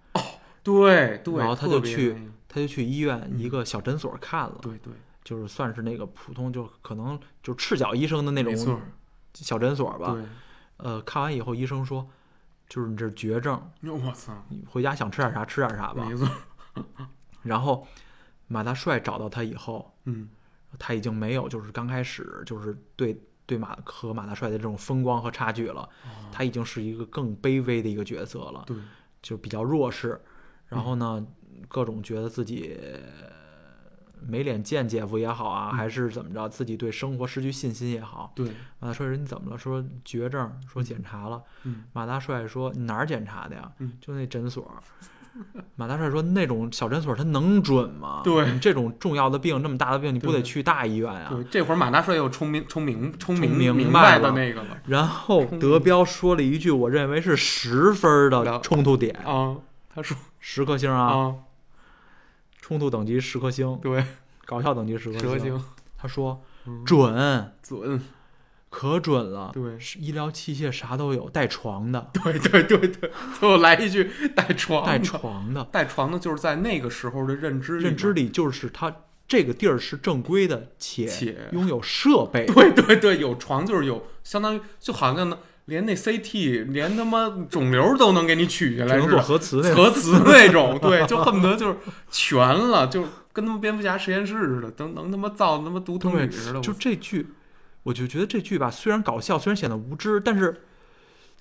A: 对对，
B: 然后他
A: 特
B: 就
A: 别
B: 去
A: 那个
B: 他就去医院
A: 嗯
B: 一个小诊所看了，
A: 对对，
B: 就是算是那个普通就可能就赤脚医生的那
A: 没错
B: 种
A: 儿，
B: 小诊所吧，
A: 对，
B: 呃，看完以后医生说。就是你这是绝症，
A: 我操，
B: 你回家想吃点啥吃点啥吧。
A: 没错，
B: 然后马大帅找到他以后，
A: 嗯，
B: 他已经没有就是刚开始就是对对马和马大帅的这种风光和差距了，他已经是一个更卑微的一个角色了，
A: 对，
B: 就比较弱势。然
A: 嗯
B: 后呢，各种觉得自己没脸见姐夫也好啊，
A: 嗯
B: 还是怎么着，自己对生活失去信心也好。
A: 对，
B: 马大帅说：“你怎么了？”说绝症，说检查了。
A: 嗯
B: 马大帅说：“你哪儿检查的呀？”
A: 嗯
B: 就那诊所。马大帅说：“那种小诊所他能准吗？
A: 对
B: 你这种重要的病，那么大的病，你不得
A: 对
B: 去大医院啊？”
A: 对，这会儿马大帅又冲明冲明冲
B: 明
A: 明
B: 明
A: 明白
B: 白了
A: 的那个了
B: 然后德彪说了一句我认为是十分的冲突点，
A: 啊，他说
B: 十颗星啊，
A: 啊，
B: 冲突等级十颗星，
A: 对，
B: 搞笑等级十颗
A: 蛇
B: 星。
A: 精
B: 他说
A: 嗯
B: 准，啊
A: 准，
B: 可准了，
A: 对
B: 是医疗器械啥都有，带床的，
A: 对对对对，最后来一句带床
B: 带
A: 的
B: 床的，
A: 带床的，就是在那个时候的认知里
B: 认知
A: 面
B: 里就是他这个地儿是正规的，且
A: 且
B: 拥有设备，
A: 对对对，有床就是有，相当于就好像呢，连那 CT，连他妈肿瘤都能给你取下
B: 只
A: 来
B: 能
A: 似
B: 做
A: 的，
B: 核磁那种。
A: 核磁那种，对，就恨不得就是全了，就跟他们蝙蝠侠实验室似的，能能他妈造他妈独藤
B: 对
A: 女似的，，
B: 就
A: 我
B: 这句，我就觉得这句吧，虽然搞笑，虽然显得无知，但是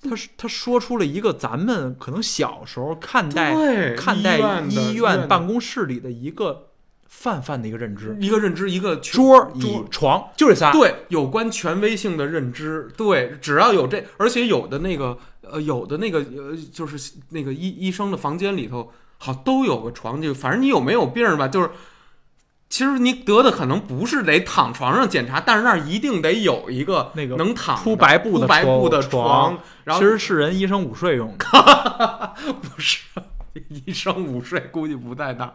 B: 他是他说出了一个咱们可能小时候看待
A: 对
B: 看待医
A: 医
B: 院
A: 院
B: 办公室里的一个泛泛的一个认知，
A: 一个认知一个全
B: 桌椅
A: 桌
B: 床就这仨，
A: 对有关权威性的认知，对，只要有这，而且有的那个呃，有的那个呃，就是那个医医生的房间里头，好都有个床，就反正你有没有病儿吧，就是。其实你得的可能不是得躺床上检查，但是那儿一定得有一个
B: 那个
A: 能躺着
B: 铺哎白布
A: 铺
B: 的
A: 白布的
B: 床，
A: 然后
B: 其实是人医生午睡用的，
A: 不是医生午睡，估计不在那儿，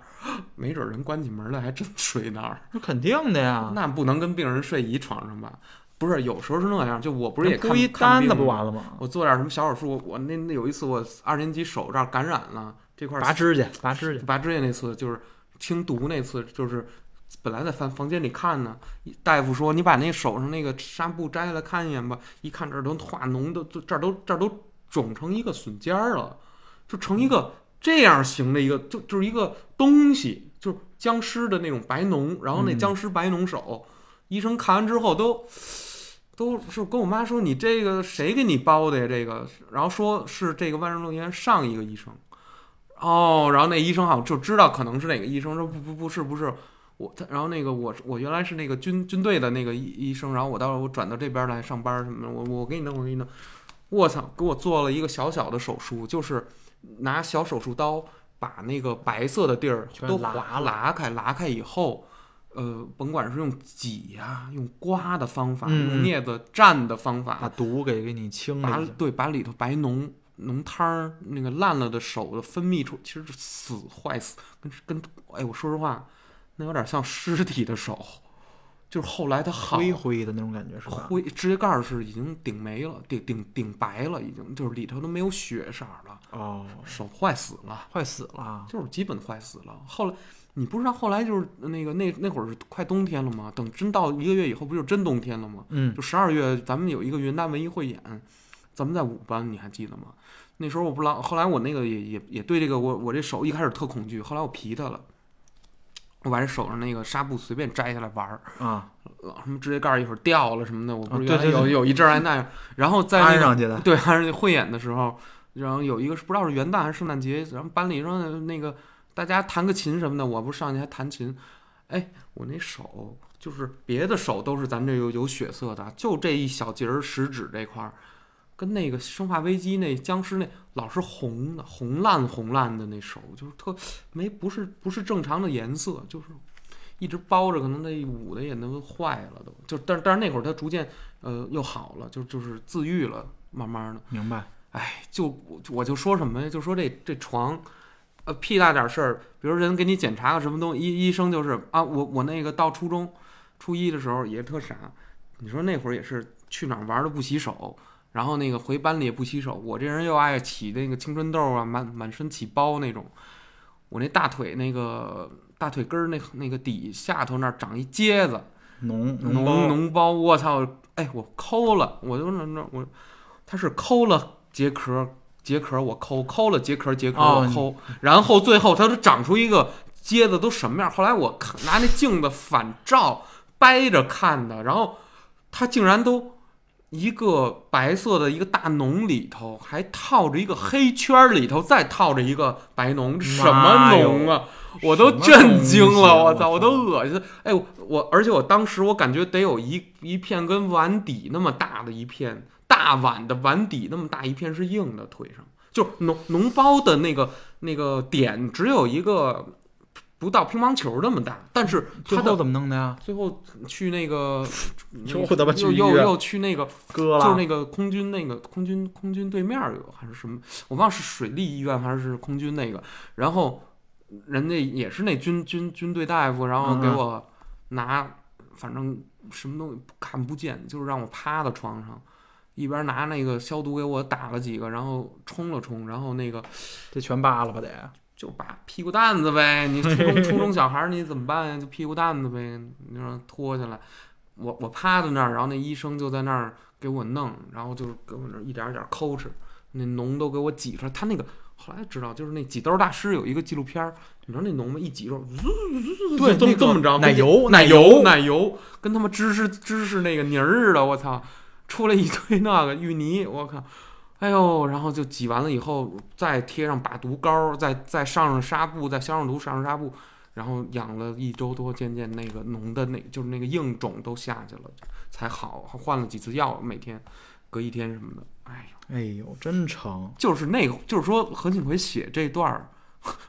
A: 没准儿人关起门来还真睡那儿。
B: 那肯定的呀，
A: 那不能跟病人睡一床上吧？不是，有时候是那样，就我不是也
B: 那
A: 看
B: 孤一
A: 看
B: 单
A: 病
B: 的不
A: 吗
B: 完了吗？
A: 我做点什么小手术，我那那有一次我二年级手这儿感染了，这块儿
B: 拔指甲，拔指甲，
A: 拔指甲那次就是清毒那次，就是本来在房房间里看呢，大夫说你把那手上那个纱布摘下来看一眼吧，一看这儿都化脓的，都这儿都这儿都肿成一个笋尖儿了，就成一个这样型的一个，就就是一个东西，就是僵尸的那种白脓，然后那
B: 嗯
A: 僵尸白脓手，医生看完之后都。都是跟我妈说你这个谁给你包的呀？这个，然后说是这个万圣乐园上一个医生，哦，然后那医生好像就知道可能是哪个医生，说不不不是不是我，他然后那个我我原来是那个军军队的那个医医生，然后我到时候我转到这边来上班什么的，我我给你弄我给你弄，我操，给我做了一个小小的手术，就是拿小手术刀把那个白色的地儿
B: 全
A: 都
B: 拉
A: 划拉开，拉开以后。呃，甭管是用挤呀、用刮的方法，
B: 嗯
A: 用镊子蘸的方法，
B: 把毒给给你清
A: 把
B: 了一下。
A: 对把里头白脓脓汤儿那个烂了的手的分泌出，其实是死坏死跟跟哎，我说实话，那有点像尸体的手，就是后来它好
B: 灰灰的那种感觉是吧？
A: 灰指甲盖儿是已经顶没了，顶顶顶白了，已经就是里头都没有血色儿了，
B: 哦，
A: 手坏死了。
B: 坏死了，
A: 就是基本坏死了。后来你不知道，后来就是那个那那会儿是快冬天了吗？等真到一个月以后，不就真冬天了吗？
B: 嗯
A: 就十二月，咱们有一个云南文艺汇演，咱们在五班，你还记得吗？那时候我不知道，后来我那个也也也对这个我我这手一开始特恐惧，后来我皮它了，我把这手上那个纱布随便摘下来玩儿，
B: 啊，
A: 老什么指甲盖儿一会儿掉了什么的，我不是原
B: 啊对
A: 来
B: 对
A: 有、
B: 对
A: 有一阵儿还那样，然后在那
B: 安
A: 个
B: 上去的。
A: 对，还是汇演的时候，然后有一个是不知道是元旦还是圣诞节，然后班里说呃那个大家弹个琴什么的，我不是上去还弹琴，哎，我那手就是别的手都是咱这有有血色的，就这一小节儿食指这块儿，跟那个《生化危机》那僵尸那老是红的，红烂红烂的那手，就是特没不是不是正常的颜色，就是一直包着，可能那捂的也能坏了都，就但但是那会儿它逐渐呃又好了，就就是自愈了，慢慢的。
B: 明白，
A: 哎，就我我就说什么呀？就说这这床，呃，屁大点事儿，比如人给你检查个什么东西，医医生就是啊，我我那个到初中初一的时候也特傻，你说那会儿也是去哪儿玩儿都不洗手，然后那个回班里也不洗手，我这人又爱起那个青春痘啊，满满身起包那种，我那大腿那个大腿根儿那那个底下头那儿长一疖子，
B: 脓
A: 脓
B: 包
A: 脓包，我操！哎，我抠了，我就那那我，他是抠了结壳，结壳我抠，抠了结壳，结壳
B: 哦
A: 我抠，然后最后它都长出一个疖子，都什么样？后来我看拿那镜子反照掰着看的，然后它竟然都一个白色的一个大脓里头，还套着一个黑圈儿里头，再套着一个白脓，什么
B: 妈哟
A: 脓啊？我都震惊
B: 啊
A: 了，我操，我都恶心。哎，我我而且我当时我感觉得有一一片跟碗底那么大的一片大碗的碗底那么大一片是硬的腿上，就是脓脓包的那个那个点只有一个不到乒乓球那么大，但是
B: 最
A: 它
B: 后
A: 的
B: 怎么弄的呀？
A: 最后去那个
B: 又他妈去
A: 又
B: 医
A: 又
B: 院
A: 又去那个
B: 割
A: 就是那个空军那个空军空军对面有还是什么，我忘了是水利医院还是空军那个，然后人家也是那军军军队大夫，然后给
B: 嗯嗯
A: 我拿，反正什么东西看不见，就是让我趴到床上。一边拿那个消毒给我打了几个，然后冲了冲，然后那个
B: 这全扒了吧得。
A: 就把屁股蛋子呗，你初中初中小孩儿你怎么办呀？就屁股蛋子呗，你让脱下来。我我趴在那儿，然后那医生就在那儿给我弄，然后就是给我那儿一点儿一点儿抠哧，那脓都给我挤出来。他那个后来知道，就是那挤痘大师有一个纪录片儿，你知道那脓吗？一挤出来，
B: 对
A: 这么
B: 那个
A: 这么着，
B: 奶油
A: 奶
B: 奶
A: 油
B: 油
A: 奶油，跟他妈芝士芝士那个泥儿似的，我操！出来一堆那个芋泥，我靠！哎呦，然后就挤完了以后，再贴上把毒膏，再再上上纱布，再消上毒，上上纱布，然后养了一周多，渐渐那个脓的那就是那个硬肿都下去了，才好，换了几次药，每天隔一天什么的。哎呦，
B: 哎呦，真成！
A: 就是那个，就是说何庆魁写这段儿，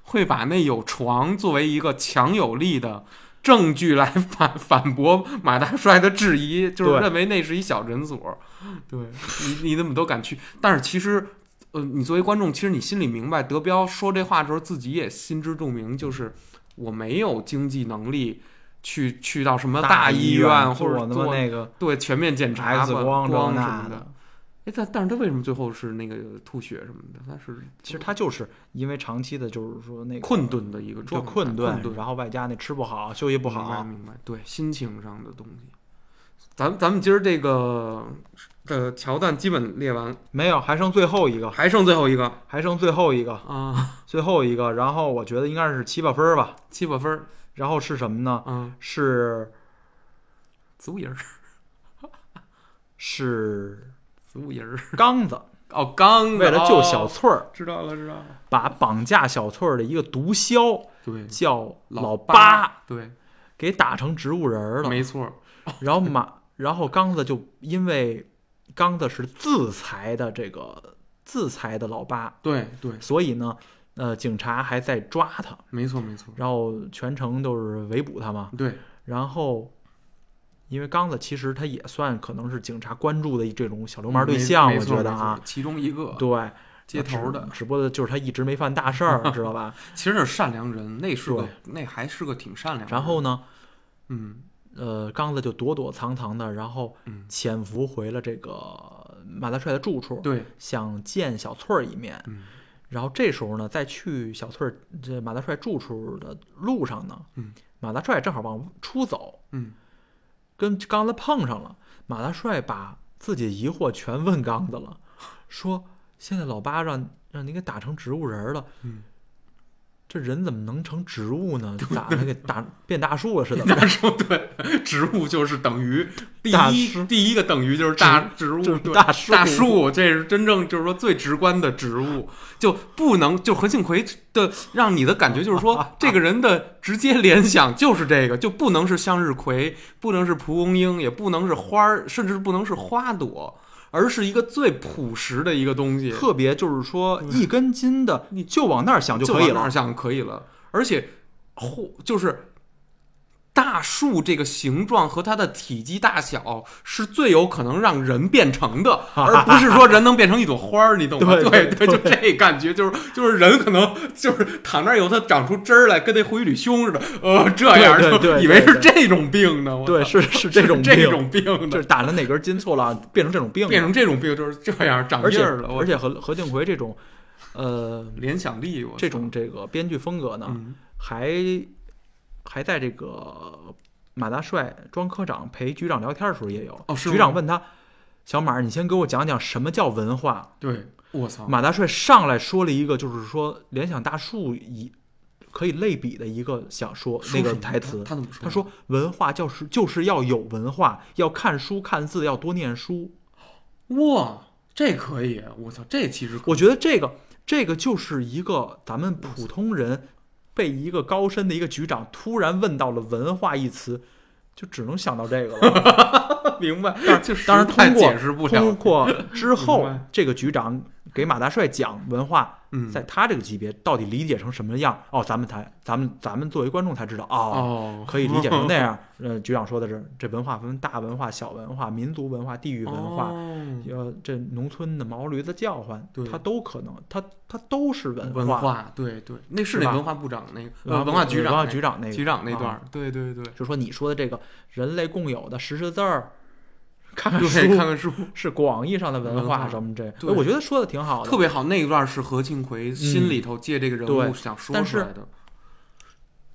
A: 会把那有床作为一个强有力的证据来反 反驳马大帅的质疑，就是
B: 对
A: 认为那是一小诊所。对你，你怎么都敢去？但是其实，呃，你作为观众，其实你心里明白，德彪说这话的时候，自己也心知肚明，就是我没有经济能力。去去到什么大医院或者
B: 做他妈那个
A: 对全面检查
B: X
A: 吧
B: 光这
A: 光什
B: 那
A: 么的，。哎，但但是他为什么最后是那个吐血什么的？他是
B: 其实他就是因为长期的，就是说那个
A: 困顿的一个
B: 就
A: 状态，
B: 困顿，
A: 顿
B: 然后外加那吃不好，休息不
A: 明白
B: 好，
A: 明白，对心情上的东西。咱咱们今儿这个呃桥段基本列完，
B: 没有，还剩最后一个，
A: 还剩最后一个
B: 还剩最后一个，
A: 啊，
B: 最后一个。然后我觉得应该是七八分儿吧。
A: 七八分儿
B: 然后是什么呢？
A: 啊，
B: 是
A: 足人儿，
B: 是
A: 足人儿。
B: 刚子
A: 哦，刚
B: 为了救小
A: 哦
B: 翠儿，
A: 知道了知道了。
B: 把绑架小翠儿的一个毒枭
A: 对，
B: 叫
A: 老
B: 八
A: 对，
B: 给打成植物人儿了。
A: 没错儿，
B: 然后马，然后刚子就因为刚子是自裁的这个自裁的老八，
A: 对对，
B: 所以呢，呃，警察还在抓他，
A: 没错没错，
B: 然后全程都是围捕他嘛。
A: 对
B: 然后，因为刚子其实他也算可能是警察关注的这种小流氓对
A: 没
B: 象，
A: 没
B: 我
A: 错
B: 觉得
A: 没错
B: 啊，
A: 其中一个
B: 对，呃
A: 街头的，
B: 只，只不过就是他一直没犯大 事儿，知道吧？
A: 其实是善良人，那是个
B: 对
A: 那还是个挺善良的人。
B: 然后呢，
A: 嗯，
B: 呃，刚子就躲躲藏藏的，然后
A: 嗯
B: 潜伏回了这个马大帅的住处，
A: 对，
B: 想见小翠儿一面。
A: 嗯
B: 然后这时候呢，在去小翠儿这马大帅住处的路上呢，
A: 嗯
B: 马大帅正好往出走，
A: 嗯，
B: 跟刚子碰上了。马大帅把自己的疑惑全问刚子 了，说：“现在老八让让你给打成植物人儿了，
A: 嗯
B: 这人怎么能成植物呢？咋了？给打变大树 了是怎么着？
A: 大树对，植物就是等于第
B: 大
A: 一
B: 树
A: 第一个等于就是大植物，
B: 就是
A: 对
B: 大树
A: 大树，这是真正就是说最直观的植物，就不能就何庆魁的让你的感觉就是 说这个人的直接联想就是这个，就不能是向日葵，不能是蒲公英，也不能是花儿，甚至不能是花朵，而是一个最朴实的一个东西，
B: 特别就是说一根筋的，你就往那儿想就可以
A: 往那
B: 了
A: 儿。想可以了。而且，或就是大树这个形状和它的体积大小是最有可能让人变成的， 而不是说人能变成一朵花儿，你懂吗？
B: 对
A: 对
B: 对
A: 就这感觉，就是就是人可能就是躺那儿以后，它长出汁儿来，跟那回吕兄似的，呃，这样
B: 对对
A: 就
B: 对
A: 以为是
B: 对
A: 这种病呢。我
B: 对，
A: 操
B: 是是 这种
A: 这
B: 病，
A: 种病
B: 就
A: 的，
B: 是打了哪根筋错了，变成这种病了。
A: 变成这种病就是这样长
B: 而且
A: 劲儿了。我
B: 而且何何庆魁这种，呃，
A: 联想力，我操
B: 这种这个编剧风格呢，
A: 嗯
B: 还还在这个马大帅庄科长陪局长聊天的时候也有。
A: 哦是吗
B: 局长问他。小马，你先给我讲讲什么叫文化？
A: 对，我操，
B: 马大帅上来说了一个，就是说联想大树以可以类比的一个想说那
A: 说什
B: 个
A: 么
B: 台词。
A: 他他怎么说？
B: 他说：“文化就是就是要有文化，要看书看字，要多念书。
A: 哇，这可以！我操，这其实可以
B: 我觉得这个这个就是一个咱们普通人被一个高深的一个局长突然问到了文化一词，就只能想到这 个了。
A: 明白，
B: 但
A: 就是
B: 当然
A: 实在
B: 通过
A: 解释不
B: 通
A: 了。
B: 过之后
A: 明白，
B: 这个局长给马大帅讲文化，
A: 嗯
B: 在他这个级别到底理解成什么样？哦，咱们才咱们咱们作为观众才知道哦。
A: 哦，
B: 可以理解成那样，呃，局长说的是这文化分大文化、小文化、民族文化、地域文化，
A: 哦
B: 呃，这农村的毛驴子叫唤
A: 对，
B: 它都可能，它它都是文
A: 文化，对对，那是
B: 是
A: 那
B: 吧
A: 文化部长那个
B: 文
A: 呃文化局长
B: 文化
A: 那
B: 局长那个
A: 局长那
B: 啊
A: 段儿，对对对，
B: 就说你说的这个人类共有的识识 字儿，看看
A: 对，看
B: 啊书
A: 看书，
B: 是广义上的文
A: 文化
B: 化什么这，
A: 对
B: 我觉得说的挺好的。
A: 特别好。那一段是何庆魁心里头借这个人物
B: 嗯对
A: 想说
B: 但
A: 出
B: 是
A: 来的。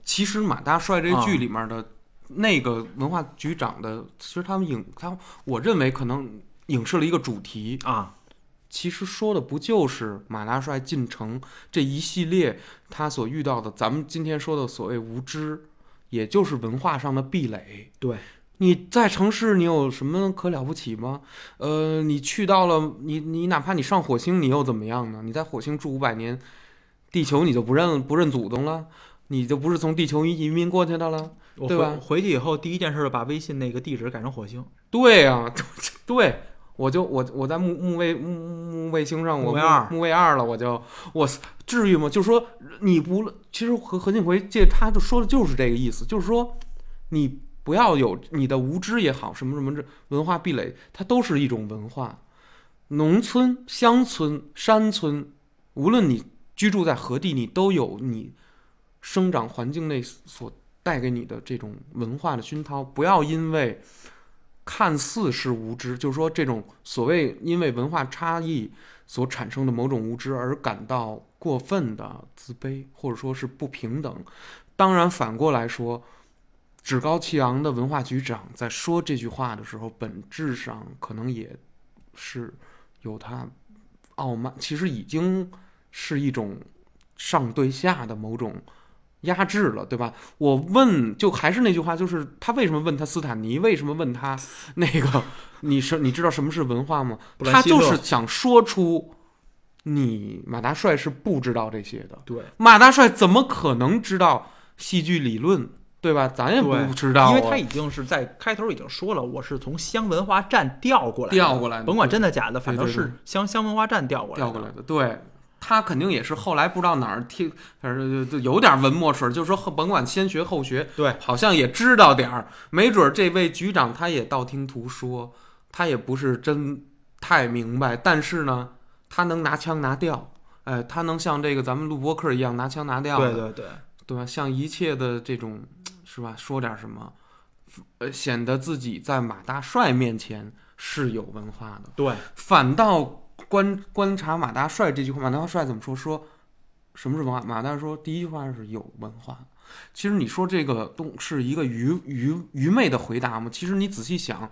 A: 其实马大帅这剧里面
B: 啊
A: 的那个文化局长的，其实他们影他，我认为可能影射了一个主题。
B: 啊，
A: 其实说的不就是马大帅进城这一系列他所遇到的，咱们今天说的所谓无知，也就是文化上的壁垒。
B: 对，
A: 你在城市你有什么可了不起吗？呃，你去到了你你哪怕你上火星，你又怎么样呢？你在火星住五百年，地球你就不认不认祖宗了，你就不是从地球移移民过去的了。
B: 我
A: 对吧
B: 回回去以后，第一件事就把微信那个地址改成火星
A: 对呀、 对，我就我我在木木卫木木卫星上，我
B: 木卫二
A: 木卫二了，我就我操至于吗？就是说你不，其实何何庆魁借他就说的就是这个意思，就是说你不要有你的无知也好，什么什么这文化壁垒，它都是一种文化。农村、乡村、山村，无论你居住在何地，你都有你生长环境内所带给你的这种文化的熏陶。不要因为看似是无知，就是说这种所谓因为文化差异所产生的某种无知而感到过分的自卑，或者说是不平等。当然，反过来说，趾高气扬的文化局长在说这句话的时候，本质上可能也是有他傲慢，其实已经是一种上对下的某种压制了，对吧？我问，就还是那句话，就是他为什么问他斯坦尼，为什么问他 那个，你是你知道什么是文化吗？
B: 布
A: 他
B: 兰希
A: 就
B: 勒
A: 是想说出你马大帅是不知道这些的。
B: 对，
A: 马大帅怎么可能知道戏剧理论，对吧？咱也不
B: 对
A: 知道啊、
B: 因为他已经是在开头已经说了，我是从湘文化站调过来的，
A: 调过来的，
B: 甭管真的假的，反正
A: 对对
B: 是湘湘文化站调过来的
A: 调过来的，对。他肯定也是后来不知道哪儿听，反正就有点文墨水，就是说后甭管先学后学，
B: 对，
A: 好像也知道点儿。没准儿这位局长他也道听途说，他也不是真太明白，但是呢，他能拿腔拿调，哎，他能像这个咱们录播客一样拿腔拿调的，
B: 对对对，
A: 对吧？像一切的这种，是吧？说点什么，呃，显得自己在马大帅面前是有文化的，
B: 对，
A: 反倒观观察马大帅这句话，马大帅怎么说？说什么是文化？马大帅说第一句话是有文化。其实你说这个东是一个愚愚愚昧的回答吗？其实你仔细想，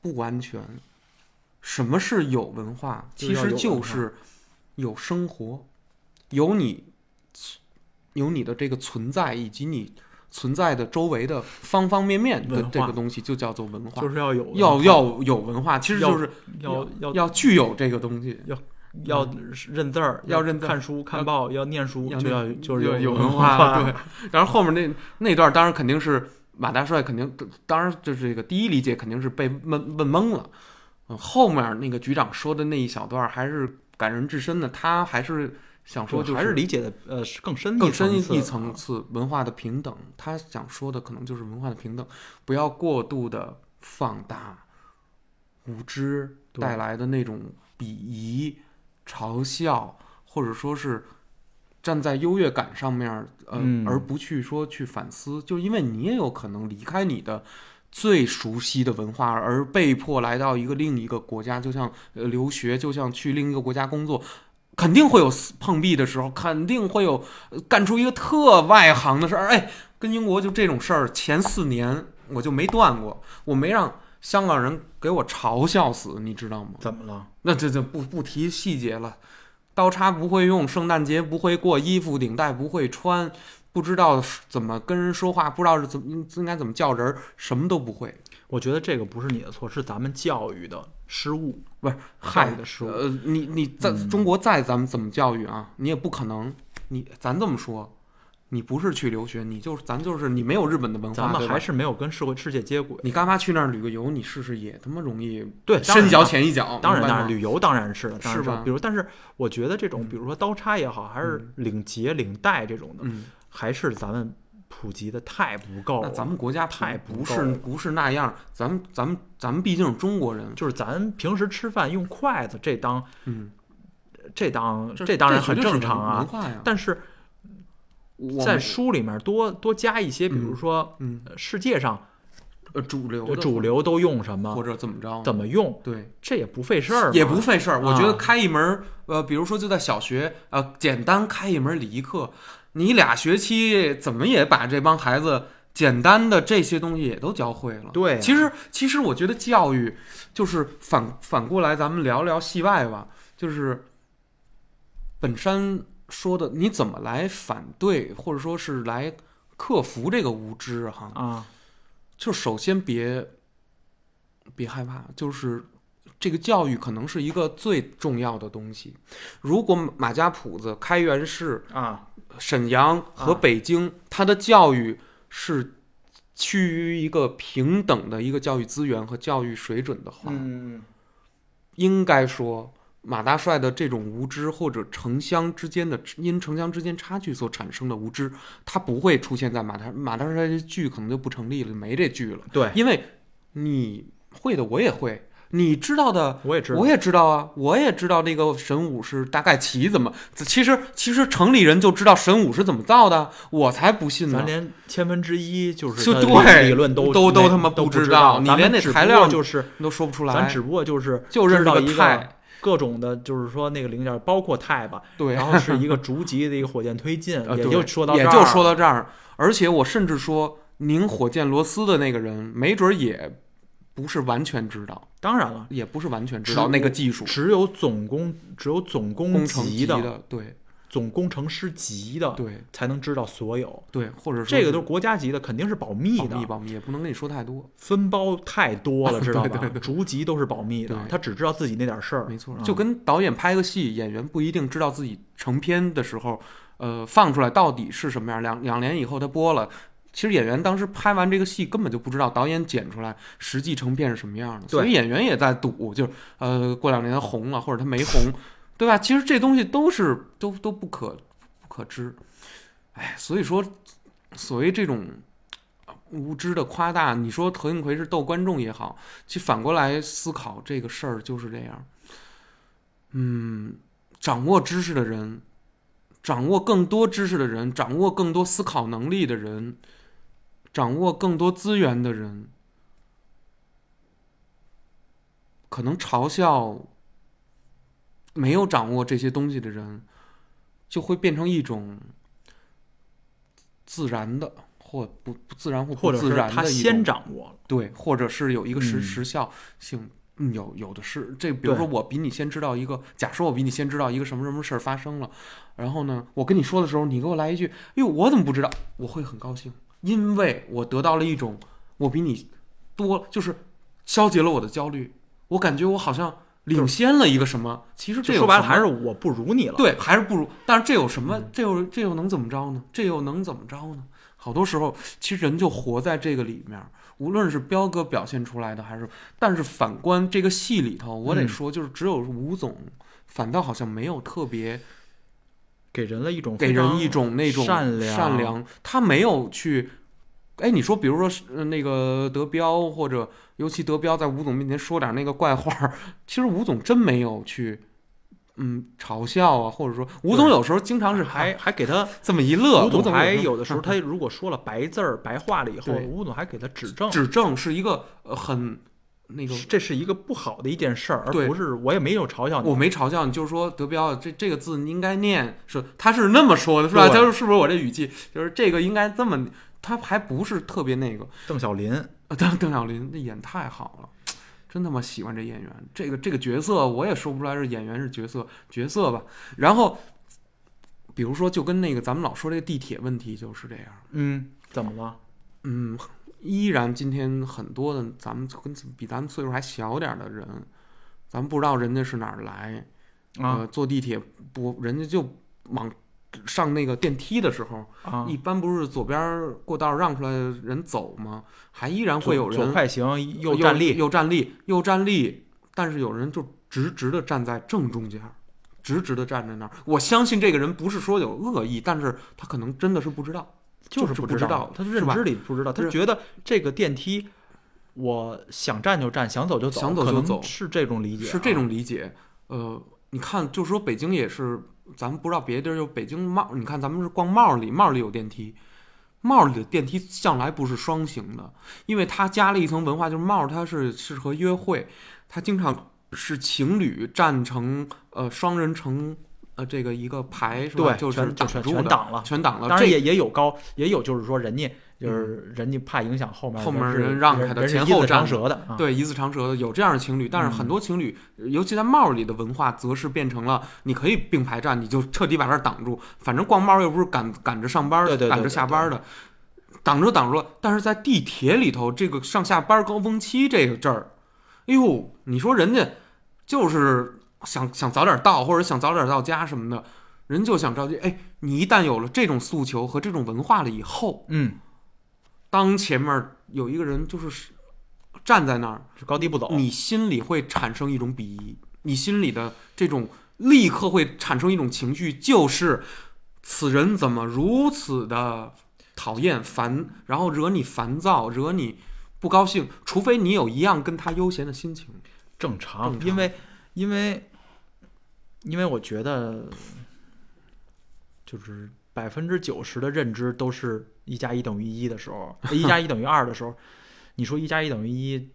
A: 不完全。什么是有文化？
B: 就是
A: 其
B: 要有
A: 实
B: 文化
A: 就是有生活，有你有你的这个存在，以及你存在的周围的方方面面的
B: 文化
A: 这个东西，就叫做文化。
B: 就是要有文化
A: 要要有文化，其实
B: 要
A: 就是
B: 要要
A: 要具有这个东西。
B: 要认字儿，
A: 要认字儿
B: 看书、看报，要念书，
A: 要
B: 就
A: 念
B: 要就是
A: 有
B: 有
A: 文
B: 化。
A: 对。然后后面那那段当然肯定是马大帅肯定，呃当然就是这个第一理解肯定是被问问懵了。嗯，后面那个局长说的那一小段还是感人至深的，他还是想说
B: 说
A: 就
B: 还是理解的呃是更深
A: 更深
B: 次啊
A: 一层次文化的平等，他想说的可能就是文化的平等，不要过度的放大无知
B: 对
A: 带来的那种鄙夷、嘲笑，或者说是站在优越感上面，呃，
B: 嗯
A: 而不去说去反思，就是因为你也有可能离开你的。最熟悉的文化，而被迫来到一个另一个国家，就像呃留学，就像去另一个国家工作，肯定会有碰壁的时候，肯定会有干出一个特外行的事儿。哎，跟英国就这种事儿，前四年我就没断过，我没让香港人给我嘲笑死，你知道吗？
B: 怎么了？
A: 那这这不不提细节了，刀叉不会用，圣诞节不会过，衣服领带不会穿，不知道怎么跟人说话，不知道是怎么应应该怎么叫人儿，什么都不会。
B: 我觉得这个不是你的错，是咱们教育的失误，
A: 不是
B: 教
A: 嗨
B: 育，的失误。
A: 呃，你你在中国再咱们怎么教育啊，你也不可能。你咱这么说，你不是去留学，你就是咱就是你没有日本的文化，
B: 咱们
A: 对吧
B: 还是没有跟社会世界接轨。
A: 你干嘛去那儿旅个游？你试试也他妈容易
B: 对，当
A: 深
B: 然
A: 一脚
B: 了
A: 浅一脚，
B: 当然，
A: 明白
B: 当
A: 吗
B: 然，旅游当然是了，当然
A: 是吧
B: 了比如，但是我觉得这种，
A: 嗯
B: 比如说刀叉也好，还是领结、领带这种的，
A: 嗯，
B: 还是咱们普及的太不够
A: 那
B: 了。
A: 咱们国家不
B: 太不
A: 不
B: 够
A: 是
B: 了
A: 不是那样，咱们咱们咱们毕竟是中国人，
B: 就是咱平时吃饭用筷子，这当
A: 嗯，
B: 这当
A: 这
B: 这当然
A: 绝
B: 很
A: 对是
B: 正常
A: 文
B: 啊。
A: 化呀，
B: 但是
A: 我
B: 在
A: 们
B: 书里面多多加一些，比如说
A: 嗯
B: 呃世界上
A: 呃主流的
B: 主流都用什
A: 或
B: 么，
A: 者怎么着，
B: 怎么用，
A: 对，
B: 这也不费事儿嘛，
A: 也不费事儿。我觉得
B: 啊
A: 开一门儿，呃，比如说就在小学，呃，简单开一门礼仪课，你俩学期怎么也把这帮孩子简单的这些东西也都教会了。
B: 对呀啊
A: 其实其实我觉得教育就是反反过来，咱们聊聊戏外吧，就是本山说的，你怎么来反对，或者说是来克服这个无知哈、
B: 啊。
A: 就首先别别害怕，就是这个教育可能是一个最重要的东西。如果马家铺子、开元市、
B: 啊，
A: 沈阳和
B: 啊
A: 北京，它的教育是趋于一个平等的一个教育资源和教育水准的话，
B: 嗯，
A: 应该说。马大帅的这种无知，或者城乡之间的因城乡之间差距所产生的无知，它不会出现在马大马大帅这剧可能就不成立了，没这剧了。
B: 对，
A: 因为你会的我也会，你知道的
B: 我也知道
A: 我，也知道啊，我也知道那个神武是大概棋怎么。其实其实城里人就知道神武是怎么造的，我才不信呢
B: 咱。连千分之一就是
A: 就
B: 它的
A: 对
B: 理论都
A: 都
B: 都
A: 都他妈
B: 都
A: 不
B: 不
A: 知道
B: 道，
A: 你
B: 咱
A: 连
B: 们
A: 那
B: 只不
A: 材
B: 过
A: 料
B: 就是
A: 你都说不出
B: 咱
A: 来
B: 只，不过就是
A: 就认识
B: 知道
A: 个
B: 一
A: 态。
B: 各种的，就是说那个零件，包括钛吧，
A: 对，，
B: 然后是一个逐级的一个火箭推进
A: 呃
B: 也
A: 对
B: 就说到
A: 也
B: 这儿
A: 就说到这儿。而且我甚至说，拧火箭螺丝的那个人，没准儿也不是完全知道，
B: 当然了，
A: 也不是完全知
B: 只
A: 道那
B: 有
A: 个技术
B: 只有总工只有总工
A: 工程
B: 级的
A: 的，对
B: 总工程师级的
A: 对
B: 才能知道所有，
A: 对，或者说
B: 这个
A: 是
B: 都是国家级的，肯定是保密
A: 保
B: 的，
A: 密保密，也不能跟你说太多。
B: 分包太 多了，知道吧？
A: 对
B: 逐级都是保密的
A: 对，
B: 他只知道自己那点事儿，
A: 没错，
B: 嗯
A: 就跟导演拍个戏，演员不一定知道自己成片的时候，呃，放出来到底是什么样。两两年以后他播了，其实演员当时拍完这个戏根本就不知道导演剪出来实际成片是什么样的，所以
B: 对
A: 演员也在赌，就是呃，过两年他红了或者他没红， 对吧？其实这东西都是都都不可不可知。哎，所以说，所谓这种呃无知的夸大，你说何应奎是逗观众也好，其实反过来思考这个事儿就是这样。嗯，掌握知识的人，掌握更多知识的人，掌握更多思考能力的人，掌握更多资源的人，可能嘲笑没有掌握这些东西的人，就会变成一种自然的或不不自然或
B: 或
A: 不
B: 者
A: 自
B: 是
A: 然
B: 他
A: 的一
B: 先
A: 种
B: 掌握了，
A: 对，或者是有一个时
B: 嗯
A: 时效性，嗯有有的是。这比如说
B: 对
A: 我比你先知道一个，假说我比你先知道一个什么什么事儿发生了，然后呢，我跟你说的时候，你给我来一句，哎呦，我怎么不知道？我会很高兴，因为我得到了一种我比你多，就是消解了我的焦虑，我感觉我好像领先了一个什么。其实这
B: 就
A: 有
B: 说白了
A: 什么
B: 还是我不如你了。
A: 对，还是不如。但是这有什么？这又这又能怎么着呢？这又能怎么着呢？好多时候，其实人就活在这个里面儿，无论是彪哥表现出来的，还是但是反观这个戏里头，我得
B: 嗯
A: 说，就是只有吴总，反倒好像没有特别
B: 给人了一种
A: 给
B: 非
A: 人
B: 常
A: 一种那种
B: 善良
A: 善良，他没有去。哎，你说，比如说是呃那个德彪，或者尤其德彪在吴总面前说点那个怪话儿，其实吴总真没有去，嗯，嘲笑啊，或者说吴总
B: 对
A: 有时候经常是
B: 还还给他
A: 这么一乐，
B: 吴
A: 总
B: 总还
A: 时候
B: 有 的时候，他如果说了白字儿、白话了以后，
A: 对
B: 吴总还给他指正，
A: 指正是一个呃很那个，
B: 这是一个不好的一件事儿，而
A: 对
B: 不是我也没有嘲笑你
A: 我。没嘲笑你，就是说德彪这这个字你应该念是，他是那么说的，是吧？
B: 对
A: 他说是不是我这语气就是这个应该这么，他还不是特别那个。
B: 邓小林，
A: 呃邓邓小林那演太好了，真他妈喜欢这演员，这个这个角色我也说不出来是演员是角色角色吧。然后，比如说就跟那个咱们老说这个地铁问题就是这样。
B: 嗯，怎么了？
A: 嗯，依然今天很多的咱们跟比咱们岁数还小点儿的人，咱们不知道人家是哪儿来，
B: 啊，
A: 呃，坐地铁不，人家就往上那个电梯的时候，
B: 啊，
A: 呃一般不是左边过道让出来人走吗？还依然会有
B: 左左
A: 人
B: 快行，
A: 又
B: 右站立，
A: 又站立，又站立，但是有人就直直的站在正中间，直直的站在那儿。我相信这个人不是说有恶意，但是他可能真的是不知道。
B: 就是
A: 就是不
B: 知
A: 知道
B: 他的
A: 是
B: 认
A: 吧
B: 知里不知道，他
A: 是
B: 觉得这个电梯，我想站就站，想走就走，
A: 想走
B: 可
A: 就
B: 能
A: 走
B: 是这种理解、啊
A: 是这。种理解。呃，你看，就是说北京也是，咱们不知道别的地儿，就北京帽，你看咱们是逛帽里，帽里有电梯，帽里的电梯向来不是双行的，因为它加了一层文化，就是帽它是适合约会，它经常是情侣站成呃双人成呃这个一个排，是吧
B: 对，
A: 就是
B: 全就
A: 挡
B: 全
A: 住
B: 全
A: 的，
B: 挡了，
A: 全挡了。
B: 当然
A: 这嗯
B: 也也有高，也有就是说人家就是人家怕影响后面
A: 后面
B: 人是
A: 人让开的
B: 人是
A: 前
B: 一
A: 后
B: 字长
A: 站
B: 蛇的，啊，嗯
A: 对，一字长蛇的有这样的情侣，但是很多情侣，呃尤其在帽里的文化，则是变成了你可以并排站，你就彻底把这儿挡住。反正逛帽又不是赶赶着上班儿
B: 对对对
A: 赶着
B: 对
A: 下
B: 对
A: 班儿的，挡着挡着。但是在地铁里头，这个上下班高峰期这个阵儿，哎呦，你说人家就是想想早点到，或者想早点到家什么的，人就想着急。哎，你一旦有了这种诉求和这种文化了以后，
B: 嗯，
A: 当前面有一个人就是站在那儿。
B: 是高低不走，
A: 你心里会产生一种鄙夷，你心里的这种立刻会产生一种情绪，就是此人怎么如此的讨厌烦，然后惹你烦躁，惹你不高兴。除非你有一样跟他悠闲的心情，
B: 正常，
A: 正常
B: 因为因为因为我觉得就是百分之九十的认知都是一加一等于一的时候，呃一加一等于二的时候，你说一加一等于一，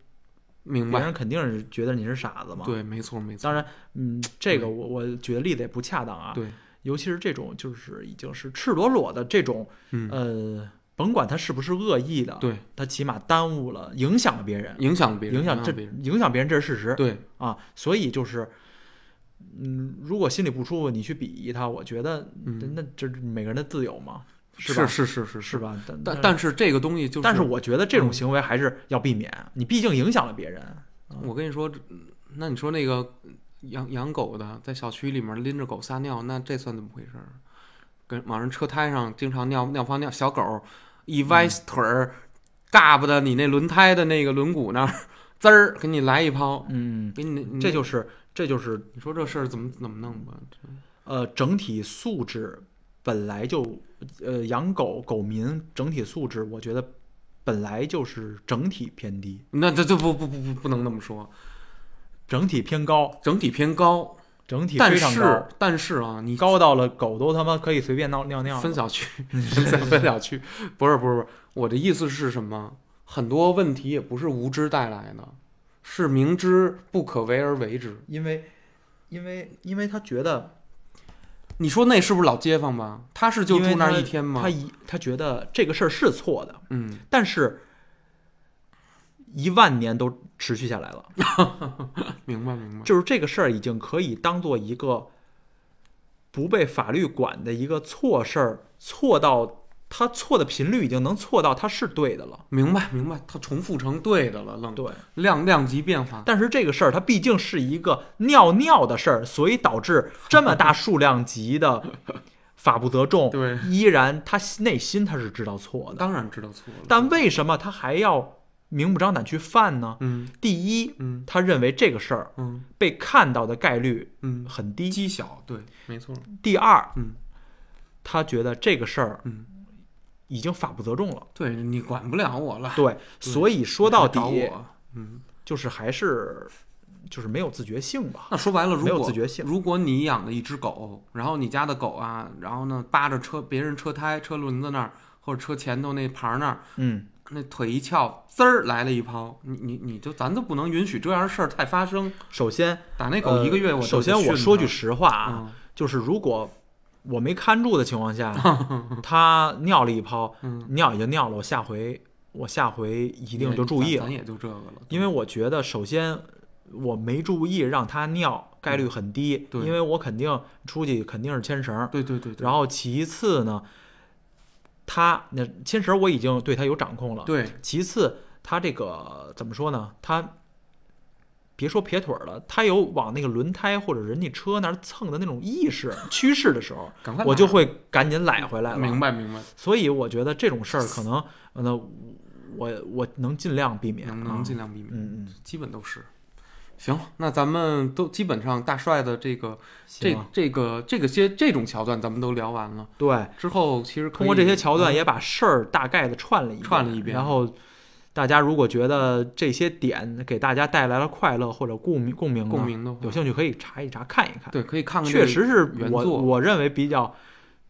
A: 明
B: 别
A: 白？
B: 人肯定是觉得你是傻子嘛。，
A: 对，没错，没错。
B: 当然，嗯，这个我我举的例子也不恰当啊。
A: 对，
B: 尤其是这种就是已经是赤裸裸的这种，
A: 嗯
B: 呃，甭管他是不是恶意的，
A: 对，
B: 他起码耽误了，影响了别人，
A: 影响别人，
B: 影响这
A: 别人。
B: 影响别人，这是事实。
A: 对，
B: 啊，所以就是，嗯，如果心里不舒服，你去鄙夷他，我觉得那
A: 嗯，
B: 那这是每个人的自由嘛，是吧？
A: 是是是是
B: 是。吧？但
A: 但
B: 但
A: 但是这个东西就是，
B: 但是我觉得这种
A: 嗯
B: 行为还是要避免，你毕竟影响了别人。
A: 我跟你说，那你说那个养养狗的在小区里面拎着狗撒尿，那这算怎么回事儿？跟往人车胎上经常尿尿泡尿，小狗一
B: 嗯
A: 歪腿儿，嘎巴的你那轮胎的那个轮毂那儿，滋儿给你来一泡，
B: 嗯，
A: 给你那
B: 这就是这就是
A: 你说这事儿怎么怎么弄吧？
B: 呃，整体素质本来就呃，养狗狗民整体素质，我觉得本来就是整体偏低，
A: 那这这不不不不不能那么说，
B: 整体偏高，
A: 整体偏高，
B: 整体
A: 但
B: 非常
A: 是
B: 高，
A: 但是啊，你
B: 高到了狗都他妈可以随便尿尿尿了。
A: 分小区， 分小分小区，不是不是不是，我的意思是什么？很多问题也不是无知带来的，是明知不可为而为之。
B: 因为，因为，因为他觉得
A: 你说那是不是老街坊吧？他是就
B: 因为
A: 住那儿
B: 他
A: 一天吗
B: 他？一他觉得这个事儿是错的，
A: 嗯，
B: 但是一万年都持续下 来了，
A: 明白明白。
B: 就是这个事儿已经可以当做一个不被法律管的一个错事儿，错到他错的频率已经能错到他是对的了。
A: 明白明白，他重复成对的了，愣
B: 对，
A: 量量级变化，
B: 但是这个事儿它毕竟是一个尿尿的事儿，所以导致这么大数量级的 法不责众。
A: 对，
B: 依然他内心他是知道错的，
A: 当然知道错了。
B: 但为什么他还要明目张胆去犯呢？
A: 嗯
B: 第一，
A: 嗯
B: 他认为这个事儿
A: 嗯
B: 被看到的概率
A: 嗯，
B: 很低；
A: 机小对，没错。
B: 第二，
A: 嗯
B: 他觉得这个事儿
A: 嗯，
B: 已经法不责众了。
A: 对你管不了我了。
B: 啊对，所以说到
A: 找
B: 底
A: 我，嗯。
B: 就是还是就是没有自觉性吧。
A: 那说白了，如
B: 没有
A: 果
B: 自觉性
A: 如果你养的一只狗，然后你家的狗啊，然后呢扒着车别人车胎、车轮子那儿或者车前头那盘儿那儿，
B: 嗯，
A: 那腿一翘，滋儿来了一泡，你你你就咱就不能允许这样的事儿再发生。
B: 首先
A: 打那狗一个月我
B: 呃
A: 就
B: 首先
A: 训
B: 我
A: 它
B: 说句实话啊，
A: 啊，
B: 就是如果我没看住的情 况下，他尿了一泡，
A: 嗯，
B: 尿也就尿了，我下回我下回一
A: 一
B: 定就注意了
A: 咱。也就这个了，
B: 因为我觉得，首先我没注意让它尿，概率很低，
A: 嗯对
B: 因为我肯定出去肯定是牵绳儿。
A: 对对对对
B: 然后其次呢，它那牵绳儿我已经啊对它有掌控了。
A: 对
B: 其次，它这个怎么说呢？它别说撇腿儿了，他有往那个轮胎或者人家车那儿蹭的那种意识、 趋势的时候，
A: 赶快拿
B: 我就会赶紧揽回来了。
A: 明白明白，
B: 所以我觉得这种事儿可能，呃那我我能尽量避免，
A: 能能尽量避免，
B: 嗯嗯，
A: 基本都是。行，那咱们都基本上大帅的这个这
B: 行啊
A: 这个这个些这种桥段，咱们都聊完了。
B: 对，
A: 之后其实可
B: 通过
A: 以啊
B: 这些桥段也把事儿大概的串了一遍
A: 串了一遍
B: 然后大家如果觉得这些点给大家带来了快乐或者共鸣共鸣呢
A: 共，鸣的话，
B: 嗯有兴趣可以查一查看一看。
A: 对，可以看看这
B: 确
A: 个。
B: 实是
A: 原
B: 我
A: 作
B: 我认为比较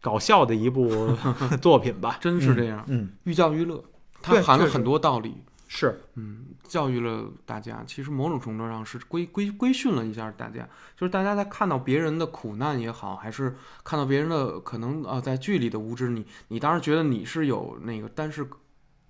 B: 搞笑的一部 作品吧，
A: 真是这样
B: 嗯，嗯，
A: 寓教于乐，它
B: 对
A: 含了
B: 确实
A: 很多道理，
B: 是
A: 嗯，教育了大家。其实某种程度上是规规规训了一下大家，就是大家在看到别人的苦难也好，还是看到别人的可能啊、呃在剧里的无知，你你当时觉得你是有那个，但是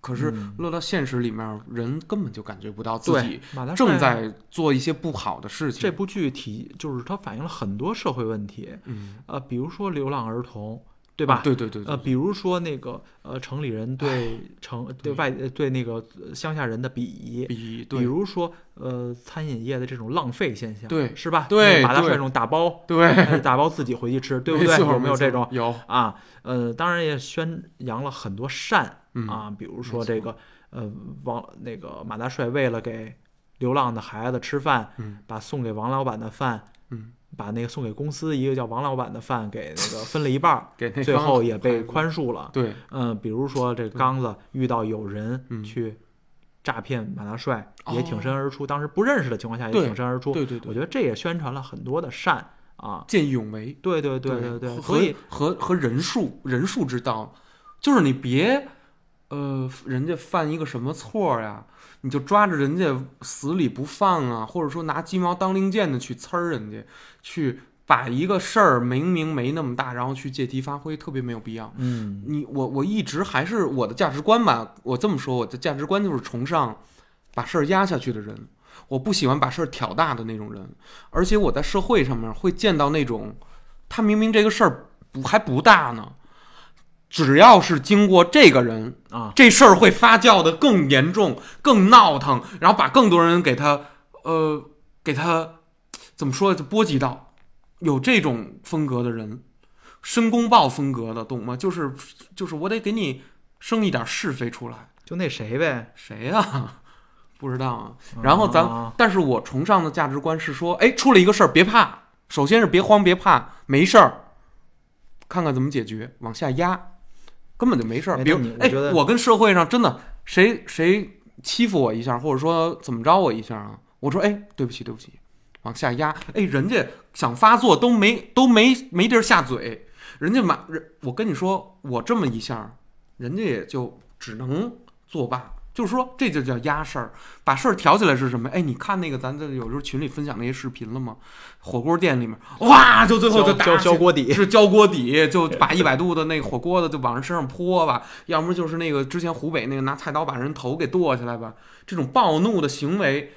A: 可是
B: 嗯
A: 落到现实里面，人根本就感觉不到自己
B: 对马大帅
A: 正在做一些不好的事情。
B: 这部剧体就是它反映了很多社会问题，
A: 嗯，
B: 呃，比如说流浪儿童，对吧？
A: 啊对对对对，
B: 呃，比如说那个呃，城里人对城对外呃对那个呃乡下人的鄙夷，
A: 比
B: 比
A: 对
B: 如说呃，餐饮业的这种浪费现象，
A: 对
B: 是吧？
A: 对
B: 马大帅
A: 对
B: 这种 打包，
A: 对，
B: 呃打包自己回去吃，对不
A: 没
B: 对？
A: 错
B: 有没有
A: 错
B: 这种
A: 有
B: 啊？呃，当然也宣扬了很多善
A: 嗯
B: 啊，比如
A: 没
B: 说这个呃，王那个马大帅为了给流浪的孩子吃饭，
A: 嗯
B: 把送给王老板的饭，
A: 嗯，，
B: 把那个送给公司一个叫王老板的饭给那个分了一半儿
A: 给那
B: 最
A: 帮
B: 后也
A: 孩
B: 被
A: 子
B: 宽恕了。
A: 对
B: 嗯，比如说这刚子遇到有人
A: 嗯
B: 去诈骗马大帅，
A: 哦
B: 也挺身而出，当时不认识的情况下也
A: 对
B: 挺身而出。
A: 对对对
B: 我觉得这也宣传了很多的善啊。
A: 见义勇为。
B: 对对对
A: 对
B: 对，
A: 和
B: 所以
A: 和和人数人数之道，就是你别，呃，人家犯一个什么错儿呀，你就抓着人家死理不放啊，或者说拿鸡毛当令箭的去呲儿人家，去把一个事儿明明没那么大，然后去借题发挥，特别没有必要。
B: 嗯，
A: 你我我一直还是我的价值观吧，我这么说，我的价值观就是崇尚把事儿压下去的人，我不喜欢把事儿挑大的那种人，而且我在社会上面会见到那种，他明明这个事儿不还不大呢，只要是经过这个人
B: 啊，
A: 这事儿会发酵的更严重、更闹腾，然后把更多人给他呃给他怎么说就波及到，有这种风格的人，申公豹风格的，懂吗？就是就是我得给你生一点是非出来。
B: 就那谁呗。
A: 谁呀、 不知道啊。然后咱，
B: 啊
A: 但是我崇尚的价值观是说，哎，出了一个事儿别怕，首先是别慌别怕，没事儿，看看怎么解决，往下压，根本就没事儿。
B: 哎
A: 比如
B: 那你，我
A: 哎
B: 觉，得
A: 我跟社会上真的谁谁欺负我一下，或者说怎么着我一下啊，我说哎，对不起对不起，往下压，哎，人家想发作都没都没没地儿下嘴，人家马人，我跟你说，我这么一下，人家也就只能作罢。就是说，这就叫压事儿，把事儿挑起来是什么？哎，你看那个咱这有时候群里分享那些视频了吗？火锅店里面，哇，就最后就
B: 浇
A: 打
B: 浇
A: 起
B: 浇锅底，
A: 是浇锅底，就把一百度的那个火锅的就往人身上泼吧，要么就是那个之前湖北那个拿菜刀把人头给剁下来吧，这种暴怒的行为，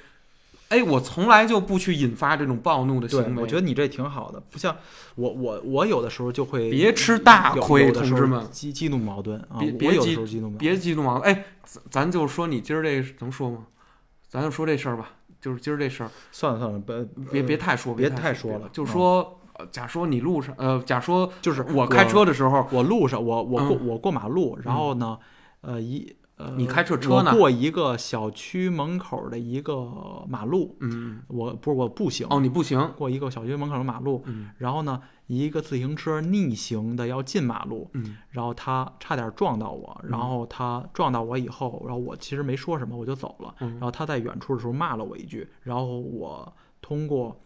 A: 哎，我从来就不去引发这种暴怒的
B: 对
A: 行，为。
B: 我觉得你这挺好的，不像我我我有的时候就会
A: 别吃大
B: 有
A: 亏
B: 有的时候
A: 同志们
B: 激激怒矛盾啊，
A: 别
B: 我
A: 别
B: 我有的
A: 激
B: 时候激怒矛盾，
A: 别激动啊！哎，咱咱就说你今儿这能说吗？咱就说这事儿吧，就是今儿这事儿，
B: 算了算了，别
A: 别
B: 呃
A: 别太说，
B: 别
A: 太
B: 太说了
A: 就
B: 嗯
A: 说，呃假说你路上，呃，假说
B: 就是
A: 我开车的时候，
B: 我路上，我我过、我过马路，然后呢，呃一呃，
A: 嗯你开车车呢
B: 我过一个小区门口的一个马路，
A: 嗯，
B: 我不是我步行，
A: 哦，你不行，
B: 过一个小区门口的马路，
A: 嗯
B: 然后呢，一个自行车逆行的要进马路，
A: 嗯
B: 然后他差点撞到我，然后他撞到我以后，然后我其实没说什么，我就走了，
A: 嗯
B: 然后他在远处的时候骂了我一句，然后我通过。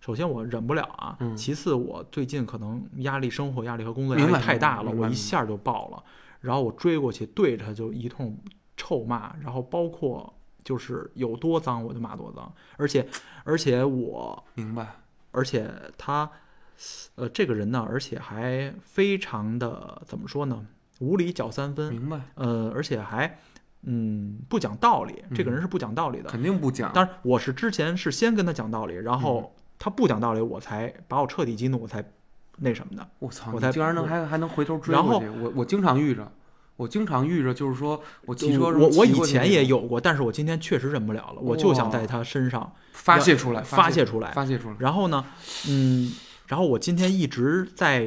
B: 首先我忍不了啊，
A: 嗯
B: 其次我最近可能压力、生活压力和工作压
A: 明
B: 力
A: 白
B: 太大了，
A: 明白
B: 我
A: 明
B: 一
A: 白
B: 下就爆了，然后我追过去对着他就一通臭骂，然后包括就是有多脏我就骂多脏，而且而且我
A: 明白，
B: 而且他呃这个人呢，而且还非常的怎么说呢，无理搅三分，
A: 明白，
B: 呃，而且还嗯不讲道理，这
A: 嗯
B: 个人是不讲道理的，
A: 肯定不讲。
B: 当然，我是之前是先跟他讲道理，然后
A: 嗯
B: 他不讲道理，我才把我彻底激怒，我才那什么的。
A: 我操！
B: 我
A: 你
B: 才
A: 竟然能
B: 我
A: 还还能回头追
B: 然
A: 回
B: 后
A: 去，我我经常遇着，我经常遇着，就是说我骑车
B: 我我
A: 骑
B: 以
A: 过去那
B: 前也
A: 种
B: 有过，但是我今天确实忍不了了，我就想在他身上
A: 发泄出来，
B: 发
A: 泄
B: 泄出来。
A: 发泄出来。
B: 然后呢，嗯，然后我今天一直在，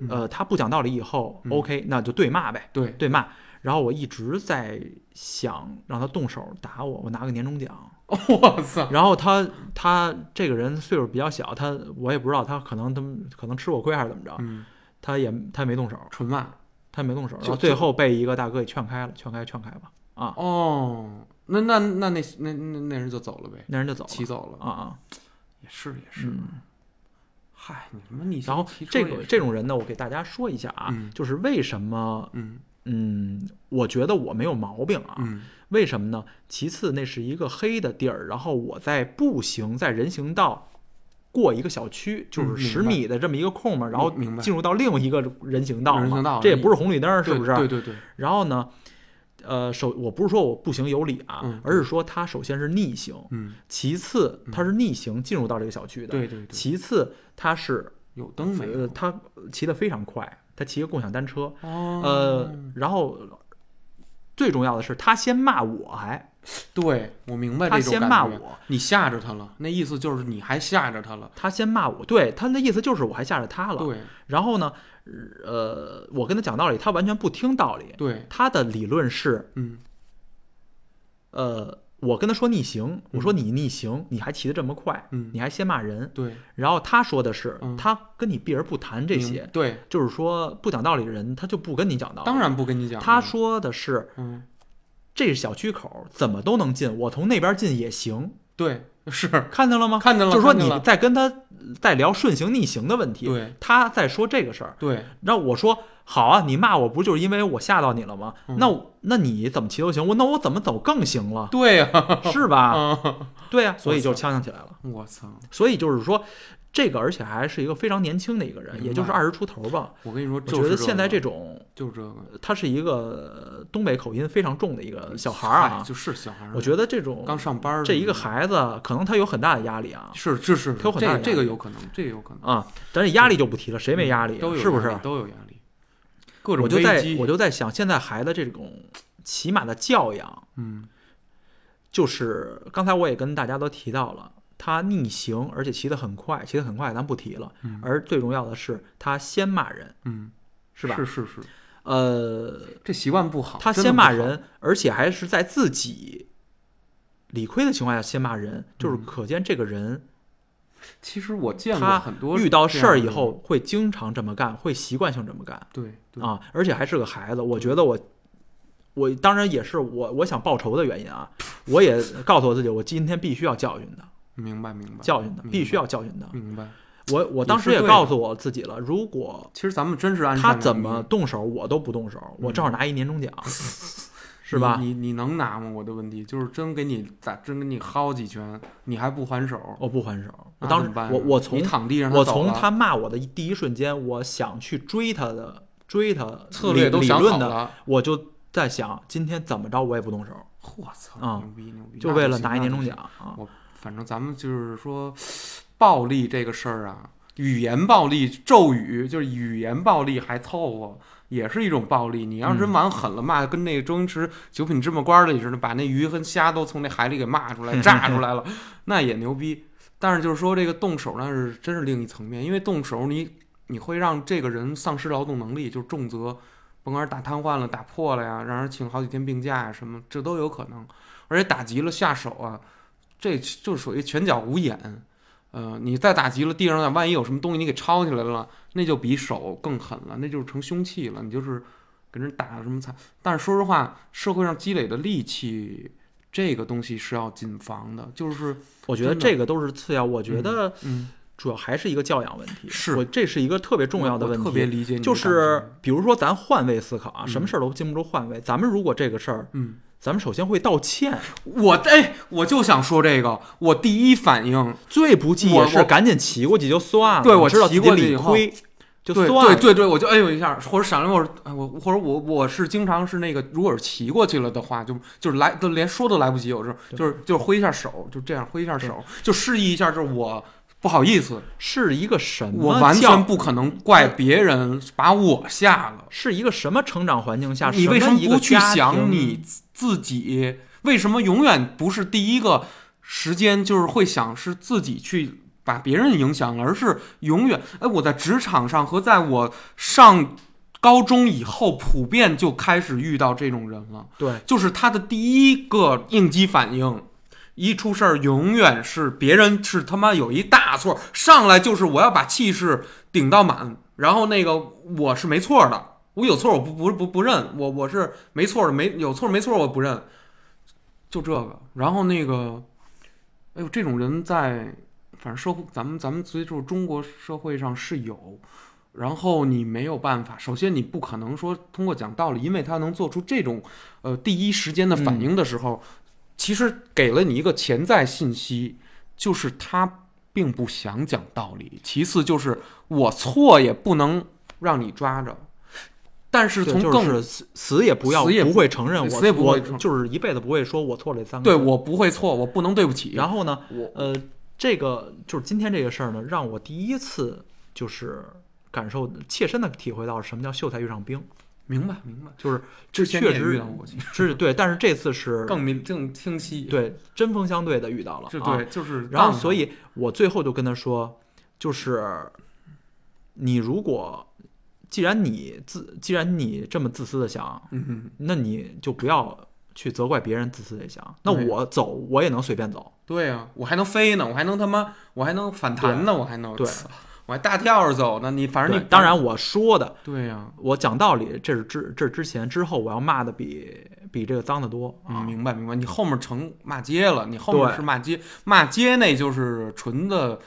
A: 嗯
B: 呃，他不讲道理以后、
A: 嗯
B: o k 那就对骂呗，
A: 对，
B: 对骂。然后我一直在想让他动手打我，我拿个年终奖。
A: 我操，
B: 然后他他这个人岁数比较小，他我也不知道他可能他可能吃我亏还是怎么着，
A: 嗯，
B: 他也他也没动手，
A: 纯骂。
B: 他也没动手。然
A: 就
B: 后最后被一个大哥给劝开了，劝开劝开吧，啊，
A: 哦，那那那那那那那人就走了呗，
B: 那人就走了
A: 骑走了。
B: 啊啊，
A: 也是也是，
B: 嗯。
A: 嗨，你他妈逆袭
B: 然后
A: 骑车
B: 这
A: 也
B: 个
A: 是
B: 这种人呢，我给大家说一下啊，
A: 嗯
B: 就是为什么，
A: 嗯
B: 嗯，我觉得我没有毛病啊，
A: 嗯
B: 为什么呢？其次，那是一个黑的地儿，然后我在步行在人行道。过一个小区就是
A: 嗯
B: 十
A: 明白
B: 米的这么一个空嘛，然后
A: 明白
B: 进入到另一个人行道嘛，
A: 人行道
B: 这也不是红绿灯，是
A: 对
B: 不是？啊
A: 对对对，
B: 然后呢，呃，首我不是说我步行有理啊，
A: 嗯
B: 而是说它首先是逆行，
A: 嗯，
B: 其次它是逆行进入到这个小区的，
A: 对对对，
B: 其次它是
A: 有灯没
B: 呃，
A: 有？
B: 他骑得非常快，他骑个共享单车，
A: 哦，
B: 呃，，然后最重要的是，他先骂我还，
A: 对我明白
B: 他
A: 这种
B: 先
A: 感觉。
B: 骂我，
A: 你吓着他了，那意思就是你还吓着他了。
B: 他先骂我，对他的意思就是我还吓着他了。
A: 对
B: 然后呢，呃，我跟他讲道理，他完全不听道理，
A: 对，
B: 他的理论是，
A: 嗯
B: 呃，我跟他说逆行，我说你逆行，你还骑得这么快，
A: 嗯，
B: 你还先骂人，
A: 对
B: 然后他说的是，
A: 嗯
B: 他跟你避而不谈这
A: 明
B: 些，
A: 对，
B: 就是说不讲道理的人，他就不跟你讲道理。
A: 当，然不跟你讲了。
B: 他说的是。
A: 嗯，
B: 这小区口怎么都能进，我从那边进也行，
A: 对，是
B: 看见了吗？
A: 看见了，
B: 啊就是说
A: 看见
B: 你
A: 了
B: 在跟他呃在聊顺行逆行的问题，
A: 对
B: 他在说这个事儿。
A: 对
B: 然后我说好啊，你骂我不就是因为我吓到你了吗？
A: 嗯，
B: 那我那你怎么骑都行，我那我怎么走更行了
A: 对啊，
B: 是吧？
A: 嗯
B: 对啊，所以就呛呛起来了。
A: 我操！
B: 所以就是说，这个而且还是一个非常年轻的一个
A: 明
B: 人，
A: 白
B: 也就是二十出头吧。
A: 我跟你说，
B: 我
A: 就
B: 觉
A: 是
B: 得
A: 个
B: 现在这种，
A: 就是这个
B: 他是一个呃东北口音非常重的一个小孩儿
A: 嗨
B: 啊。
A: 就是小孩儿。
B: 我觉得这种
A: 刚嗯上班儿的
B: 这一个孩子可能他有很大的压力啊
A: 是这是
B: 他有很
A: 这
B: 大
A: 个
B: 的
A: 这
B: 压
A: 个
B: 力
A: 有可能，这个有可能，
B: 啊，但是压力就不提了，谁没压力啊？
A: 都有
B: 是不
A: 压力
B: 是？
A: 都有压力？各种
B: 我就
A: 危
B: 在
A: 机
B: 我就在想，现在孩子这种起码的教养，
A: 嗯
B: 就是刚才我也跟大家都提到了，他逆行，而且骑得很快，骑得很快，咱不提了。
A: 嗯
B: 而最重要的是，他先骂人，
A: 嗯，
B: 是吧？
A: 是是是，
B: 呃，
A: 这习惯不好。
B: 他
A: 真的
B: 先
A: 不
B: 骂
A: 好，
B: 人，而且还是在自己理亏的情况下先骂人，就是
A: 嗯
B: 可见这个人。
A: 其实我见过
B: 他
A: 很多
B: 遇到
A: 这
B: 事
A: 样
B: 儿
A: 的
B: 以
A: 人
B: 后会经常这么干，会习惯性这么干
A: 对对
B: 啊，而且还是个孩子。我觉得我，我当然也是我我想报仇的原因啊，我也告诉我自己，我今天必须要教训他，
A: 明白明白
B: 教训他，
A: 明白
B: 必须要教训他。
A: 明白。
B: 我我当时
A: 嗯也是
B: 也
A: 对的
B: 告诉我自己了，如果
A: 其实咱们真是按
B: 他
A: 善良
B: 怎
A: 的
B: 么
A: 你
B: 动手，我都不动手，我正好拿一年终奖， 是吧？
A: 嗯你你你能拿吗？我的问题就是真给你打，真给你薅几拳，你还不还手？
B: 我不还手，我
A: 那
B: 当
A: 怎
B: 时
A: 么办
B: 我
A: 呀
B: 我从
A: 你躺地上，
B: 我从
A: 他
B: 他骂我的一第一瞬间，我想去追他的追他
A: 策略
B: 理
A: 都
B: 理
A: 想
B: 论
A: 好
B: 的
A: 了。
B: 我就在想，今天怎么着我也不动手，
A: 我操，
B: 啊
A: 牛逼牛逼！
B: 就
A: 那
B: 为了
A: 行
B: 拿一年终。
A: 那
B: 奖
A: 行
B: 啊！
A: 反正咱们就是说，暴力这个事儿啊，语言暴力、咒语就是语言暴力还凑合。也是一种暴力，你要真往狠了骂，跟那个周星驰《九品芝麻官》里似的，把那鱼跟虾都从那海里给骂出来、炸出来了，那也牛逼。但是就是说，这个动手那是真是另一层面，因为动手你你会让这个人丧失劳动能力，就是重责，甭管是打瘫痪了、打破了呀，让人请好几天病假呀，什么这都有可能。而且打急了下手啊，这就属于拳脚无眼。呃，你再打急了，地上呢万一有什么东西你给抄起来了，那就比手更狠了，那就是成凶器了。你就是给人打什么惨。但是说实话，社会上积累的戾气，这个东西是要谨防的。就是，嗯
B: 我觉得
A: 真的
B: 这个都是次要，我觉得
A: 嗯，
B: 主要还是一个教养问题。
A: 是
B: 我这是一个特别重要的
A: 我
B: 问
A: 特别
B: 题，
A: 理解你的
B: 就
A: 感觉
B: 是，比如说咱换位思考啊，
A: 嗯
B: 什么事儿都经不住换位。咱们如果这个事儿，
A: 嗯，
B: 咱们首先会道歉，
A: 我哎，我就想说这个，我第一反应，
B: 最不济
A: 我
B: 也是
A: 我
B: 赶紧骑过去就算了。
A: 对我
B: 知道自
A: 骑
B: 己
A: 过去
B: 理
A: 以后
B: 亏，就
A: 对
B: 算了。
A: 对对对，我就哎呦一下，或者闪了一会儿，哎我或者我我是经常是那个，如果是骑过去了的话，就就是来都连说都来不及，有时候
B: 对
A: 就是就是挥一下手，就这样挥一下手，就示意一下，就是我不好意思，
B: 是一个什么
A: 我完
B: 叫
A: 全不可能怪别人把我吓了。
B: 是一个什么成长环境下，
A: 你为什
B: 么
A: 么
B: 一个
A: 不去
B: 家
A: 想
B: 庭
A: 你自自己？为什么永远不是第一个时间就是会想是自己去把别人影响了，而是永远哎，我在职场上和在我上高中以后，普遍就开始遇到这种人了。
B: 对
A: 就是他的第一个应激反应，一出事儿永远是别人是他妈有一大错，上来就是我要把气势顶到满，然后那个我是没错的，我有错我不不不不认，我我是没错的，没有错没错我不认，就这个，然后那个，哎呦，这种人在反正社会咱们咱们随就是中国社会上是有。然后你没有办法，首先你不可能说通过讲道理，因为他能做出这种呃第一时间的反应的时候，其实给了你一个潜在信息，就是他并不想讲道理。其次就是我错也不能让你抓着，但是
B: 对
A: 从
B: 就
A: 更、
B: 是死死也不要
A: 死也
B: 不
A: 不
B: 会承认我
A: 死也不
B: 我
A: 会承认
B: 就是一辈子不会说我错了这三个
A: 对
B: 字。
A: 我不会错，我不能对不起。
B: 然后呢，
A: 我
B: 呃，这个就是今天这个事儿呢，让我第一次就是感受切身的体会到什么叫秀才遇上兵，
A: 明白明白，
B: 就是这
A: 之前
B: 确
A: 也遇
B: 实
A: 到过其实
B: 是对，但是这次是
A: 更明更清晰。，
B: 对针锋相对的遇到了，
A: 是
B: 啊
A: 对，就是
B: 然
A: 当
B: 后，所以我最后就跟他说，就是你如果既然你自既然你这么自私的想，
A: 嗯哼，
B: 那你就不要去责怪别人自私的想。那
A: 对
B: 我走，我也能随便走。
A: 对啊，我还能飞呢，我还能他妈，我还能反弹呢，我还能
B: 对，
A: 我还大跳着走呢。你反正
B: 对
A: 你
B: 当然我说的，
A: 对呀、
B: 我讲道理，这是之这是之前之后我要骂的比比这个脏的多
A: 嗯，
B: 啊。
A: 明白明白，你后面成骂街了，你后面
B: 对
A: 是骂街，骂街那就是纯的，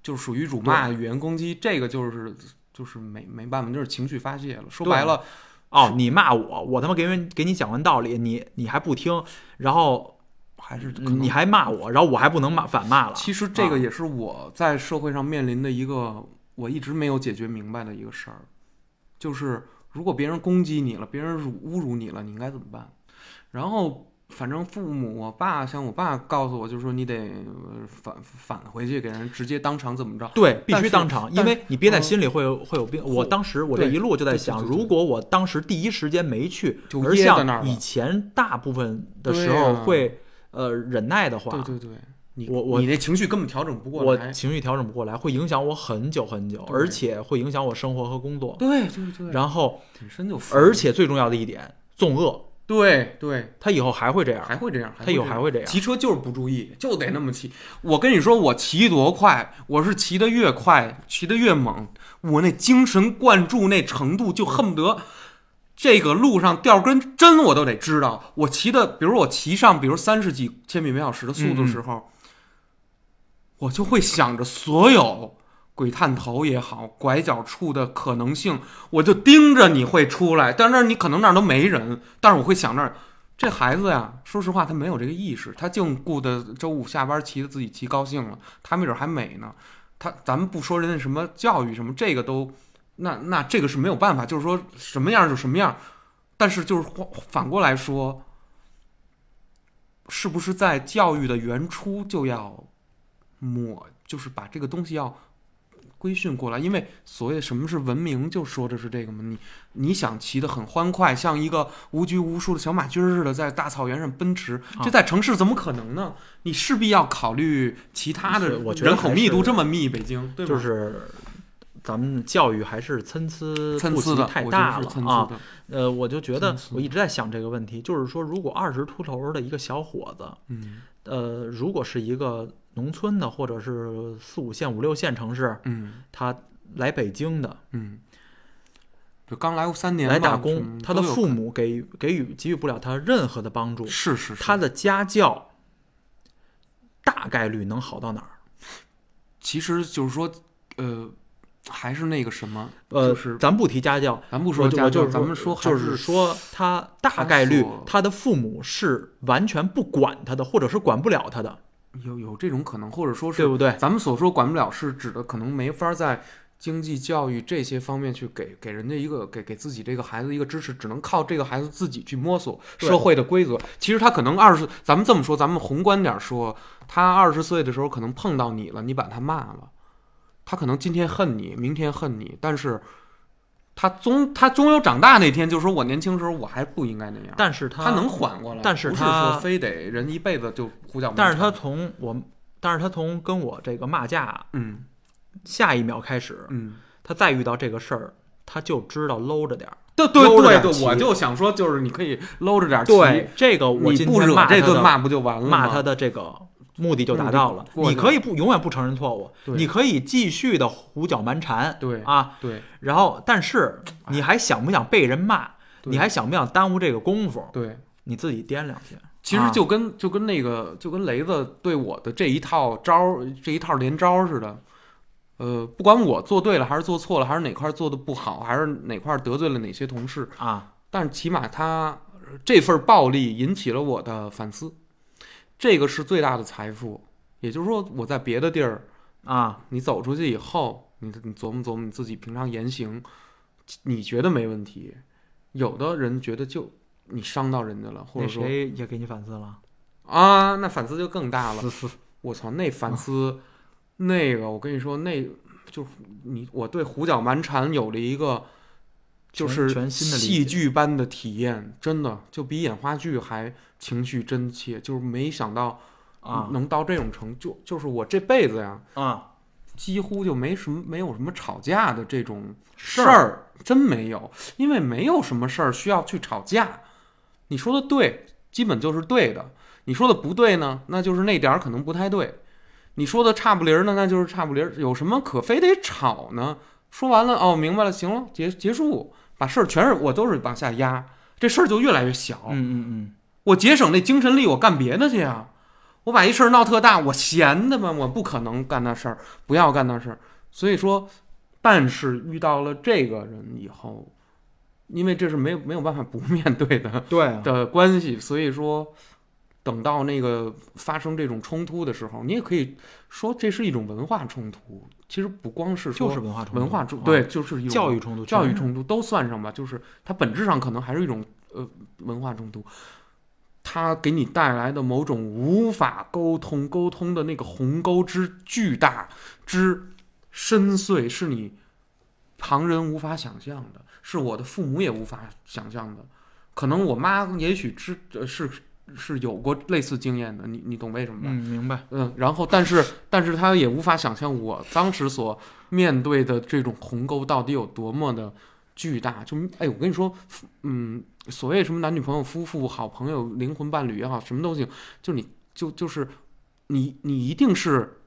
A: 就属于辱骂、语言攻击，这个就是就是没没办法，就是情绪发泄了。说
B: 对
A: 白了，
B: 哦，你骂我，我他妈给你给你讲完道理，你你还不听，然后
A: 还是可能
B: 嗯你还骂我，然后我还不能骂反骂了。
A: 其实这
B: 啊
A: 个也是我在社会上面临的一个我一直没有解决明白的一个事儿，就是如果别人攻击你了，别人辱侮辱你了，你应该怎么办？然后反正父母，我爸像我爸告诉我，就是说你得呃返返回去给人直接当场怎么着。
B: 对，必
A: 但
B: 须
A: 是
B: 当场，因
A: 但
B: 为你憋在
A: 嗯
B: 心里会有会有病。我
A: 会
B: 当时我这
A: 对
B: 一路就在
A: 对对
B: 想，
A: 对对
B: 如果我当时第一时间没去，
A: 就
B: 而
A: 噎在那
B: 像
A: 儿
B: 以
A: 了
B: 前大部分的
A: 对
B: 时候
A: 呀
B: 会呃忍耐的话，
A: 对对对，你
B: 我我
A: 你那情绪根本调整不过
B: 我
A: 来。
B: 情绪调整不过来，会影响我很久很久，而
A: 对
B: 且会影响我生活和工作。
A: 对对对，
B: 然后，
A: 本身就烦
B: 而且最重要的一点，纵恶，
A: 对对，
B: 他以后还会这样。
A: 还会这样，
B: 他以后还会这样
A: 骑车就是不注意，就得那么骑。我跟你说，我骑多快，我是骑得越快，骑得越猛，我那精神灌注那程度，就恨不得这个路上掉根针我都得知道。我骑的，比如我骑上，比如三十几千米每小时的速度的时候，我就会想着所有。鬼探头也好，拐角处的可能性，我就盯着你会出来，但是你可能那儿都没人，但是我会想那儿这孩子呀，说实话，他没有这个意识，他净顾着周五下班骑的自己骑高兴了，他没准还美呢。他咱们不说人家什么教育什么，这个都，那那这个是没有办法，就是说什么样就什么样。但是就是反反过来说，是不是在教育的原初就要抹，就是把这个东西要规训过来？因为所谓什么是文明，就说的是这个嘛。你你想骑得很欢快，像一个无拘无束的小马驹儿似的，在大草原上奔驰，
B: 啊
A: 这在城市怎么可能呢？你势必要考虑其他的
B: 是我觉得
A: 人口
B: 还
A: 密度
B: 是
A: 这么密，北京对吗？
B: 就是咱们教育还是参差
A: 参
B: 不
A: 差
B: 齐
A: 的，
B: 太
A: 我觉得
B: 大
A: 是
B: 了
A: 参差
B: 啊。
A: 的
B: 呃，我就觉得
A: 参差
B: 我一直在想这个问题，就是说，如果二十出头的一个小伙子，
A: 嗯
B: 呃，如果是一个农村的，或者是四五线、五六线城市，
A: 嗯
B: 他来北京的，
A: 嗯，就刚来三年
B: 来
A: 吧
B: 打
A: 什
B: 工，
A: 么
B: 他
A: 都
B: 的
A: 有
B: 父母给予给予给予不了他任何的帮助，
A: 是是是
B: 他的家教大概率能好到哪儿？
A: 其实就是说，呃，还是那个什么，
B: 呃，
A: 就是
B: 咱不提家教，
A: 咱不
B: 不
A: 说家
B: 我
A: 教，
B: 就是
A: 咱们说还
B: 就是说他大概率
A: 他所
B: 他的父母是完全不管他的，或者是管不了他的，
A: 有有这种可能，或者说
B: 对
A: 是啊
B: 不对？
A: 哎咱们所说管不了，是指的可能没法在。经济教育这些方面去给给人家一个给给自己这个孩子一个支持，只能靠这个孩子自己去摸索
B: 对
A: 社会的规则。其实他可能二十，咱们这么说，咱们宏观点说，他二十岁的时候可能碰到你了，你把他骂了，他可能今天恨你，明天恨你，但是他终他终有长大那天，就说我年轻时候我还不应该那样。
B: 但是
A: 他能缓过来，
B: 但是
A: 不是
B: 他
A: 说非得人一辈子就胡搅蛮缠。
B: 但是他从我，但是他从跟我这个骂架
A: 嗯
B: 下一秒开始，
A: 嗯，
B: 他再遇到这个事儿，他就知道搂着点儿。
A: 对对
B: 搂着
A: 对
B: 点
A: 对，
B: 骑
A: 我就想说，就是你可以搂着点骑，
B: 这个我
A: 你
B: 今
A: 不
B: 天
A: 惹
B: 骂
A: 这
B: 他
A: 顿
B: 的
A: 骂不就完了吗？
B: 骂他的这个目的就达到了。
A: 目的
B: 你可以不永远不承认错误，
A: 对
B: 你可以继续的胡搅蛮缠，
A: 对
B: 啊，
A: 对
B: 然后但是你还想不想被人骂？
A: 哎对
B: 你还想不想耽误这个功夫？
A: 对。
B: 你自己掂量去。
A: 其实就跟、就跟那个就跟雷子对我的这一套招儿这一套连招儿似的，呃，不管我做对了还是做错了，还是哪块儿做的不好，还是哪块儿得罪了哪些同事，
B: 啊，
A: 但是起码他呃这份暴力引起了我的反思，这个是最大的财富。也就是说，我在别的地儿，
B: 啊，
A: 你走出去以后，你你琢磨琢磨你自己平常言行，你觉得没问题，有的人觉得就你伤到人家了，或
B: 那
A: 者说
B: 谁也给你反思了，
A: 啊，那反思就更大了。我操，那反
B: 啊
A: 思，那个我跟你说，那就是你我对胡搅蛮缠有了一个就
B: 全
A: 是
B: 全新的理
A: 戏
B: 解
A: 剧般的体验，真的就比演话剧还情绪真切，就是没想到
B: 啊
A: 能到这种程度，就就是我这辈子呀，
B: 啊，
A: 几乎就没什么没有什么吵架的这种
B: 事
A: 事
B: 儿
A: 儿，真没有，因为没有什么事儿需要去吵架。你说的对，基本就是对的；你说的不对呢，那就是那点儿可能不太对；你说的差不离儿呢，那就是差不离儿。有什么可非得吵呢？说完了哦，明白了，行了，结结束，把事儿全是我都是往下压，这事儿就越来越小。
B: 嗯嗯
A: 我节省那精神力，我干别的去啊。我把一事儿闹特大，我闲的嘛，我不可能干那事儿，不要干那事儿。所以说，但是遇到了这个人以后，因为这是没有没有办法不面对的
B: 嗯，对啊，
A: 的关系，所以说，等到那个发生这种冲突的时候，你也可以说这是一种文化冲突，其实不光是说
B: 就是文化冲突，
A: 文化冲
B: 啊
A: 对，就是一种
B: 教育冲突，
A: 教育
B: 全是啊
A: 冲突都算上吧，就是它本质上可能还是一种呃文化冲突，它给你带来的某种无法沟通、沟通的那个鸿沟之巨大之深邃，是你旁人无法想象的，是我的父母也无法想象的。可能我妈也许知呃是是有过类似经验的，你你懂为什么吧？
B: 嗯，明白，
A: 嗯，然后但是但是他也无法想象我当时所面对的这种鸿沟到底有多么的巨大。就哎，我跟你说，嗯，所谓什么男女朋友、夫妇、好朋友、灵魂伴侣也好，什么都行，就你就就是你你一定是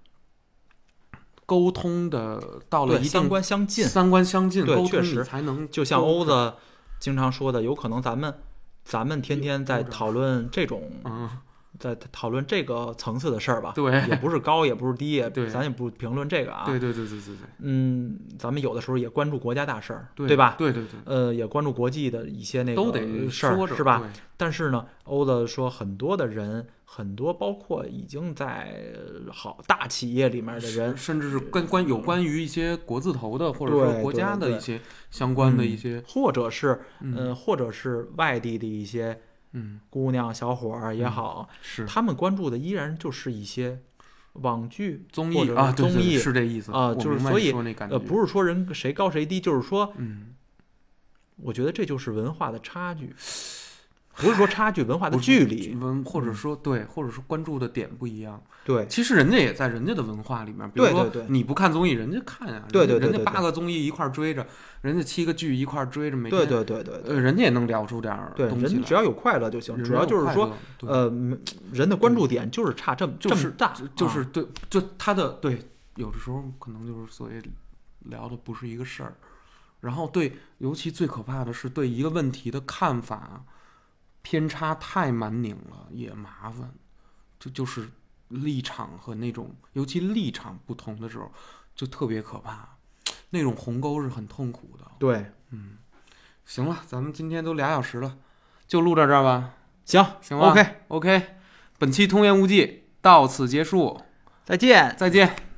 A: 沟通的到了
B: 对，
A: 一
B: 三
A: 定
B: 观相近，
A: 三观相近，
B: 对
A: 沟
B: 确
A: 通
B: 实
A: 你才能
B: 就像
A: 沟
B: 欧子经常说的，有可能咱们咱们天天在讨论这种，
A: 嗯，
B: 在讨论这个层次的事儿吧，
A: 对
B: 也不是高，也不是低，也
A: 对
B: 咱也不评论这个啊，
A: 对对对对对对
B: 嗯，咱们有的时候也关注国家大事儿，
A: 对
B: 吧？
A: 对对对，
B: 呃，也关注国际的一些那个
A: 都得
B: 事
A: 说
B: 儿，
A: 着
B: 是吧？？
A: 对
B: 但是呢，欧子说，很多的人，很多包括已经在呃好大企业里面的人，
A: 甚至是跟关有关于一些国字头的，或者
B: 对
A: 说国家
B: 对
A: 的
B: 对
A: 一些相关的一些，
B: 或者是
A: 嗯
B: 呃，或者是外地的一些
A: 嗯，
B: 姑娘小伙儿也好，
A: 是
B: 他们关注的依然就是一些网剧
A: 综
B: 或
A: 艺
B: 者
A: 啊，
B: 是
A: 对对
B: 综艺
A: 是这意思
B: 啊
A: 我
B: 就是
A: 明白
B: 所
A: 你
B: 以
A: 说那感觉
B: 呃，不是说人谁高谁低，就是说，
A: 嗯，
B: 我觉得这就是文化的差距，不是说差距，文化的
A: 不是
B: 距离。嗯
A: 文或者说对，或者说关注的点不一样。
B: 对，
A: 其实人家也在人家的文化里面，比如
B: 对
A: 说
B: 对对
A: 你不看综艺，人家看啊，人家
B: 对对对
A: 人家
B: 对对
A: 八个综艺一块儿追着，人家七个剧一块儿追着，每
B: 对
A: 天
B: 对对对对
A: 呃，人家也能聊出点儿
B: 对，
A: 东西
B: 人
A: 来
B: 只要有快乐就行，
A: 人
B: 主要
A: 有
B: 就是
A: 快
B: 说
A: 乐，对
B: 呃，嗯人的关注点就是差这么
A: 就
B: 这
A: 是
B: 么大，
A: 就是
B: 啊
A: 对，就他的对，有的时候可能就是所谓聊的不是一个事儿，然后对，尤其最可怕的是对一个问题的看法偏差太满拧了，也麻烦，这就是立场和那种，尤其立场不同的时候，就特别可怕，那种鸿沟是很痛苦的。
B: 对，
A: 行了，咱们今天都俩小时了，就录到这儿吧，
B: 行
A: 行吧
B: o k
A: OK，本期《通言无忌》到此结束，
B: 再见。
A: 再见。